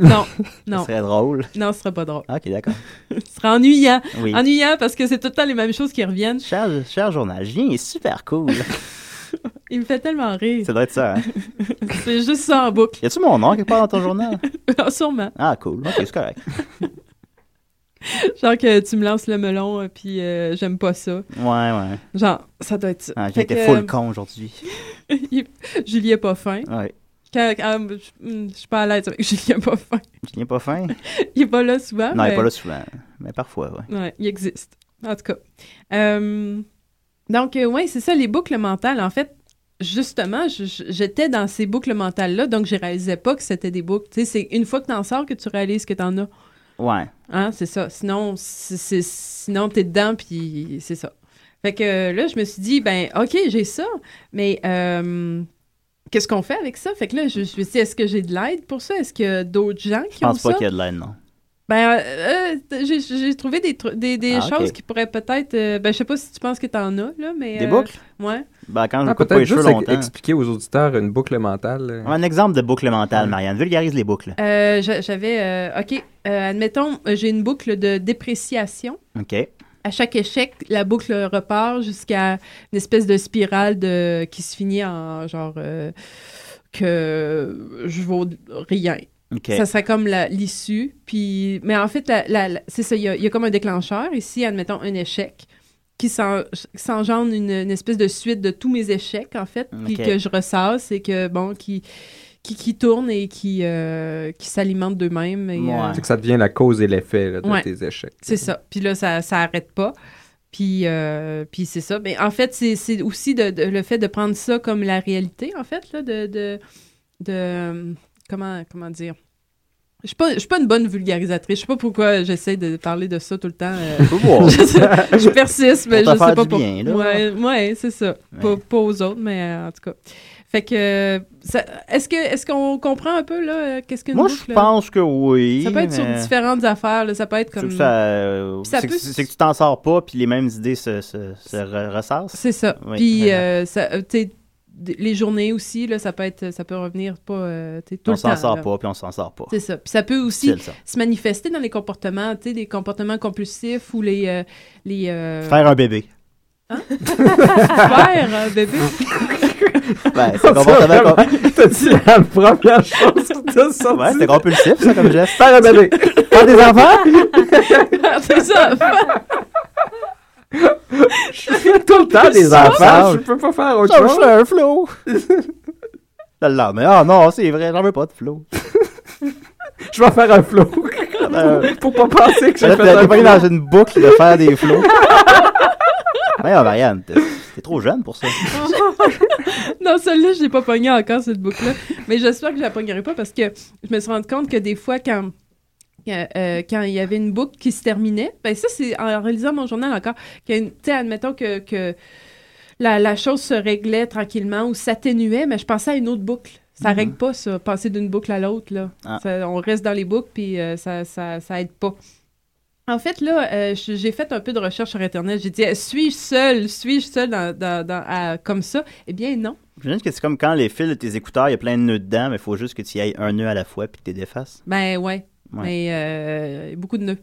[SPEAKER 7] Non,
[SPEAKER 3] Ça
[SPEAKER 7] non,
[SPEAKER 3] serait drôle.
[SPEAKER 7] non, ce serait pas drôle.
[SPEAKER 3] Ah, OK, d'accord.
[SPEAKER 7] Ce serait ennuyant.
[SPEAKER 3] Oui.
[SPEAKER 7] Ennuyant parce que c'est tout le temps les mêmes choses qui reviennent.
[SPEAKER 3] Cher, cher journal, Julien est super cool.
[SPEAKER 7] Il me fait tellement rire.
[SPEAKER 3] ça doit être ça. Hein?
[SPEAKER 7] C'est juste ça en boucle.
[SPEAKER 3] Y a-tu mon nom quelque part dans ton journal?
[SPEAKER 7] Sûrement.
[SPEAKER 3] Ah, cool. OK, c'est correct.
[SPEAKER 7] Genre que tu me lances le melon, euh, puis euh, j'aime pas ça.
[SPEAKER 3] Ouais, ouais.
[SPEAKER 7] Genre, ça doit être ça.
[SPEAKER 3] Ah,
[SPEAKER 7] Fait
[SPEAKER 3] J'étais
[SPEAKER 7] que, euh,
[SPEAKER 3] full con aujourd'hui.
[SPEAKER 7] Julien pas fin.
[SPEAKER 3] Ouais.
[SPEAKER 7] Quand- quand- je hmm, je suis pas à l'aise avec Julien pas fin.
[SPEAKER 3] Julien pas fin?
[SPEAKER 7] Il est pas là souvent.
[SPEAKER 3] Non, il est
[SPEAKER 7] mais-
[SPEAKER 3] pas là souvent. Mais parfois, ouais.
[SPEAKER 7] Ouais, il existe. En tout cas. Euh, donc, euh, ouais, c'est ça, les boucles mentales. En fait, justement, je- je- j'étais dans ces boucles mentales-là, donc je réalisais pas que c'était des boucles. Tu sais, c'est une fois que t'en sors que tu réalises que t'en as.
[SPEAKER 3] Ouais.
[SPEAKER 7] Hein, c'est ça. Sinon, c'est- c'est- sinon t'es dedans, puis c'est ça. Fait que euh, là, je me suis dit, ben, OK, j'ai ça, mais euh, qu'est-ce qu'on fait avec ça? Fait que là, je, je me suis dit, est-ce que j'ai de l'aide pour ça? Est-ce qu'il y a d'autres gens
[SPEAKER 3] Je
[SPEAKER 7] qui ont
[SPEAKER 3] pense pas
[SPEAKER 7] ça?
[SPEAKER 3] qu'il y a de l'aide, non.
[SPEAKER 7] Ben, euh, euh, j'ai- j'ai trouvé des, tru- des, des
[SPEAKER 3] Ah, ok.
[SPEAKER 7] choses qui pourraient peut-être... euh, ben, je sais pas si tu penses que t'en as, là, mais...
[SPEAKER 3] Des
[SPEAKER 7] euh,
[SPEAKER 3] boucles?
[SPEAKER 7] Ouais.
[SPEAKER 3] Ben, quand je
[SPEAKER 5] Ah,
[SPEAKER 3] coupe pas
[SPEAKER 5] Peut-être
[SPEAKER 3] les cheveux
[SPEAKER 5] juste
[SPEAKER 3] longtemps.
[SPEAKER 5] expliquer aux auditeurs une boucle mentale. euh.
[SPEAKER 3] Un exemple de boucle mentale, Marianne. Vulgarise les boucles.
[SPEAKER 7] Euh, j'a- J'avais... euh, OK. euh, admettons, j'ai une boucle de dépréciation.
[SPEAKER 3] OK.
[SPEAKER 7] à chaque échec, la boucle repart jusqu'à une espèce de spirale de qui se finit en genre euh, que je vaux rien.
[SPEAKER 3] OK.
[SPEAKER 7] Ça serait comme la- l'issue. Puis, mais en fait, la- la- la- c'est ça. Il y, a- il y a comme un déclencheur ici, admettons un échec qui s'en- s'engendre une, une espèce de suite de tous mes échecs, en fait, puis
[SPEAKER 3] Ok.
[SPEAKER 7] que je ressasse et que, bon, qui, qui, qui tourne et qui, euh, qui s'alimente d'eux-mêmes. et,
[SPEAKER 3] Ouais.
[SPEAKER 7] euh,
[SPEAKER 5] C'est que ça devient la cause et l'effet là, de
[SPEAKER 7] Ouais.
[SPEAKER 5] tes échecs.
[SPEAKER 7] c'est ça. Puis là, ça ça arrête pas. Puis, euh, puis c'est ça. Mais en fait, c'est- c'est aussi de, de- le fait de prendre ça comme la réalité, en fait, là, de, de, de, euh, comment, comment dire. Je suis pas, je suis pas une bonne vulgarisatrice. Je sais pas pourquoi j'essaie de parler de ça tout le temps. euh, je, sais- je persiste, mais
[SPEAKER 3] Pour
[SPEAKER 7] je
[SPEAKER 3] te faire
[SPEAKER 7] sais pas
[SPEAKER 3] du bien, là.
[SPEAKER 7] Ouais, ouais, c'est ça. Pas,
[SPEAKER 3] Ouais.
[SPEAKER 7] pas aux autres, mais euh, en tout cas. Fait que, euh, ça- est-ce que, est-ce qu'on comprend un peu là euh, qu'est-ce qu'une
[SPEAKER 3] Moi,
[SPEAKER 7] boucle,
[SPEAKER 3] je
[SPEAKER 7] là?
[SPEAKER 3] pense que oui.
[SPEAKER 7] Ça peut être sur
[SPEAKER 3] mais-
[SPEAKER 7] différentes affaires. là. Ça peut être
[SPEAKER 3] Je trouve
[SPEAKER 7] comme.
[SPEAKER 3] que ça, euh,
[SPEAKER 7] Puis ça
[SPEAKER 3] c'est
[SPEAKER 7] peut
[SPEAKER 3] que-
[SPEAKER 7] s-
[SPEAKER 3] c'est que tu t'en sors pas, puis les mêmes idées se, se, se re- ressassent.
[SPEAKER 7] C'est ça.
[SPEAKER 3] Oui,
[SPEAKER 7] Puis,
[SPEAKER 3] vraiment.
[SPEAKER 7] euh, ça, euh, t'sais, d- les journées aussi, là, ça, peut être, ça peut revenir pas, euh, t'sais, tout
[SPEAKER 3] On
[SPEAKER 7] le temps.
[SPEAKER 3] s'en sort
[SPEAKER 7] là.
[SPEAKER 3] pas, puis on s'en sort pas.
[SPEAKER 7] C'est ça. Puis ça peut aussi
[SPEAKER 3] C'est ça.
[SPEAKER 7] se manifester dans les comportements, tu sais, les comportements compulsifs ou les... euh, les euh,
[SPEAKER 3] Faire un bébé.
[SPEAKER 7] faire, euh, bébé.
[SPEAKER 3] Ben, c'est comportement-
[SPEAKER 5] T'as dit la première chose qui t'a sorti.
[SPEAKER 3] Ouais, c'était compulsif, ça, comme geste.
[SPEAKER 5] Faire un bébé. Faire des enfants.
[SPEAKER 7] C'est ça.
[SPEAKER 5] Je fais tout le temps des enfants. Je peux pas faire autre
[SPEAKER 3] Ça, je
[SPEAKER 5] chose.
[SPEAKER 3] fais un flow. Là, le lendemain, ah non, c'est vrai, j'en veux pas de flow.
[SPEAKER 5] Je vais faire un flow.
[SPEAKER 3] Euh,
[SPEAKER 5] Pour pas penser que j'ai
[SPEAKER 3] Là,
[SPEAKER 5] fait un
[SPEAKER 3] t'es pris
[SPEAKER 5] flow.
[SPEAKER 3] dans une boucle de faire des flows. Mais ah, Marianne, t'es t'es trop jeune pour ça.
[SPEAKER 7] non, celle-là, je l'ai pas pognée encore, cette boucle-là. Mais j'espère que je la pognerai pas parce que je me suis rendu compte que des fois, quand. quand, euh, quand il y avait une boucle qui se terminait, ben ça, c'est en réalisant mon journal encore. que, Tu sais, admettons que, que la, la chose se réglait tranquillement ou s'atténuait, mais je pensais à une autre boucle. Ça règle pas, ça, passer d'une boucle à l'autre. là.
[SPEAKER 3] Ah.
[SPEAKER 7] Ça- on reste dans les boucles, puis euh, ça, ça, ça aide pas. En fait, là, euh, je- j'ai fait un peu de recherche sur Internet. J'ai dit, euh, suis-je seule? Suis-je seule dans, dans- dans- à- comme ça? Eh bien, non.
[SPEAKER 3] J'imagine que c'est comme quand les fils de tes écouteurs, il y a plein de nœuds dedans, mais il faut juste que tu y ailles un nœud à la fois, puis que tu les défasses.
[SPEAKER 7] Ben, ouais.
[SPEAKER 3] Ouais.
[SPEAKER 7] Mais euh, beaucoup de nœuds.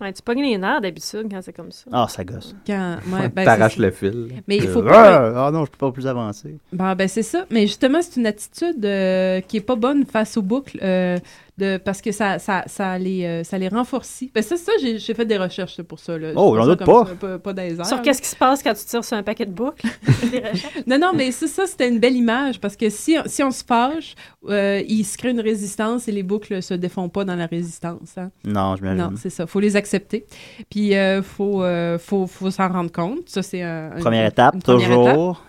[SPEAKER 6] Ouais, tu pognes les nerfs d'habitude quand c'est comme ça.
[SPEAKER 3] Ah, ça gosse.
[SPEAKER 7] Quand, ouais, ben,
[SPEAKER 5] T'arraches
[SPEAKER 7] c'est-
[SPEAKER 5] le fil.
[SPEAKER 7] Mais il faut pas.
[SPEAKER 3] Ah ah non, je peux pas plus avancer.
[SPEAKER 7] Bon, ben, c'est ça. Mais justement, c'est une attitude euh, qui est pas bonne face aux boucles euh, de, parce que ça, ça, ça, les, euh, ça les renforce. Ben, ça, ça j'ai j'ai fait des recherches là, pour ça. Là.
[SPEAKER 3] Oh,
[SPEAKER 7] Je
[SPEAKER 3] j'en
[SPEAKER 7] dis ça
[SPEAKER 3] doute
[SPEAKER 7] comme
[SPEAKER 3] pas.
[SPEAKER 7] ça, Pas, pas dans les airs,
[SPEAKER 6] Sur
[SPEAKER 7] là.
[SPEAKER 6] qu'est-ce qui se passe quand tu tires sur un paquet de boucles? Des recherches.
[SPEAKER 7] Non, non, mais c'est ça, c'était une belle image parce que si, si on se fâche, euh, il se crée une résistance et les boucles se défont pas dans la résistance. hein.
[SPEAKER 3] Non, je
[SPEAKER 7] Non,
[SPEAKER 3] m'imagine.
[SPEAKER 7] c'est ça. faut les accepter. Puis, euh, faut, euh, faut, faut s'en rendre compte. Ça, c'est un- un-
[SPEAKER 3] Première étape,
[SPEAKER 7] une première étape.
[SPEAKER 3] toujours.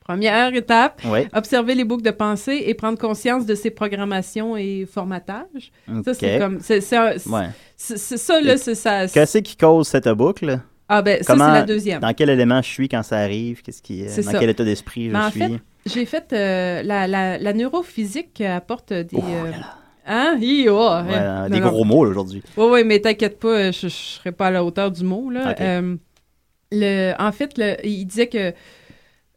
[SPEAKER 7] Première étape,
[SPEAKER 3] Oui.
[SPEAKER 7] observer les boucles de pensée et prendre conscience de ses programmations et formatages. Ça, c'est
[SPEAKER 3] Ok.
[SPEAKER 7] comme. C'est c'est un- c'est-
[SPEAKER 3] Ouais.
[SPEAKER 7] c'est- c'est ça, là,
[SPEAKER 3] Et
[SPEAKER 7] c'est ça.
[SPEAKER 3] Qu'est-ce qui cause cette boucle?
[SPEAKER 7] Ah, ben, ça,
[SPEAKER 3] comment-
[SPEAKER 7] c'est la deuxième.
[SPEAKER 3] Dans quel élément je suis quand ça arrive? Qu'est-ce qui, euh,
[SPEAKER 7] C'est
[SPEAKER 3] dans
[SPEAKER 7] ça.
[SPEAKER 3] quel état d'esprit je
[SPEAKER 7] Mais Ben, en
[SPEAKER 3] suis?
[SPEAKER 7] fait, J'ai fait euh, la, la, la neurophysique apporte des.
[SPEAKER 3] Oh là
[SPEAKER 7] euh, Hein? Hi, oh, hein.
[SPEAKER 3] Ouais, euh,
[SPEAKER 7] Non,
[SPEAKER 3] des
[SPEAKER 7] non.
[SPEAKER 3] gros mots là, aujourd'hui.
[SPEAKER 7] Oui, oui, mais t'inquiète pas, euh, je, je serai pas à la hauteur du mot. Là.
[SPEAKER 3] Ok.
[SPEAKER 7] Euh, le, en fait, le- il disait que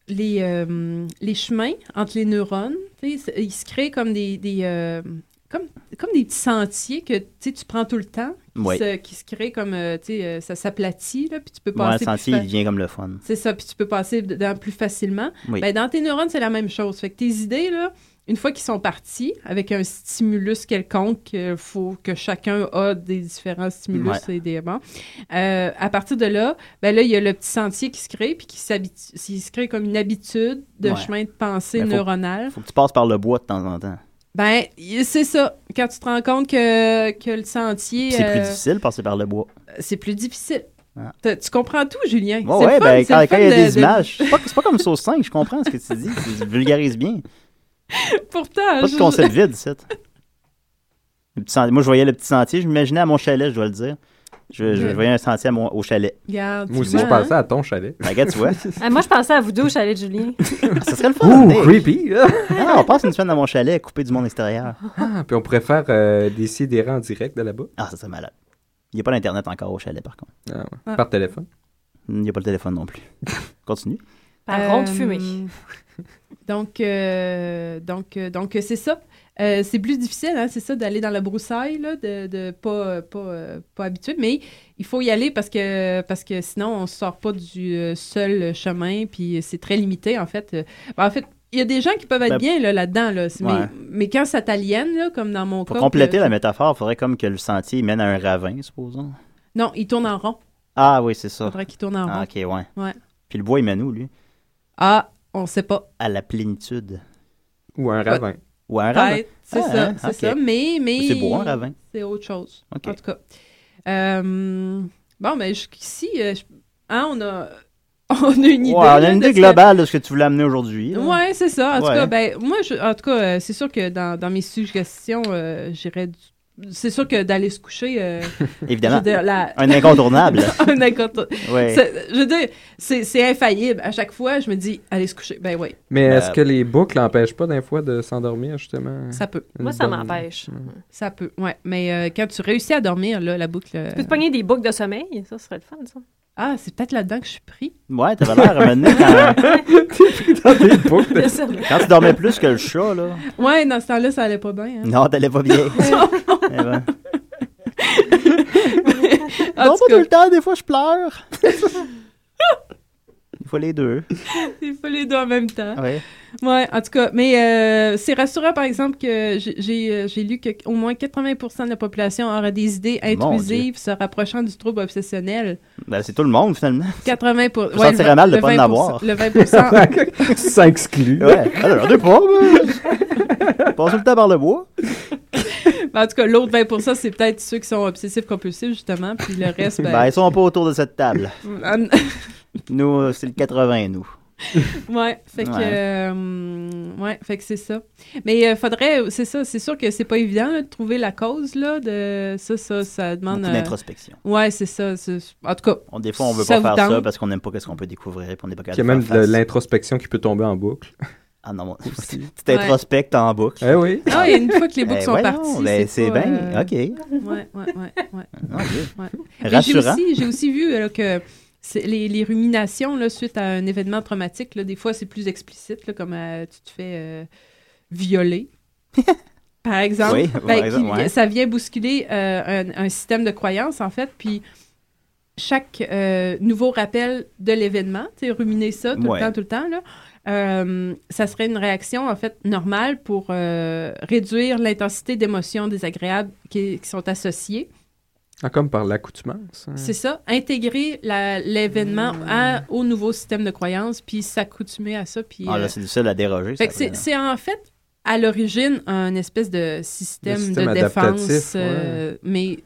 [SPEAKER 7] les, euh, les chemins entre les neurones, tu sais, ils se créent comme des, des, euh, comme, comme des petits sentiers que tu sais, tu prends tout le temps, qui,
[SPEAKER 3] Oui.
[SPEAKER 7] se, qui se créent comme, euh, tu sais, euh, ça s'aplatit, là, puis tu peux
[SPEAKER 3] Moi, le
[SPEAKER 7] passer... plus
[SPEAKER 3] sentier,
[SPEAKER 7] fa-
[SPEAKER 3] il devient comme le fun.
[SPEAKER 7] C'est ça, puis tu peux passer dedans plus facilement.
[SPEAKER 3] Oui.
[SPEAKER 7] Ben, dans tes neurones, c'est la même chose. Fait que tes idées, là, une fois qu'ils sont partis, avec un stimulus quelconque, il faut que chacun a des différents stimulus et des bon. Euh, à partir de là, ben là, il y a le petit sentier qui se crée, puis qui s'habitu- qui se crée comme une habitude de
[SPEAKER 3] Ouais.
[SPEAKER 7] chemin de pensée
[SPEAKER 3] Ben, faut-
[SPEAKER 7] neuronale.
[SPEAKER 3] Faut que tu passes par le bois de temps en temps.
[SPEAKER 7] Ben, y- c'est ça. Quand tu te rends compte que, que le sentier,
[SPEAKER 3] Puis C'est plus
[SPEAKER 7] euh,
[SPEAKER 3] difficile de passer par le bois.
[SPEAKER 7] c'est plus difficile.
[SPEAKER 3] Ah.
[SPEAKER 7] T'as- Tu comprends tout, Julien.
[SPEAKER 3] Ouais,
[SPEAKER 7] C'est le
[SPEAKER 3] ouais,
[SPEAKER 7] fun,
[SPEAKER 3] ben,
[SPEAKER 7] c'est
[SPEAKER 3] quand
[SPEAKER 7] le
[SPEAKER 3] quand
[SPEAKER 7] fun
[SPEAKER 3] il y a
[SPEAKER 7] de-
[SPEAKER 3] des
[SPEAKER 7] de-
[SPEAKER 3] images, c'est pas, c'est pas comme sauce 5, je comprends ce que tu dis. Tu vulgarises bien. Pas
[SPEAKER 7] Pourtant,
[SPEAKER 3] de
[SPEAKER 7] je-
[SPEAKER 3] concept vide, c'est. Le petit sentier- Moi, je voyais le petit sentier, je m'imaginais à mon chalet, je dois le dire. Je, je
[SPEAKER 7] Ouais.
[SPEAKER 3] voyais un sentier à mon- au chalet.
[SPEAKER 7] Regarde,
[SPEAKER 5] Moi
[SPEAKER 7] tu
[SPEAKER 5] aussi, je
[SPEAKER 7] vois,
[SPEAKER 5] pensais à ton chalet.
[SPEAKER 3] Ben, regarde, tu vois.
[SPEAKER 6] Ah, moi, je pensais à vous deux au chalet de Julien.
[SPEAKER 3] Ça serait le fun.
[SPEAKER 5] Ouh,
[SPEAKER 3] hey.
[SPEAKER 5] creepy! là.
[SPEAKER 3] Ah, on passe une semaine à mon chalet à couper du monde extérieur.
[SPEAKER 5] Ah, puis on pourrait faire euh, des sidérants en direct de là-bas.
[SPEAKER 3] Ah, ça serait malade. Il n'y a pas d'Internet encore au chalet, par contre.
[SPEAKER 5] Ah ouais.
[SPEAKER 7] Ah.
[SPEAKER 5] Par téléphone.
[SPEAKER 3] Il n'y a pas le téléphone non plus. Continue.
[SPEAKER 6] Par
[SPEAKER 7] Euh,
[SPEAKER 6] ronde fumée.
[SPEAKER 7] Donc, euh, donc, euh, donc euh, c'est ça. Euh, c'est plus difficile, hein, c'est ça, d'aller dans la broussaille, là, de, de pas, euh, pas, euh, pas habitué, mais il faut y aller parce que, parce que sinon, on sort pas du euh, seul chemin, puis euh, c'est très limité, en fait. Euh, ben, en fait, il y a des gens qui peuvent être
[SPEAKER 3] Ben,
[SPEAKER 7] bien là, là-dedans, là, c'est- mais-
[SPEAKER 3] ouais.
[SPEAKER 7] mais, quand ça t'aliène, là, comme dans mon
[SPEAKER 3] Pour
[SPEAKER 7] cas...
[SPEAKER 3] compléter
[SPEAKER 7] que-
[SPEAKER 3] la métaphore, il faudrait comme que le sentier mène à un ravin, supposons.
[SPEAKER 7] Non, il tourne en rond.
[SPEAKER 3] Ah oui, c'est
[SPEAKER 7] Il
[SPEAKER 3] ça.
[SPEAKER 7] faudrait qu'il tourne en
[SPEAKER 3] Ah,
[SPEAKER 7] rond.
[SPEAKER 3] ok, ouais.
[SPEAKER 7] Ouais.
[SPEAKER 3] Puis le bois, il mène où, lui
[SPEAKER 7] Ah, on sait pas.
[SPEAKER 3] À la plénitude.
[SPEAKER 5] Ou un ravin.
[SPEAKER 3] Ou à un ravin.
[SPEAKER 7] Peut-être, c'est
[SPEAKER 3] Ah,
[SPEAKER 7] ça,
[SPEAKER 3] hein,
[SPEAKER 7] c'est
[SPEAKER 3] ok.
[SPEAKER 7] ça. Mais, mais
[SPEAKER 3] C'est beau, un ravin.
[SPEAKER 7] C'est autre chose.
[SPEAKER 3] Ok.
[SPEAKER 7] En tout cas. Euh, bon, mais jusqu'ici, euh, je- hein, on a, on a une idée.
[SPEAKER 3] Ouais, on a
[SPEAKER 7] là,
[SPEAKER 3] une
[SPEAKER 7] de
[SPEAKER 3] idée
[SPEAKER 7] ce que-
[SPEAKER 3] globale de ce que tu voulais amener aujourd'hui. là.
[SPEAKER 7] Ouais, c'est ça. En tout
[SPEAKER 3] Ouais.
[SPEAKER 7] cas, ben, moi, je- en tout cas, euh, c'est sûr que dans, dans mes suggestions, euh, j'irais. du- C'est sûr que d'aller se coucher, euh, je
[SPEAKER 3] Évidemment.
[SPEAKER 7] veux dire, la-
[SPEAKER 3] Un incontournable.
[SPEAKER 7] un incontour-
[SPEAKER 3] ouais.
[SPEAKER 7] c'est- Je veux dire, c'est c'est infaillible. À chaque fois, je me dis, allez se coucher. Ben oui,
[SPEAKER 5] Mais
[SPEAKER 3] Ben,
[SPEAKER 5] est-ce que les boucles n'empêchent pas d'un fois de s'endormir, justement?
[SPEAKER 7] ça peut.
[SPEAKER 5] Une
[SPEAKER 6] Moi, ça
[SPEAKER 5] bonne-
[SPEAKER 6] m'empêche.
[SPEAKER 7] Ça peut, ouais. Mais euh, quand tu réussis à dormir, là, la boucle. euh,
[SPEAKER 6] Tu peux te pogner des boucles de sommeil, ça serait le fun, ça.
[SPEAKER 7] Ah, c'est peut-être là-dedans que je suis pris.
[SPEAKER 3] Ouais, t'avais l'air à un moment donné, quand,
[SPEAKER 5] Des boucles de-
[SPEAKER 3] quand tu dormais plus que le chat, là.
[SPEAKER 7] Ouais, dans ce temps-là, ça allait pas bien. hein.
[SPEAKER 3] Non, t'allais pas bien. Eh ben.
[SPEAKER 7] En
[SPEAKER 3] non,
[SPEAKER 7] tout
[SPEAKER 3] pas
[SPEAKER 7] cas,
[SPEAKER 3] tout le temps, des fois je pleure. des fois les deux. Ah
[SPEAKER 7] il faut les deux en même temps.
[SPEAKER 3] Ouais.
[SPEAKER 7] Ouais, en tout cas. Mais euh, c'est rassurant, par exemple, que j'ai- j'ai euh, j'ai lu qu'au moins 80 de la population aura des idées
[SPEAKER 3] Mon
[SPEAKER 7] intrusives se rapprochant du trouble obsessionnel.
[SPEAKER 3] Ben, c'est tout le monde finalement.
[SPEAKER 7] 80 pour...
[SPEAKER 3] sentirais
[SPEAKER 7] le vingt-
[SPEAKER 3] mal de
[SPEAKER 7] le
[SPEAKER 3] pas en
[SPEAKER 7] 20%,
[SPEAKER 3] avoir.
[SPEAKER 7] Le 20
[SPEAKER 5] ça exclut.
[SPEAKER 3] Ouais. Ah, Alors, deux pas, ben. Passe le temps par le bois.
[SPEAKER 7] Ben, En tout cas, l'autre 20 c'est peut-être ceux qui sont obsessifs compulsifs, justement. Puis le reste,
[SPEAKER 3] Ben,
[SPEAKER 7] ben.
[SPEAKER 3] ils sont pas autour de cette table.
[SPEAKER 7] en-
[SPEAKER 3] Nous, euh, c'est le 80, nous.
[SPEAKER 7] Ouais, fait que
[SPEAKER 3] Ouais.
[SPEAKER 7] euh, ouais, fait que c'est ça. Mais euh, faudrait c'est ça, c'est sûr que c'est pas évident là, de trouver la cause là de ça ça ça demande
[SPEAKER 3] Beaucoup
[SPEAKER 7] euh,
[SPEAKER 3] d'introspection.
[SPEAKER 7] Ouais, c'est ça, c'est- en tout cas.
[SPEAKER 3] On, des fois, on veut
[SPEAKER 7] Ça
[SPEAKER 3] pas
[SPEAKER 7] vous
[SPEAKER 3] faire
[SPEAKER 7] tente?
[SPEAKER 3] ça parce qu'on n'aime pas qu'est-ce qu'on peut découvrir et qu'on n'est pas
[SPEAKER 5] Il y a
[SPEAKER 3] capable
[SPEAKER 5] même
[SPEAKER 3] de faire
[SPEAKER 5] de
[SPEAKER 3] face.
[SPEAKER 5] l'introspection qui peut tomber en boucle.
[SPEAKER 3] Ah non, moi, tu
[SPEAKER 7] Ouais.
[SPEAKER 3] t'introspectes en boucle.
[SPEAKER 5] Eh oui.
[SPEAKER 7] Ah, et une fois que les boucles
[SPEAKER 3] Eh,
[SPEAKER 7] sont
[SPEAKER 3] voyons,
[SPEAKER 7] parties,
[SPEAKER 3] ben, c'est
[SPEAKER 7] pas,
[SPEAKER 3] bien.
[SPEAKER 7] euh,
[SPEAKER 3] OK.
[SPEAKER 7] Ouais, ouais, ouais, ouais.
[SPEAKER 3] Ah, ok.
[SPEAKER 7] Ouais. Mais J'ai
[SPEAKER 3] Rassurant.
[SPEAKER 7] aussi, j'ai aussi vu là, que c'est- les, les ruminations là, suite à un événement traumatique, là, des fois, c'est plus explicite, là, comme euh, tu te fais euh, violer. par exemple,
[SPEAKER 3] Oui,
[SPEAKER 7] Ben,
[SPEAKER 3] par
[SPEAKER 7] qui-
[SPEAKER 3] exemple, ouais.
[SPEAKER 7] ça vient bousculer euh, un, un système de croyance, en fait. Puis chaque euh, nouveau rappel de l'événement, tu sais, ruminer ça tout
[SPEAKER 3] Ouais.
[SPEAKER 7] le temps, tout le temps, là, euh, ça serait une réaction, en fait, normale pour euh, réduire l'intensité d'émotions désagréables qui- qui sont associées.
[SPEAKER 5] Ah, comme par l'accoutumance. hein.
[SPEAKER 7] C'est ça, intégrer la- l'événement à- au nouveau système de croyance, puis s'accoutumer à ça. Puis,
[SPEAKER 3] Ah,
[SPEAKER 7] euh,
[SPEAKER 3] là, c'est difficile à déroger.
[SPEAKER 7] fait
[SPEAKER 3] ça,
[SPEAKER 7] que c'est-
[SPEAKER 3] après, là.
[SPEAKER 7] c'est en fait à l'origine un espèce de système,
[SPEAKER 5] Le système
[SPEAKER 7] de
[SPEAKER 5] adaptatif,
[SPEAKER 7] défense, euh, mais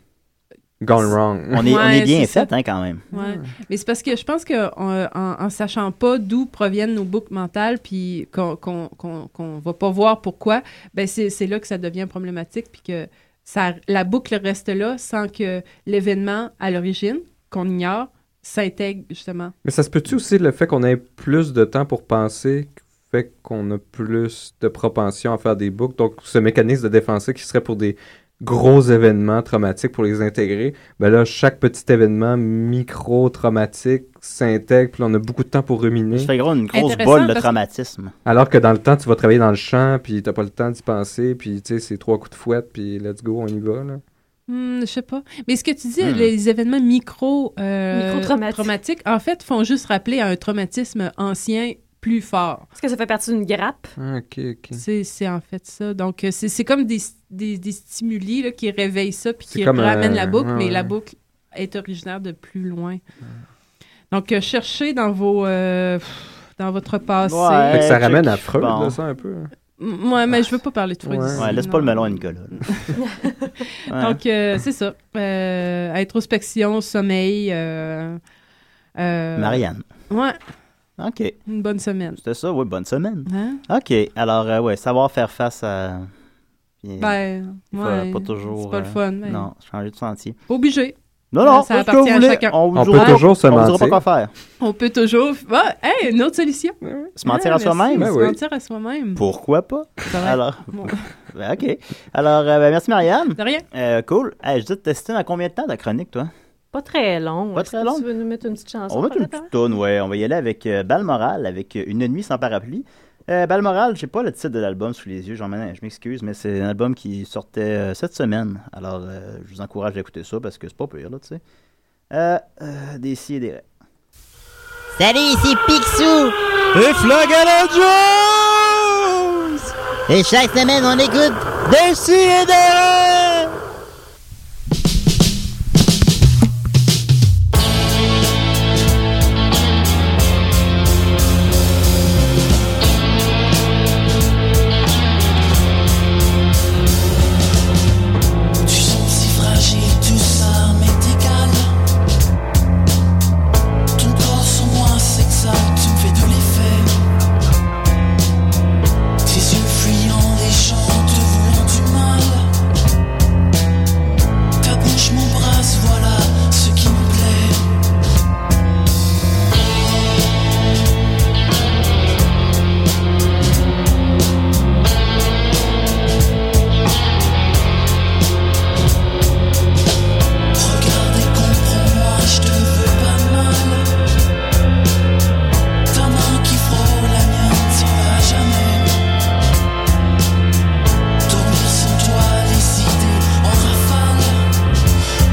[SPEAKER 5] Gone wrong.
[SPEAKER 3] On est, on
[SPEAKER 7] Ouais,
[SPEAKER 3] est bien
[SPEAKER 7] c'est ça.
[SPEAKER 3] fait, hein, quand même.
[SPEAKER 7] Ouais. Mais c'est parce que je pense qu'en en, en sachant pas d'où proviennent nos boucles mentales, puis qu'on qu'on qu'on- qu'on va pas voir pourquoi, ben c'est c'est là que ça devient problématique, puis que ça, la boucle reste là sans que l'événement à l'origine, qu'on ignore, s'intègre justement.
[SPEAKER 5] Mais ça se peut-tu aussi le fait qu'on ait plus de temps pour penser fait qu'on a plus de propension à faire des boucles? Donc, ce mécanisme de défense qui serait pour des gros événements traumatiques pour les intégrer, ben là, chaque petit événement micro-traumatique s'intègre, puis là, on a beaucoup de temps pour ruminer.
[SPEAKER 3] Je fais gros une grosse
[SPEAKER 7] Intéressant,
[SPEAKER 3] bolle de
[SPEAKER 7] parce que-
[SPEAKER 3] traumatisme.
[SPEAKER 5] Alors que dans le temps, tu vas travailler dans le champ, puis t'as pas le temps d'y penser, puis tu sais, c'est trois coups de fouette, puis let's go, on y va, là.
[SPEAKER 7] Hmm, je sais pas. Mais ce que tu dis, les événements micro, euh,
[SPEAKER 6] Micro-traumatiques.
[SPEAKER 7] traumatiques, en fait, font juste rappeler à un traumatisme ancien plus fort.
[SPEAKER 6] Est-ce que ça fait partie d'une grappe?
[SPEAKER 5] Ah, ok,
[SPEAKER 3] Euh,
[SPEAKER 5] ok.
[SPEAKER 7] C'est c'est en fait ça. Donc, euh, c'est c'est comme des, des, des stimuli là, qui réveillent ça puis
[SPEAKER 5] C'est
[SPEAKER 7] qui
[SPEAKER 5] comme, euh,
[SPEAKER 7] ramènent la boucle,
[SPEAKER 5] ouais,
[SPEAKER 7] mais
[SPEAKER 5] ouais.
[SPEAKER 7] la boucle est originaire de plus loin. Donc, euh, cherchez dans vos... euh, pff, dans votre passé.
[SPEAKER 3] Ouais.
[SPEAKER 5] Fait que ça
[SPEAKER 3] Euh,
[SPEAKER 5] ramène
[SPEAKER 3] check.
[SPEAKER 5] à Freud,
[SPEAKER 3] Bon.
[SPEAKER 5] là, ça, un peu. hein.
[SPEAKER 7] M- ouais, mais je veux pas parler de Freud.
[SPEAKER 5] Ouais.
[SPEAKER 7] ici,
[SPEAKER 3] Ouais, laisse
[SPEAKER 7] non.
[SPEAKER 3] pas le melon à Nicolas. là. Ouais.
[SPEAKER 7] Donc, euh, c'est ça. Euh, introspection, sommeil. euh, euh,
[SPEAKER 3] Marianne.
[SPEAKER 7] Ouais,
[SPEAKER 3] OK.
[SPEAKER 7] une bonne semaine.
[SPEAKER 3] C'était ça, oui, bonne semaine.
[SPEAKER 7] Hein?
[SPEAKER 3] OK. Alors, euh, ouais, savoir faire face à. Puis,
[SPEAKER 7] Ben,
[SPEAKER 3] des fois,
[SPEAKER 7] ouais,
[SPEAKER 3] pas toujours.
[SPEAKER 7] C'est pas le
[SPEAKER 3] euh,
[SPEAKER 7] fun. mais
[SPEAKER 3] Non, changer de sentier.
[SPEAKER 7] Obligé.
[SPEAKER 3] Non, non,
[SPEAKER 7] Ça
[SPEAKER 3] c'est ce que vous
[SPEAKER 7] appartient à
[SPEAKER 3] voulez.
[SPEAKER 7] chacun.
[SPEAKER 3] On, vous
[SPEAKER 5] On
[SPEAKER 3] dira
[SPEAKER 5] peut
[SPEAKER 3] pas-
[SPEAKER 5] toujours se
[SPEAKER 3] on vous dira pas
[SPEAKER 5] mentir.
[SPEAKER 3] quoi faire.
[SPEAKER 7] On peut toujours. Ah, hey, une autre solution.
[SPEAKER 3] Se mentir
[SPEAKER 7] Ah,
[SPEAKER 3] à soi-même.
[SPEAKER 7] merci,
[SPEAKER 5] Ben
[SPEAKER 7] Se
[SPEAKER 5] oui.
[SPEAKER 7] mentir à soi-même.
[SPEAKER 3] Pourquoi pas?
[SPEAKER 7] C'est vrai.
[SPEAKER 3] Alors,
[SPEAKER 7] Bon.
[SPEAKER 3] ben, OK. Alors, euh, ben, merci, Marianne.
[SPEAKER 7] De rien.
[SPEAKER 3] Euh, cool. Eh, je dis, c'était à combien de temps ta chronique, toi?
[SPEAKER 6] Pas très long.
[SPEAKER 3] Pas
[SPEAKER 6] Est-ce
[SPEAKER 3] très
[SPEAKER 6] que
[SPEAKER 3] long.
[SPEAKER 6] Tu veux nous mettre une petite chanson?
[SPEAKER 3] On va mettre une
[SPEAKER 6] peut-être,
[SPEAKER 3] petite toune, ouais. On va y aller avec euh, Balmoral, avec euh, Une nuit sans parapluie. Euh, Balmoral, j'ai pas le titre de l'album sous les yeux, j'en m'en- je m'excuse, mais c'est un album qui sortait euh, cette semaine. Alors, euh, je vous encourage à écouter ça parce que c'est pas pire, là, tu sais. Euh, euh, des si et des raies.
[SPEAKER 11] Salut, ici Picsou
[SPEAKER 8] Et Flagala Jones!
[SPEAKER 11] et chaque semaine on écoute des si et des rêves.
[SPEAKER 8] Tu sens si fragile, tout ça m'est égal. Ton corps sur moi, c'est que ça, tu me fais de l'effet. Tes yeux fuyants, les gens te voulant du mal. Ta bouche m'embrasse, voilà ce qui me Regarde et comprends-moi, je te veux pas mal. Ta main qui frôle la mienne s'en va jamais. Dormir sans toi, les idées en rafale.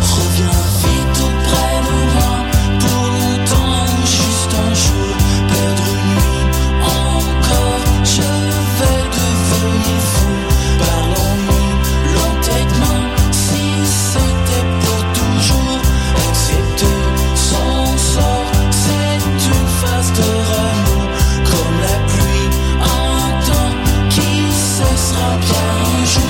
[SPEAKER 8] Reviens vite auprès de moi pour le temps ou juste un jour. Perdre une nuit encore, je vais devenir fou. Parlons-nous lentement si c'était pour toujours. Accepter son sort, c'est une phase de remous. Comme la pluie, un temps qui cessera bien un jour.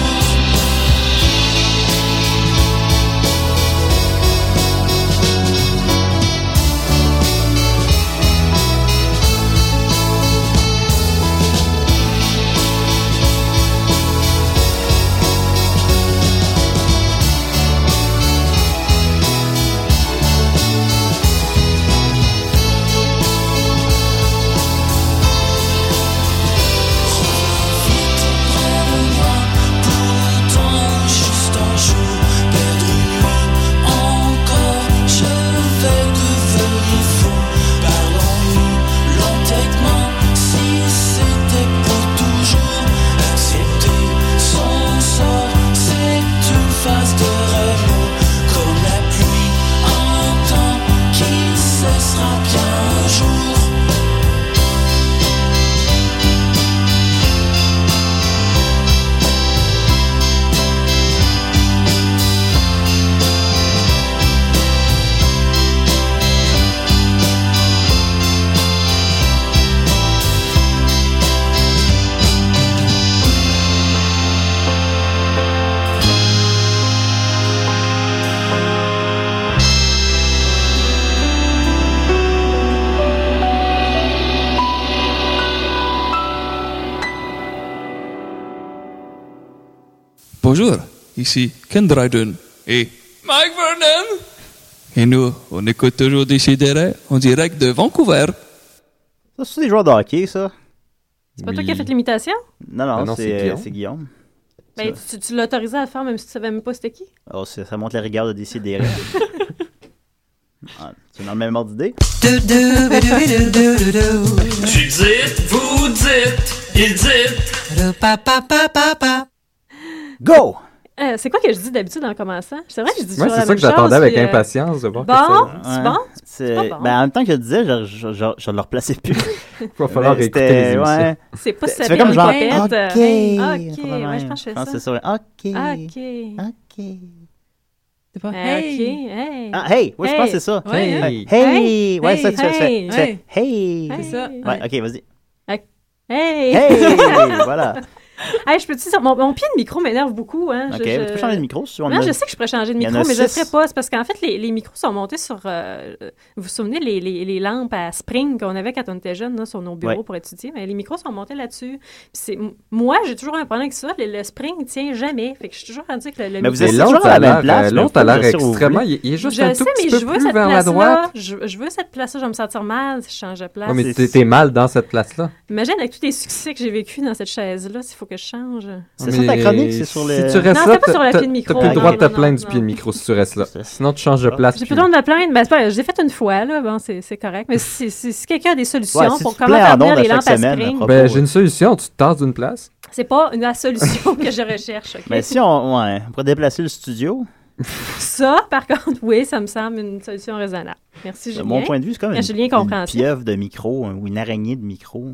[SPEAKER 8] Temps juste un jour, perdre une nuit encore, je vais devenir fou. Parlons-nous lentement, si c'était pour toujours. Accepter son sort, c'est une phase de remous. Comme la pluie, un temps qui cessera bien un jour.
[SPEAKER 10] Bonjour, ici Ken Dryden et Mike Vernon. Et nous, on écoute toujours Décideret en direct de Vancouver.
[SPEAKER 3] Ça, c'est des joueurs de hockey, ça?
[SPEAKER 6] C'est pas toi qui as fait l'imitation?
[SPEAKER 3] Non, non,
[SPEAKER 5] Ben non,
[SPEAKER 3] c'est
[SPEAKER 5] c'est
[SPEAKER 3] euh,
[SPEAKER 5] Guillaume.
[SPEAKER 3] c'est Guillaume.
[SPEAKER 6] Ben, tu, tu l'as autorisé à le faire même si tu savais même pas c'était qui.
[SPEAKER 3] Oh, c'est- ça montre la rigueur de DC et des raies. Ah, c'est dans le même ordre d'idée.
[SPEAKER 8] Tu dites, vous dites, il dit.
[SPEAKER 3] Go!
[SPEAKER 6] Euh, c'est quoi que je dis d'habitude en commençant? C'est vrai que je dis
[SPEAKER 5] Moi, c'est
[SPEAKER 6] toujours la
[SPEAKER 5] ça
[SPEAKER 6] même
[SPEAKER 5] que j'attendais
[SPEAKER 6] chose,
[SPEAKER 5] avec
[SPEAKER 6] puis, euh,
[SPEAKER 5] impatience de voir
[SPEAKER 6] bon,
[SPEAKER 5] que ça.
[SPEAKER 6] c'est bon?
[SPEAKER 3] C'est-
[SPEAKER 6] pas bon.
[SPEAKER 3] ben, en même temps que je le disais, je, je, je, je le replaçais plus.
[SPEAKER 5] Il va falloir
[SPEAKER 3] Mais
[SPEAKER 5] réécouter
[SPEAKER 3] Ben, c'était-
[SPEAKER 5] les émissions.
[SPEAKER 3] ouais.
[SPEAKER 6] C'est pas
[SPEAKER 3] Tu
[SPEAKER 6] si ça
[SPEAKER 3] fais comme
[SPEAKER 6] fait
[SPEAKER 3] genre,
[SPEAKER 6] une
[SPEAKER 3] ok,
[SPEAKER 6] tempête, euh, ok,
[SPEAKER 3] probablement,
[SPEAKER 6] ouais, je pense que je fais
[SPEAKER 3] pense
[SPEAKER 6] ça.
[SPEAKER 3] Ah, c'est ça. ouais. Ok.
[SPEAKER 6] OK.
[SPEAKER 3] Ok.
[SPEAKER 7] C'est pas
[SPEAKER 6] OK,
[SPEAKER 7] hey.
[SPEAKER 6] hey.
[SPEAKER 3] Ah, hey! Ouais, je
[SPEAKER 6] Hey.
[SPEAKER 3] pense que c'est ça.
[SPEAKER 7] Ouais,
[SPEAKER 5] Hey.
[SPEAKER 3] Hey! Hey! Ouais, ça, tu fais. tu fais-
[SPEAKER 6] hein. Hey.
[SPEAKER 3] tu fais, Hey!
[SPEAKER 6] Hey.
[SPEAKER 7] C'est ça.
[SPEAKER 3] Ouais, ok, vas-y.
[SPEAKER 6] Hey!
[SPEAKER 3] Hey! Voilà.
[SPEAKER 6] Hey, je peux te dire, mon, mon pied de micro m'énerve beaucoup. Hein.
[SPEAKER 3] Ok,
[SPEAKER 6] Je- je-
[SPEAKER 3] tu peux changer de micro si tu veux. on
[SPEAKER 6] Non,
[SPEAKER 3] a-
[SPEAKER 6] je sais que je pourrais changer de
[SPEAKER 3] Il y en
[SPEAKER 6] micro,
[SPEAKER 3] a
[SPEAKER 6] mais je ne le
[SPEAKER 3] six.
[SPEAKER 6] ferai pas. C'est parce qu'en fait, les, les micros sont montés sur. euh, vous vous souvenez, les, les- les lampes à spring qu'on avait quand on était jeunes là, sur nos bureaux
[SPEAKER 3] Ouais.
[SPEAKER 6] pour étudier? Mais les micros sont montés là-dessus. Puis c'est- m- Moi, j'ai toujours un problème avec ça. Le, le spring ne tient jamais. Fait que je suis toujours rendue que le, le
[SPEAKER 3] Mais vous
[SPEAKER 6] micro.
[SPEAKER 5] Mais
[SPEAKER 3] êtes
[SPEAKER 5] l'autre
[SPEAKER 3] toujours à
[SPEAKER 5] a
[SPEAKER 3] la même place,
[SPEAKER 5] l'air, euh,
[SPEAKER 3] mais
[SPEAKER 5] l'autre
[SPEAKER 3] faut
[SPEAKER 5] a l'air
[SPEAKER 3] grossir au bout.
[SPEAKER 5] extrêmement. Il, il est juste
[SPEAKER 6] je
[SPEAKER 5] un
[SPEAKER 6] sais,
[SPEAKER 5] tout petit
[SPEAKER 6] mais
[SPEAKER 5] peu
[SPEAKER 6] je veux
[SPEAKER 5] plus
[SPEAKER 6] cette
[SPEAKER 5] vers la
[SPEAKER 6] place-là.
[SPEAKER 5] droite.
[SPEAKER 6] Je, je veux cette place-là. Je vais me sentir mal si je change de place.
[SPEAKER 5] Ouais, mais
[SPEAKER 3] c'est-
[SPEAKER 5] t'es- t'es mal dans cette place-là.
[SPEAKER 6] Imagine avec tous les succès que j'ai vécu dans cette chaise-là, s'il faut que je change.
[SPEAKER 3] C'est ça ta chronique, c'est sur le-
[SPEAKER 5] Si tu restes
[SPEAKER 6] Non,
[SPEAKER 5] là,
[SPEAKER 6] c'était pas sur le
[SPEAKER 5] t'as-
[SPEAKER 6] pied de micro.
[SPEAKER 5] t'as plus le droit de te
[SPEAKER 6] Non, non,
[SPEAKER 5] plaindre du
[SPEAKER 6] non.
[SPEAKER 5] pied de micro si tu restes là. Sinon, tu changes de place.
[SPEAKER 6] J'ai
[SPEAKER 5] puis-
[SPEAKER 6] plus le droit de me plaindre. Ben, c'est pas- j'ai fait une fois, là. Bon, c'est c'est correct. Mais si, si- si quelqu'un a des solutions
[SPEAKER 3] Ouais, si
[SPEAKER 6] pour
[SPEAKER 3] tu te
[SPEAKER 6] comment
[SPEAKER 3] plains
[SPEAKER 6] faire
[SPEAKER 3] en
[SPEAKER 6] venir
[SPEAKER 3] ondes à
[SPEAKER 6] les lampes
[SPEAKER 3] chaque
[SPEAKER 6] à
[SPEAKER 3] semaine,
[SPEAKER 6] spring,
[SPEAKER 3] à
[SPEAKER 5] Ben,
[SPEAKER 3] propos,
[SPEAKER 5] j'ai une solution. Tu te tasses d'une place.
[SPEAKER 6] c'est pas la solution que je recherche. ok?
[SPEAKER 3] Mais Ben, si on, ouais, on pourrait déplacer le studio,
[SPEAKER 6] Ça, par contre, oui, ça me semble une solution raisonnable. Merci,
[SPEAKER 3] de
[SPEAKER 6] Julien.
[SPEAKER 3] Ben, mon point de vue, c'est comme
[SPEAKER 6] Mais
[SPEAKER 3] une,
[SPEAKER 6] Julien
[SPEAKER 3] une
[SPEAKER 6] compréhensif.
[SPEAKER 3] pieuvre de micro hein, ou une araignée de micro.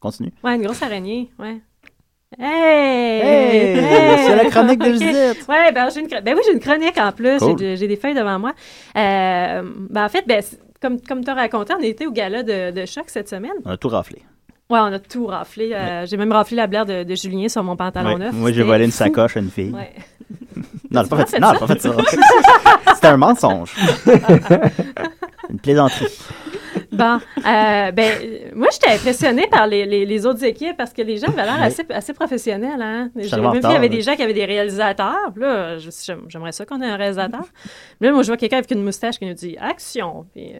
[SPEAKER 3] Continue.
[SPEAKER 6] Ouais, une grosse araignée, ouais. Hey!
[SPEAKER 3] Hey! C'est la chronique de
[SPEAKER 6] Ok.
[SPEAKER 3] visite.
[SPEAKER 6] Ouais, ben, j'ai une chro- ben oui, j'ai une chronique en plus.
[SPEAKER 3] Cool.
[SPEAKER 6] J'ai, j'ai des feuilles devant moi. Euh, ben, en fait, ben, c'est- comme, comme tu as raconté, on était au gala de, de choc cette semaine.
[SPEAKER 3] On a tout raflé.
[SPEAKER 6] Ouais, on a tout raflé. Euh, J'ai même raflé la blaire de, de Julien sur mon pantalon
[SPEAKER 3] Ouais.
[SPEAKER 6] neuf.
[SPEAKER 3] Moi, j'ai
[SPEAKER 6] C'était
[SPEAKER 3] volé une
[SPEAKER 6] fou.
[SPEAKER 3] sacoche à une fille.
[SPEAKER 6] Ouais.
[SPEAKER 3] Non, elle a pas
[SPEAKER 6] T'as
[SPEAKER 3] fait ça.
[SPEAKER 6] vraiment
[SPEAKER 3] Non, elle a pas fait ça. C'était un mensonge. une plaisanterie.
[SPEAKER 6] Bon, euh, ben, euh, moi, j'étais impressionnée par les, les, les autres équipes parce que les gens avaient l'air assez, assez professionnels. Hein? J'ai
[SPEAKER 3] Seulement
[SPEAKER 6] même vu
[SPEAKER 3] tard,
[SPEAKER 6] qu'il y avait
[SPEAKER 3] là.
[SPEAKER 6] des gens qui avaient des réalisateurs. Puis Là, je- j'aime- j'aimerais ça qu'on ait un réalisateur. Mais là, moi, je vois quelqu'un avec une moustache qui nous dit Action. Puis, euh,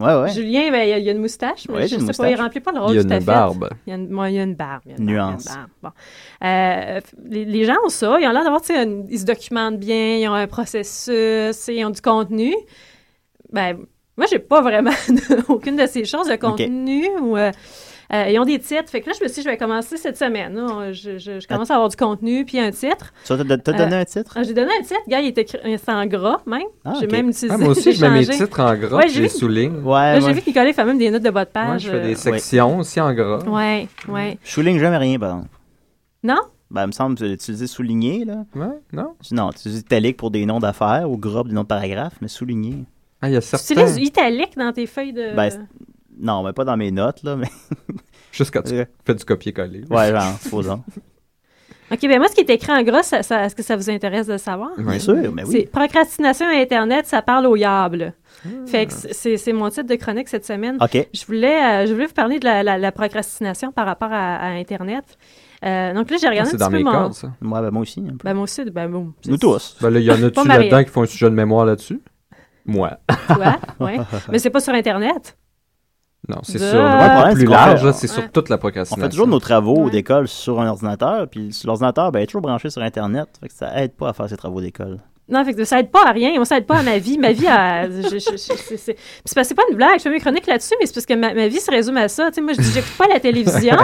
[SPEAKER 3] Ouais, ouais.
[SPEAKER 6] Julien, ben, il y a- il y, a une moustache, mais
[SPEAKER 3] Ouais, j'ai
[SPEAKER 6] je
[SPEAKER 3] une
[SPEAKER 6] sais pas, il
[SPEAKER 3] moustache.
[SPEAKER 6] remplit pas le rôle
[SPEAKER 5] Il y a
[SPEAKER 6] tout à
[SPEAKER 5] une
[SPEAKER 6] fait.
[SPEAKER 5] barbe.
[SPEAKER 6] Il y a une, moi, il y a une barbe. il y a une
[SPEAKER 3] Nuance.
[SPEAKER 6] barbe, il y a une barbe. Bon. Euh, f- les, les gens ont ça. Ils ont l'air d'avoir, tu sais, une- ils se documentent bien, ils ont un processus, ils ont du contenu. Ben, moi, j'ai pas vraiment de- aucune de ces choses de contenu ou. euh, euh, ils ont des titres. Fait que là, je me suis dit, je vais commencer cette semaine. là. Je, je- je commence à avoir du contenu, puis un titre.
[SPEAKER 3] Tu vas te- te donner
[SPEAKER 6] Euh,
[SPEAKER 3] un titre?
[SPEAKER 6] Ah, J'ai donné un titre, gars, il était écrit- c'est en gras même.
[SPEAKER 3] Ah,
[SPEAKER 6] J'ai
[SPEAKER 3] ok.
[SPEAKER 6] même utilisé.
[SPEAKER 5] Ah, moi aussi,
[SPEAKER 6] j'ai
[SPEAKER 5] je mets mes
[SPEAKER 6] changé.
[SPEAKER 5] titres en gras,
[SPEAKER 6] Ouais,
[SPEAKER 5] puis je
[SPEAKER 6] j'ai
[SPEAKER 5] les
[SPEAKER 6] vu-
[SPEAKER 5] souligne.
[SPEAKER 6] euh, Là,
[SPEAKER 3] Ouais,
[SPEAKER 6] j'ai
[SPEAKER 3] ouais.
[SPEAKER 6] vu que Nicolas fait même des notes de bas de
[SPEAKER 5] Moi,
[SPEAKER 6] page.
[SPEAKER 5] je fais
[SPEAKER 6] euh,
[SPEAKER 5] des sections aussi en gras.
[SPEAKER 6] Ouais, ouais.
[SPEAKER 3] Je souligne jamais rien, pardon.
[SPEAKER 6] Non?
[SPEAKER 3] Ben, il me semble que tu dis souligner, là.
[SPEAKER 5] Ouais, non?
[SPEAKER 3] Tu- Non, tu dis italique pour des noms d'affaires ou gras pour des noms de paragraphes, mais souligner.
[SPEAKER 5] Ah, il y a
[SPEAKER 6] Tu utilises
[SPEAKER 5] certains.
[SPEAKER 6] du italique dans tes feuilles de.
[SPEAKER 3] Ben, c'est- Non, mais pas dans mes notes, là, mais.
[SPEAKER 5] Juste quand tu
[SPEAKER 3] Ouais.
[SPEAKER 5] fais du copier-coller.
[SPEAKER 3] Ouais, genre, supposons.
[SPEAKER 6] OK, ben moi, ce qui est écrit en gras, ça- ça- est-ce que ça vous intéresse de savoir?
[SPEAKER 5] Ben
[SPEAKER 3] Bien sûr, mais
[SPEAKER 6] C'est
[SPEAKER 3] oui.
[SPEAKER 6] Procrastination à Internet, ça parle au diable.
[SPEAKER 5] Ah.
[SPEAKER 6] Fait que c'est c'est mon titre de chronique cette semaine.
[SPEAKER 3] OK.
[SPEAKER 6] Je voulais, euh, je voulais vous parler de la, la- la procrastination par rapport à, à Internet. Euh, donc là, j'ai
[SPEAKER 5] Ah,
[SPEAKER 6] regardé
[SPEAKER 5] c'est
[SPEAKER 6] un
[SPEAKER 5] dans
[SPEAKER 6] petit
[SPEAKER 5] mes
[SPEAKER 6] peu mon.
[SPEAKER 5] cordes, ça.
[SPEAKER 3] Moi, ben, moi aussi. un peu.
[SPEAKER 6] Ben, mon sud, ben, bon. c'est-
[SPEAKER 3] Nous tous.
[SPEAKER 5] Ben là, il y en
[SPEAKER 6] Pas
[SPEAKER 5] a-tu
[SPEAKER 6] marié.
[SPEAKER 5] là-dedans qui font un sujet de mémoire là-dessus? Moi.
[SPEAKER 6] Toi, ouais. Mais c'est pas sur Internet.
[SPEAKER 5] Non, c'est
[SPEAKER 6] De-
[SPEAKER 5] sur
[SPEAKER 6] Ouais,
[SPEAKER 3] le problème,
[SPEAKER 5] plus
[SPEAKER 3] c'est qu'on
[SPEAKER 5] large,
[SPEAKER 3] fait-
[SPEAKER 5] là, c'est
[SPEAKER 6] Ouais.
[SPEAKER 5] sur toute la
[SPEAKER 3] On
[SPEAKER 5] procrastination.
[SPEAKER 3] fait toujours nos travaux
[SPEAKER 6] Ouais.
[SPEAKER 3] d'école sur un ordinateur, puis sur l'ordinateur, ben, il est toujours branché sur Internet. Fait que ça aide pas à faire ses travaux d'école.
[SPEAKER 6] Non, fait que ça aide pas à rien. On s'aide pas à ma vie. Ma vie, à... je- je- je- c'est- c'est puis c'est pas- c'est pas une blague. Je fais mes chroniques là-dessus, mais c'est parce que ma, ma vie se résume à ça. Tu sais, moi, je dis, j'écoute pas la télévision.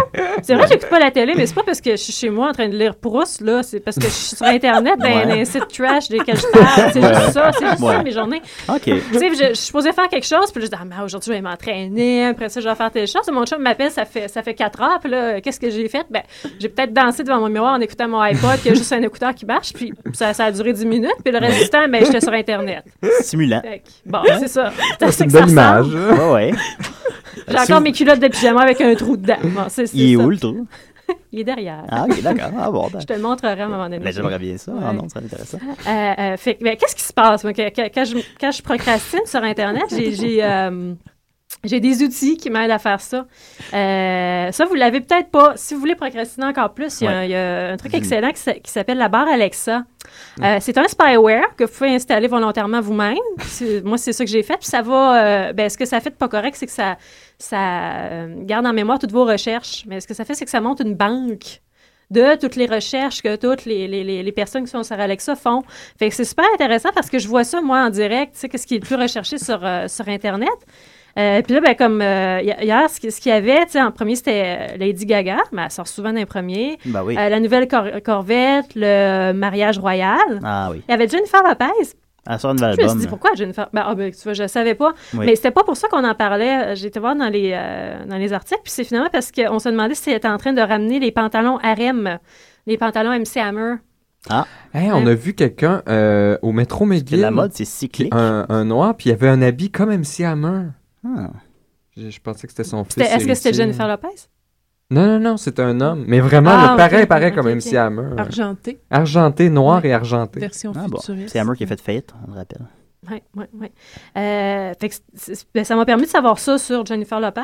[SPEAKER 6] C'est vrai, j'écoute pas la télé, mais c'est pas parce que je suis chez moi en train de lire Proust, là. C'est parce que je suis sur Internet, dans
[SPEAKER 3] Ouais.
[SPEAKER 6] dans un site trash desquels je parle. C'est juste ça. C'est juste ça,
[SPEAKER 3] Ouais.
[SPEAKER 6] mes journées.
[SPEAKER 3] OK.
[SPEAKER 6] Tu sais, je, je suis supposée faire quelque chose, puis là, je dis, ah, mais aujourd'hui, je vais m'entraîner, après ça, je vais faire telle chose. Et Mon chum m'appelle, ça fait, ça fait quatre heures, puis là, qu'est-ce que j'ai fait? Ben, j'ai peut-être dansé devant mon miroir en écoutant mon iPod, qu'il y a juste un écouteur qui marche, puis ça, ça a duré dix minutes, puis le reste du temps, ben, j'étais sur Internet.
[SPEAKER 3] Stimulant.
[SPEAKER 6] Fait que, bon, c'est ça.
[SPEAKER 5] Ça,
[SPEAKER 6] ça
[SPEAKER 5] C'est
[SPEAKER 6] que
[SPEAKER 5] une
[SPEAKER 6] ça
[SPEAKER 5] belle
[SPEAKER 6] ressemble.
[SPEAKER 5] image.
[SPEAKER 3] Ouais, ouais.
[SPEAKER 6] J'ai
[SPEAKER 3] Si
[SPEAKER 6] encore
[SPEAKER 3] vous-
[SPEAKER 6] mes culottes de pyjama avec un trou dedans. Bon, c'est, c'est
[SPEAKER 3] Il est
[SPEAKER 6] ça.
[SPEAKER 3] où le trou?
[SPEAKER 6] Il est derrière.
[SPEAKER 3] Ah, ok, d'accord. Ah, bon, ben.
[SPEAKER 6] Je te le montrerai à un moment donné.
[SPEAKER 3] Ben, j'aimerais bien ça. Ah
[SPEAKER 6] Ouais.
[SPEAKER 3] non, c'est intéressant.
[SPEAKER 6] Euh, euh, fait que, ben, qu'est-ce qui se passe? moi, que- que- quand, je, quand je procrastine sur Internet, j'ai, j'ai, euh, j'ai des outils qui m'aident à faire ça. Euh, ça, vous l'avez peut-être pas. Si vous voulez procrastiner encore plus, il y a,
[SPEAKER 3] Ouais.
[SPEAKER 6] un- il y a un truc excellent qui, s'a- qui s'appelle la barre Alexa. Euh, c'est un spyware que vous pouvez installer volontairement vous-même. C'est- moi, c'est ça que j'ai fait. Puis ça va. euh, ben, ce que ça fait de pas correct, c'est que ça, ça euh, garde en mémoire toutes vos recherches. Mais ce que ça fait, c'est que ça monte une banque de toutes les recherches que toutes les, les- les- les personnes qui sont sur Alexa font. Fait que c'est super intéressant parce que je vois ça, moi, en direct, tu sais, qu'est-ce qui est le plus recherché sur, euh, sur Internet. Euh, Puis là, ben, comme euh, hi- hier, ce qui- ce qu'il y avait, tu sais, en premier, c'était euh, Lady Gaga, mais elle sort souvent d'un premier.
[SPEAKER 3] Ben oui.
[SPEAKER 6] Euh, la nouvelle cor- Corvette, le mariage royal.
[SPEAKER 3] Ah oui.
[SPEAKER 6] Il y avait Jennifer Lopez.
[SPEAKER 3] Elle sort un nouvel
[SPEAKER 6] Je me
[SPEAKER 3] album. hein.
[SPEAKER 6] suis dit, pourquoi Jennifer? Ben, ah, ben, tu vois, je savais pas.
[SPEAKER 3] Oui.
[SPEAKER 6] Mais c'était pas pour ça qu'on en parlait. Euh, J'ai été voir dans les, euh, dans les articles. Puis c'est finalement parce qu'on se demandait si elle était en train de ramener les pantalons harem, les pantalons MC Hammer.
[SPEAKER 5] Hey, on a vu quelqu'un euh, au métro
[SPEAKER 3] Que la
[SPEAKER 5] McGill,
[SPEAKER 3] mode, c'est cyclique.
[SPEAKER 5] un, un noir, puis il avait un habit comme MC Hammer.
[SPEAKER 3] Ah.
[SPEAKER 5] Je, je pensais que c'était son fils.
[SPEAKER 6] C'était- Est-ce que c'était
[SPEAKER 5] héritier.
[SPEAKER 6] Jennifer Lopez?
[SPEAKER 5] Non, non, non, c'est un homme. Mais vraiment,
[SPEAKER 6] Ah,
[SPEAKER 5] là,
[SPEAKER 6] ok,
[SPEAKER 5] pareil,
[SPEAKER 6] ok,
[SPEAKER 5] pareil
[SPEAKER 6] ok,
[SPEAKER 5] comme
[SPEAKER 6] ok.
[SPEAKER 5] MC Hammer.
[SPEAKER 7] Argenté,
[SPEAKER 5] Argenté, noir et argenté.
[SPEAKER 7] version
[SPEAKER 3] Ah bon.
[SPEAKER 7] futuriste.
[SPEAKER 3] C'est Hammer qui a fait faillite, on le rappelle.
[SPEAKER 6] Oui, oui, oui. Euh, fait que c'est- c'est- ben, ça m'a permis de savoir ça sur Jennifer Lopez.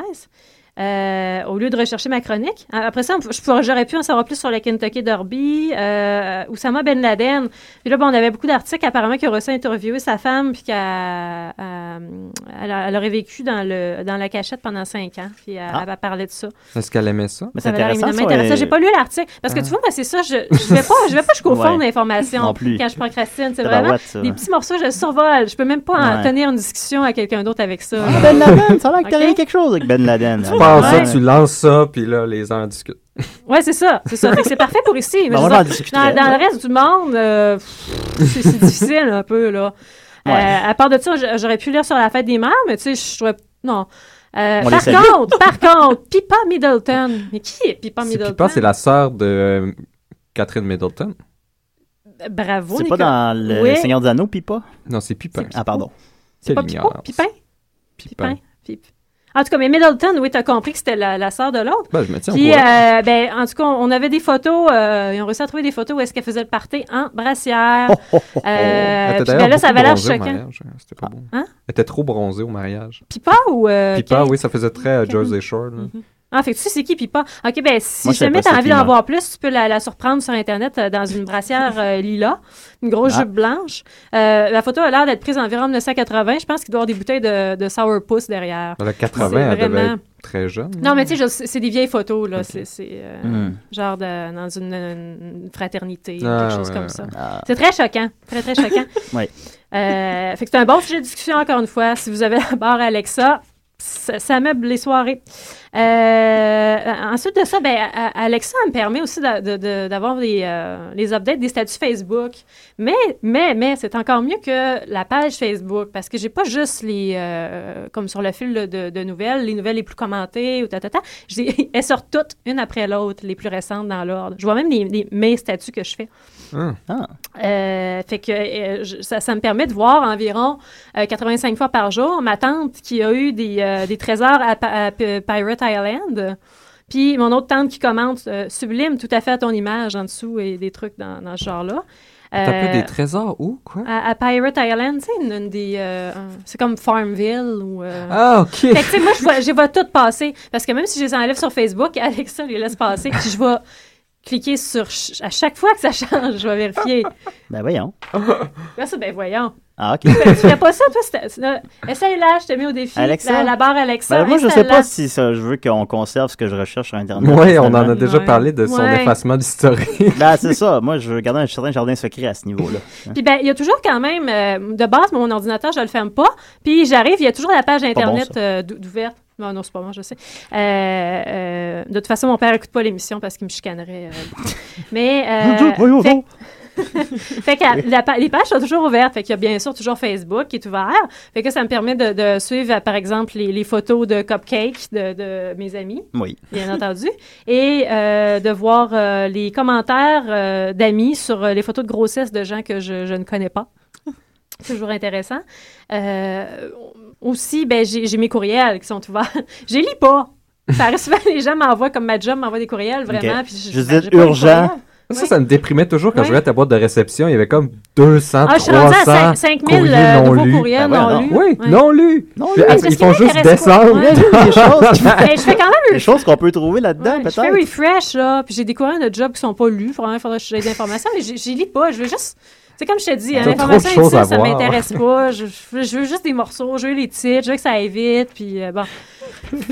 [SPEAKER 6] euh, au lieu de rechercher ma chronique. Euh, Après ça, on pou- je pourrais- j'aurais pu en savoir plus sur le Kentucky Derby, euh, Oussama Ben Laden. Puis là, bon, on avait beaucoup d'articles apparemment qui aurait aussi interviewé sa femme, puis qu'elle euh, elle a- elle aurait vécu dans, le, dans la cachette pendant cinq ans. Puis elle,
[SPEAKER 3] Ah.
[SPEAKER 6] elle parlé de ça.
[SPEAKER 5] Est-ce qu'elle aimait ça?
[SPEAKER 3] Mais c'est
[SPEAKER 6] Ça avait l'air
[SPEAKER 3] intéressant,
[SPEAKER 6] éminemment
[SPEAKER 3] ça,
[SPEAKER 6] intéressant.
[SPEAKER 3] ouais.
[SPEAKER 6] J'ai pas lu l'article. Parce que
[SPEAKER 5] Ah.
[SPEAKER 6] tu vois, moi, c'est ça. Je, je vais pas, je vais pas jusqu'au fond
[SPEAKER 3] Ouais.
[SPEAKER 6] de l'information
[SPEAKER 3] Non plus.
[SPEAKER 6] quand je procrastine. C'est
[SPEAKER 3] Tabarouette,
[SPEAKER 6] vraiment
[SPEAKER 3] ça.
[SPEAKER 6] des petits morceaux, je survole. Je peux même pas en
[SPEAKER 3] Ouais.
[SPEAKER 6] tenir une discussion à quelqu'un d'autre avec ça.
[SPEAKER 3] Ah, Ben Laden, ça a l'air que t'as
[SPEAKER 6] Ok.
[SPEAKER 3] rien quelque chose avec Ben Laden.
[SPEAKER 5] Tu pars
[SPEAKER 6] Ah, Ouais.
[SPEAKER 5] ça, tu lances ça, puis là, les gens en discutent.
[SPEAKER 6] Ouais, c'est ça. C'est ça. Fait que c'est parfait pour ici. Mais
[SPEAKER 3] Ben, on
[SPEAKER 6] je
[SPEAKER 3] va en
[SPEAKER 6] veux dire,
[SPEAKER 3] discuter.
[SPEAKER 6] dans, dans le reste du monde, euh, c'est c'est difficile un peu, là.
[SPEAKER 3] Ouais.
[SPEAKER 6] Euh, à part de ça, j- j'aurais pu lire sur la fête des mères, mais tu sais, je trouvais. Non. Euh,
[SPEAKER 3] On les
[SPEAKER 6] par
[SPEAKER 3] salue.
[SPEAKER 6] contre, par contre, Pippa Middleton. Mais qui est Pippa
[SPEAKER 5] C'est
[SPEAKER 6] Middleton?
[SPEAKER 5] Pippa, c'est la sœur de euh, Catherine Middleton.
[SPEAKER 6] Bravo,
[SPEAKER 3] C'est pas
[SPEAKER 6] Nicolas.
[SPEAKER 3] dans le
[SPEAKER 6] Oui.
[SPEAKER 3] Seigneur des Anneaux, Pipa?
[SPEAKER 5] Non, c'est Pipin.
[SPEAKER 3] Ah, pardon.
[SPEAKER 6] C'est pas
[SPEAKER 5] Quelle
[SPEAKER 6] Pippo?
[SPEAKER 5] ignorance.
[SPEAKER 6] Pipin?
[SPEAKER 5] Pipin.
[SPEAKER 6] Pipin. Pip- En tout cas, mais Middleton, oui, t'as compris que c'était la, la sœur de l'autre.
[SPEAKER 5] Ben, je me
[SPEAKER 3] Oh,
[SPEAKER 5] tiens au
[SPEAKER 6] Puis,
[SPEAKER 5] courant.
[SPEAKER 6] euh, ben, en tout cas, on avait des photos, euh, ils ont réussi à trouver des photos où est-ce qu'elle faisait le party en brassière.
[SPEAKER 3] Oh, oh, oh.
[SPEAKER 5] Elle
[SPEAKER 6] Euh,
[SPEAKER 5] était
[SPEAKER 6] puis
[SPEAKER 5] d'ailleurs
[SPEAKER 6] ben là, ça
[SPEAKER 5] beaucoup
[SPEAKER 6] avait l'air
[SPEAKER 5] bronzée au
[SPEAKER 6] choquant.
[SPEAKER 5] mariage, hein, C'était pas bon.
[SPEAKER 6] Hein?
[SPEAKER 5] Elle était trop bronzée au mariage.
[SPEAKER 6] Pipa ou. Euh,
[SPEAKER 5] Pippa,
[SPEAKER 6] Kate?
[SPEAKER 5] oui, ça faisait très euh,
[SPEAKER 6] Kate.
[SPEAKER 5] Jersey Shore. là.
[SPEAKER 6] Ah, fait que tu sais, c'est qui Pipa? OK, ben, si
[SPEAKER 3] Moi, je savais
[SPEAKER 6] jamais
[SPEAKER 3] pas
[SPEAKER 6] t'as
[SPEAKER 3] c'est
[SPEAKER 6] envie
[SPEAKER 3] qui,
[SPEAKER 6] d'en
[SPEAKER 3] moi.
[SPEAKER 6] voir plus, tu peux la, la surprendre sur Internet euh, dans une brassière euh, lilas, une grosse
[SPEAKER 3] Ah.
[SPEAKER 6] jupe blanche. Euh, la photo a l'air d'être prise environ 1980. Je pense qu'il doit y avoir des bouteilles de, de sourpuss derrière.
[SPEAKER 5] Elle a 80,
[SPEAKER 6] C'est
[SPEAKER 5] elle devait
[SPEAKER 6] vraiment-
[SPEAKER 5] être très jeune.
[SPEAKER 6] Non, mais tu sais, je- c'est c'est des vieilles photos, là. C'est- C'est euh,
[SPEAKER 3] Hmm.
[SPEAKER 6] genre de- dans une, une fraternité,
[SPEAKER 5] Ah,
[SPEAKER 6] quelque chose
[SPEAKER 5] ouais, ouais.
[SPEAKER 6] comme ça.
[SPEAKER 3] Ah.
[SPEAKER 6] C'est très choquant. Très, très choquant.
[SPEAKER 3] Ouais.
[SPEAKER 6] Euh, fait que c'est un bon sujet de discussion, encore une fois. Si vous avez la barre Alexa, ça, ça meuble les soirées. Euh, ensuite de ça, ben, a- a- Alexa me permet aussi d'a- de- de- d'avoir les, euh, les updates des statuts Facebook. Mais, mais, mais, c'est encore mieux que la page Facebook parce que j'ai pas juste les, euh, comme sur le fil de, de nouvelles, les nouvelles les plus commentées ou ta, ta, ta. J'ai- Elles sortent toutes, une après l'autre, les plus récentes dans l'ordre. Je vois même les, les- mes statuts que je fais.
[SPEAKER 5] Hum.
[SPEAKER 3] Ah.
[SPEAKER 6] Euh, fait que euh, je- ça, ça me permet de voir environ euh, 85 fois par jour ma tante qui a eu des, euh, des trésors à, Pa- à P- Pirate Island. Puis mon autre tante qui commente euh, sublime tout à fait à ton image en dessous et des trucs dans, dans ce genre-là.
[SPEAKER 5] T'as
[SPEAKER 6] Euh,
[SPEAKER 5] plus des trésors ou quoi?
[SPEAKER 6] à, à Pirate Island, tu sais, une, une des. euh, un- c'est comme Farmville ou. euh,
[SPEAKER 5] Ah, ok!
[SPEAKER 6] Fait que, tu sais, moi, je vois, je vois tout passer. Parce que même si je les enlève sur Facebook, Alexa les laisse passer. Puis je vais cliquer sur. ch- à chaque fois que ça change, je vais vérifier.
[SPEAKER 3] Ben voyons.
[SPEAKER 6] Là, ça, ben voyons.
[SPEAKER 3] Ah, OK.
[SPEAKER 6] Ben, tu fais pas ça, toi? c'était- c'était- Essaye-la, je te mets au défi.
[SPEAKER 3] Alexa?
[SPEAKER 6] La, la barre Alexa.
[SPEAKER 3] Ben, moi, je sais
[SPEAKER 6] installe-la.
[SPEAKER 3] pas si ça, je veux qu'on conserve ce que je recherche sur Internet.
[SPEAKER 5] Oui, on en a
[SPEAKER 3] finalement.
[SPEAKER 5] déjà
[SPEAKER 6] Ouais.
[SPEAKER 5] parlé de son
[SPEAKER 6] Ouais.
[SPEAKER 5] effacement d'historique.
[SPEAKER 3] Ben, c'est ça. Moi, je veux garder un certain jardin secret à ce niveau-là. Hein?
[SPEAKER 6] Puis ben, il y a toujours quand même, euh, de base, mon ordinateur, je le ferme pas. Puis j'arrive, il y a toujours la page
[SPEAKER 3] bon,
[SPEAKER 6] Internet
[SPEAKER 3] ça.
[SPEAKER 6] euh, d'ou- d'ouverte. Non, non, c'est pas moi, je sais. Euh, euh, de toute façon, mon père écoute pas l'émission parce qu'il me chicanerait. euh. Mais. euh,
[SPEAKER 3] Voyons
[SPEAKER 6] fait-
[SPEAKER 3] donc.
[SPEAKER 6] fait que la pa- les pages sont toujours ouvertes. Fait qu'il y a bien sûr toujours Facebook qui est ouvert. Fait que ça me permet de, de suivre, euh, par exemple, les, les photos de cupcakes de, de mes amis,
[SPEAKER 3] Oui.
[SPEAKER 6] bien entendu, et euh, de voir euh, les commentaires euh, d'amis sur euh, les photos de grossesse de gens que je, je ne connais pas. C'est toujours intéressant. Euh, aussi, ben, j'ai j'ai mes courriels qui sont ouverts. Je les lis pas. Ça arrive souvent, les gens m'envoient, comme ma job m'envoie des courriels, vraiment.
[SPEAKER 3] Ok.
[SPEAKER 6] puis je,
[SPEAKER 3] Juste
[SPEAKER 6] ben,
[SPEAKER 3] dire
[SPEAKER 6] j'ai pas les
[SPEAKER 3] urgent.
[SPEAKER 6] courriels.
[SPEAKER 5] Ça, ça me déprimait toujours quand
[SPEAKER 6] Ouais.
[SPEAKER 5] je regardais ta boîte de réception. Il y avait comme 200,
[SPEAKER 6] Ah, je suis rendue à
[SPEAKER 5] 300
[SPEAKER 6] 5 000
[SPEAKER 5] courriers
[SPEAKER 6] euh,
[SPEAKER 5] non
[SPEAKER 6] nouveaux
[SPEAKER 5] lus.
[SPEAKER 6] courriels
[SPEAKER 3] Ben
[SPEAKER 6] non
[SPEAKER 3] ouais,
[SPEAKER 6] lus.
[SPEAKER 5] Oui,
[SPEAKER 6] Ouais.
[SPEAKER 5] non lus.
[SPEAKER 3] Non,
[SPEAKER 5] Puis,
[SPEAKER 6] mais
[SPEAKER 5] après,
[SPEAKER 6] parce
[SPEAKER 5] Ils
[SPEAKER 6] qu'il
[SPEAKER 5] font juste
[SPEAKER 6] m'intéresse pas.
[SPEAKER 5] descendre.
[SPEAKER 6] Ouais.
[SPEAKER 3] des choses, qui-
[SPEAKER 6] Mais Ben, je fais quand même
[SPEAKER 3] des choses qu'on peut trouver là-dedans,
[SPEAKER 6] Ouais, je fais
[SPEAKER 3] peut-être.
[SPEAKER 6] refresh, là, puis j'ai des courants de jobs qui sont pas lus. Vraiment, il faudrait que je des informations, mais j'y j'y lis pas. Je veux juste. C'est comme je te dis, hein,
[SPEAKER 5] T'as
[SPEAKER 6] l'information
[SPEAKER 5] trop de choses
[SPEAKER 6] inutile,
[SPEAKER 5] à
[SPEAKER 6] ça
[SPEAKER 5] voir.
[SPEAKER 6] m'intéresse pas. Je, je- je veux juste des morceaux, je veux les titres, je veux que ça aille vite, puis euh, bon.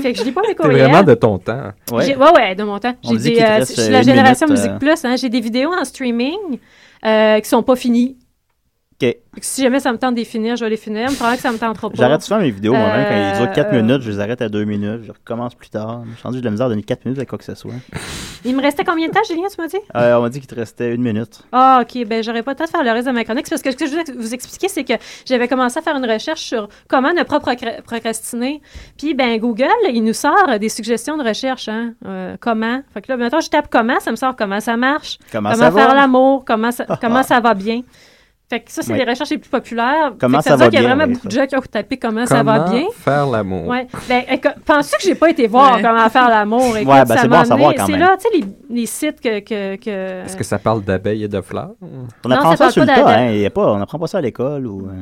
[SPEAKER 6] Fait que je lis pas mes
[SPEAKER 5] T'es
[SPEAKER 6] courriels.
[SPEAKER 5] vraiment de ton temps.
[SPEAKER 3] Ouais.
[SPEAKER 6] J'ai- Ouais, ouais, de mon temps.
[SPEAKER 3] On
[SPEAKER 6] J'ai
[SPEAKER 3] dit
[SPEAKER 6] des,
[SPEAKER 3] qu'il te
[SPEAKER 6] euh,
[SPEAKER 3] reste,
[SPEAKER 6] je suis
[SPEAKER 3] euh,
[SPEAKER 6] la
[SPEAKER 3] une
[SPEAKER 6] génération
[SPEAKER 3] minute, euh,
[SPEAKER 6] Musique Plus, hein, j'ai des vidéos en streaming euh, qui sont pas finies.
[SPEAKER 3] OK.
[SPEAKER 6] Fait que Si jamais ça me tente de les finir, je vais les finir. Probablement que ça me tentera pas.
[SPEAKER 3] J'arrête souvent mes vidéos moi-même. Quand ils durent 4
[SPEAKER 6] Euh, euh.
[SPEAKER 3] minutes, je les arrête à 2 minutes. Je recommence plus tard. J'ai rendu de la misère à donner 4 minutes à quoi que ce soit.
[SPEAKER 6] Il me restait combien de temps, Julien, tu m'as dit?
[SPEAKER 3] Euh, on m'a dit qu'il te restait une minute.
[SPEAKER 6] Ah, OK. Ben, j'aurais pas le temps de faire le reste de ma chronique. C'est Parce que ce que je voulais vous expliquer, c'est que j'avais commencé à faire une recherche sur comment ne pas procra- procrastiner. Puis, ben, Google, il nous sort euh, des suggestions de recherche. Hein? Euh, comment. Fait que là, maintenant, je tape comment, ça me sort comment ça marche,
[SPEAKER 3] Comment,
[SPEAKER 6] comment,
[SPEAKER 3] ça
[SPEAKER 6] faire
[SPEAKER 3] va?
[SPEAKER 6] l'amour, comment, ça, comment ça va bien. Fait que ça, c'est
[SPEAKER 3] Ouais.
[SPEAKER 6] les recherches les plus populaires.
[SPEAKER 3] Comment
[SPEAKER 6] Fait que
[SPEAKER 3] ça
[SPEAKER 6] veut dire
[SPEAKER 3] va
[SPEAKER 6] qu'il y a
[SPEAKER 3] bien,
[SPEAKER 6] vraiment
[SPEAKER 3] oui,
[SPEAKER 6] beaucoup de
[SPEAKER 3] ça.
[SPEAKER 6] gens qui ont tapé comment, Ah, ça va bien.
[SPEAKER 5] faire l'amour?
[SPEAKER 6] Ouais. Ben, éco- penses-tu que j'ai pas été voir
[SPEAKER 7] Ouais.
[SPEAKER 6] comment faire l'amour? Écoute,
[SPEAKER 3] Ouais, ben,
[SPEAKER 6] ça
[SPEAKER 3] c'est
[SPEAKER 6] m'a
[SPEAKER 3] bon à savoir
[SPEAKER 6] amené-
[SPEAKER 3] quand
[SPEAKER 6] C'est
[SPEAKER 3] même.
[SPEAKER 6] là, tu sais, les, les sites que... que, que...
[SPEAKER 5] Est-ce que ça parle d'abeilles et de fleurs?
[SPEAKER 3] On
[SPEAKER 6] Non,
[SPEAKER 3] apprend
[SPEAKER 6] ça
[SPEAKER 3] ça,
[SPEAKER 6] parle
[SPEAKER 3] sur le
[SPEAKER 6] pas
[SPEAKER 3] tas.
[SPEAKER 6] de-
[SPEAKER 3] Hein. Il y a pas, on apprend pas ça à l'école. ou euh,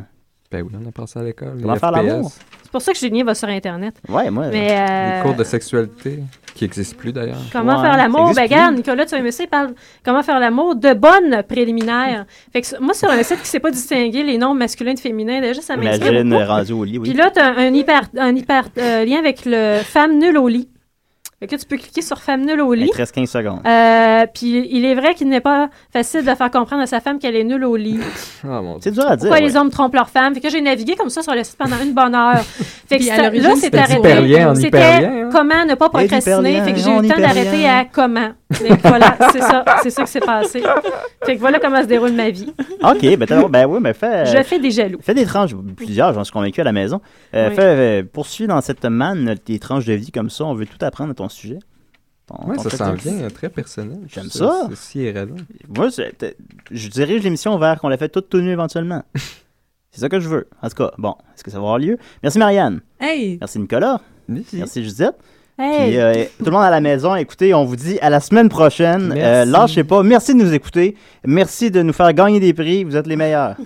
[SPEAKER 5] Ben oui, on apprend ça à l'école.
[SPEAKER 3] Comment
[SPEAKER 5] les
[SPEAKER 3] faire
[SPEAKER 5] FPS,
[SPEAKER 3] l'amour?
[SPEAKER 6] C'est pour ça que Julien va sur Internet.
[SPEAKER 3] Ouais, moi.
[SPEAKER 6] Mais,
[SPEAKER 5] Les
[SPEAKER 6] euh,
[SPEAKER 5] cours de sexualité qui n'existent plus d'ailleurs.
[SPEAKER 6] Comment
[SPEAKER 3] Ouais,
[SPEAKER 6] faire l'amour?
[SPEAKER 3] hein, ça
[SPEAKER 6] Ben,
[SPEAKER 3] existe
[SPEAKER 6] regarde, Nicolas, tu as un site, parle comment faire l'amour de bonnes préliminaires. Fait que sur- moi, sur un site qui ne sait pas distinguer les noms masculins de féminins, déjà, ça m'inspire.
[SPEAKER 3] Imagine
[SPEAKER 6] beaucoup.
[SPEAKER 3] euh, rendu au lit,
[SPEAKER 6] Puis
[SPEAKER 3] oui.
[SPEAKER 6] là, tu as un hyper, un hyper euh, lien avec le femme nulle au lit. Fait que là, tu peux cliquer sur femme nulle au
[SPEAKER 3] Il
[SPEAKER 6] lit.
[SPEAKER 3] te reste 15 secondes.
[SPEAKER 6] Euh, puis il est vrai qu'il n'est pas facile de faire comprendre à sa femme qu'elle est nulle au lit.
[SPEAKER 5] Ah mon dieu.
[SPEAKER 3] C'est dur à dire.
[SPEAKER 6] Pourquoi
[SPEAKER 3] ouais.
[SPEAKER 6] les hommes trompent leurs femmes? Fait que j'ai navigué comme ça sur le site pendant une bonne heure. Fait que
[SPEAKER 7] Puis à
[SPEAKER 6] ça-
[SPEAKER 7] l'origine,
[SPEAKER 6] là, c'est
[SPEAKER 7] c'était
[SPEAKER 5] du
[SPEAKER 6] arrêté.
[SPEAKER 5] hyperlien en
[SPEAKER 6] C'était
[SPEAKER 5] hyperlien, hein.
[SPEAKER 6] comment
[SPEAKER 3] Il
[SPEAKER 6] ne pas
[SPEAKER 3] y a du
[SPEAKER 6] procrastiner.
[SPEAKER 3] hyperlien,
[SPEAKER 6] Fait que j'ai
[SPEAKER 3] on
[SPEAKER 6] eu le temps
[SPEAKER 3] hyperlien.
[SPEAKER 6] d'arrêter à comment. Fait que voilà, c'est ça, c'est ça qui s'est passé. Fait que voilà comment se déroule ma vie.
[SPEAKER 3] OK, ben, t'as- ben oui, mais
[SPEAKER 5] Euh,
[SPEAKER 3] fais...
[SPEAKER 6] Je fais des jaloux.
[SPEAKER 3] Fais des tranches, plusieurs, j'en suis convaincu à la maison. Euh,
[SPEAKER 6] Oui.
[SPEAKER 3] Fais, euh, poursuis dans cette manne tes tranches de vie comme ça, on veut tout apprendre à ton sujet. Ton-
[SPEAKER 5] Ouais,
[SPEAKER 3] ton
[SPEAKER 5] ça
[SPEAKER 3] fait-
[SPEAKER 5] sent bien, hein, très personnel.
[SPEAKER 3] J'aime ça.
[SPEAKER 5] C'est si irréel.
[SPEAKER 3] Moi, c'est- t'es- je dirige l'émission vers qu'on la fait toute tout nu éventuellement. C'est ça que je veux. En tout cas, bon, est-ce que ça va avoir lieu? Merci Marianne.
[SPEAKER 7] Hey!
[SPEAKER 3] Merci Nicolas.
[SPEAKER 5] Merci.
[SPEAKER 3] Merci Judith.
[SPEAKER 6] Hey,
[SPEAKER 3] Puis, euh, tout le monde à la maison, écoutez, on vous dit à la semaine prochaine. Euh,
[SPEAKER 5] Merci.
[SPEAKER 3] lâchez pas. Merci de nous écouter. Merci de nous faire gagner des prix. Vous êtes les meilleurs.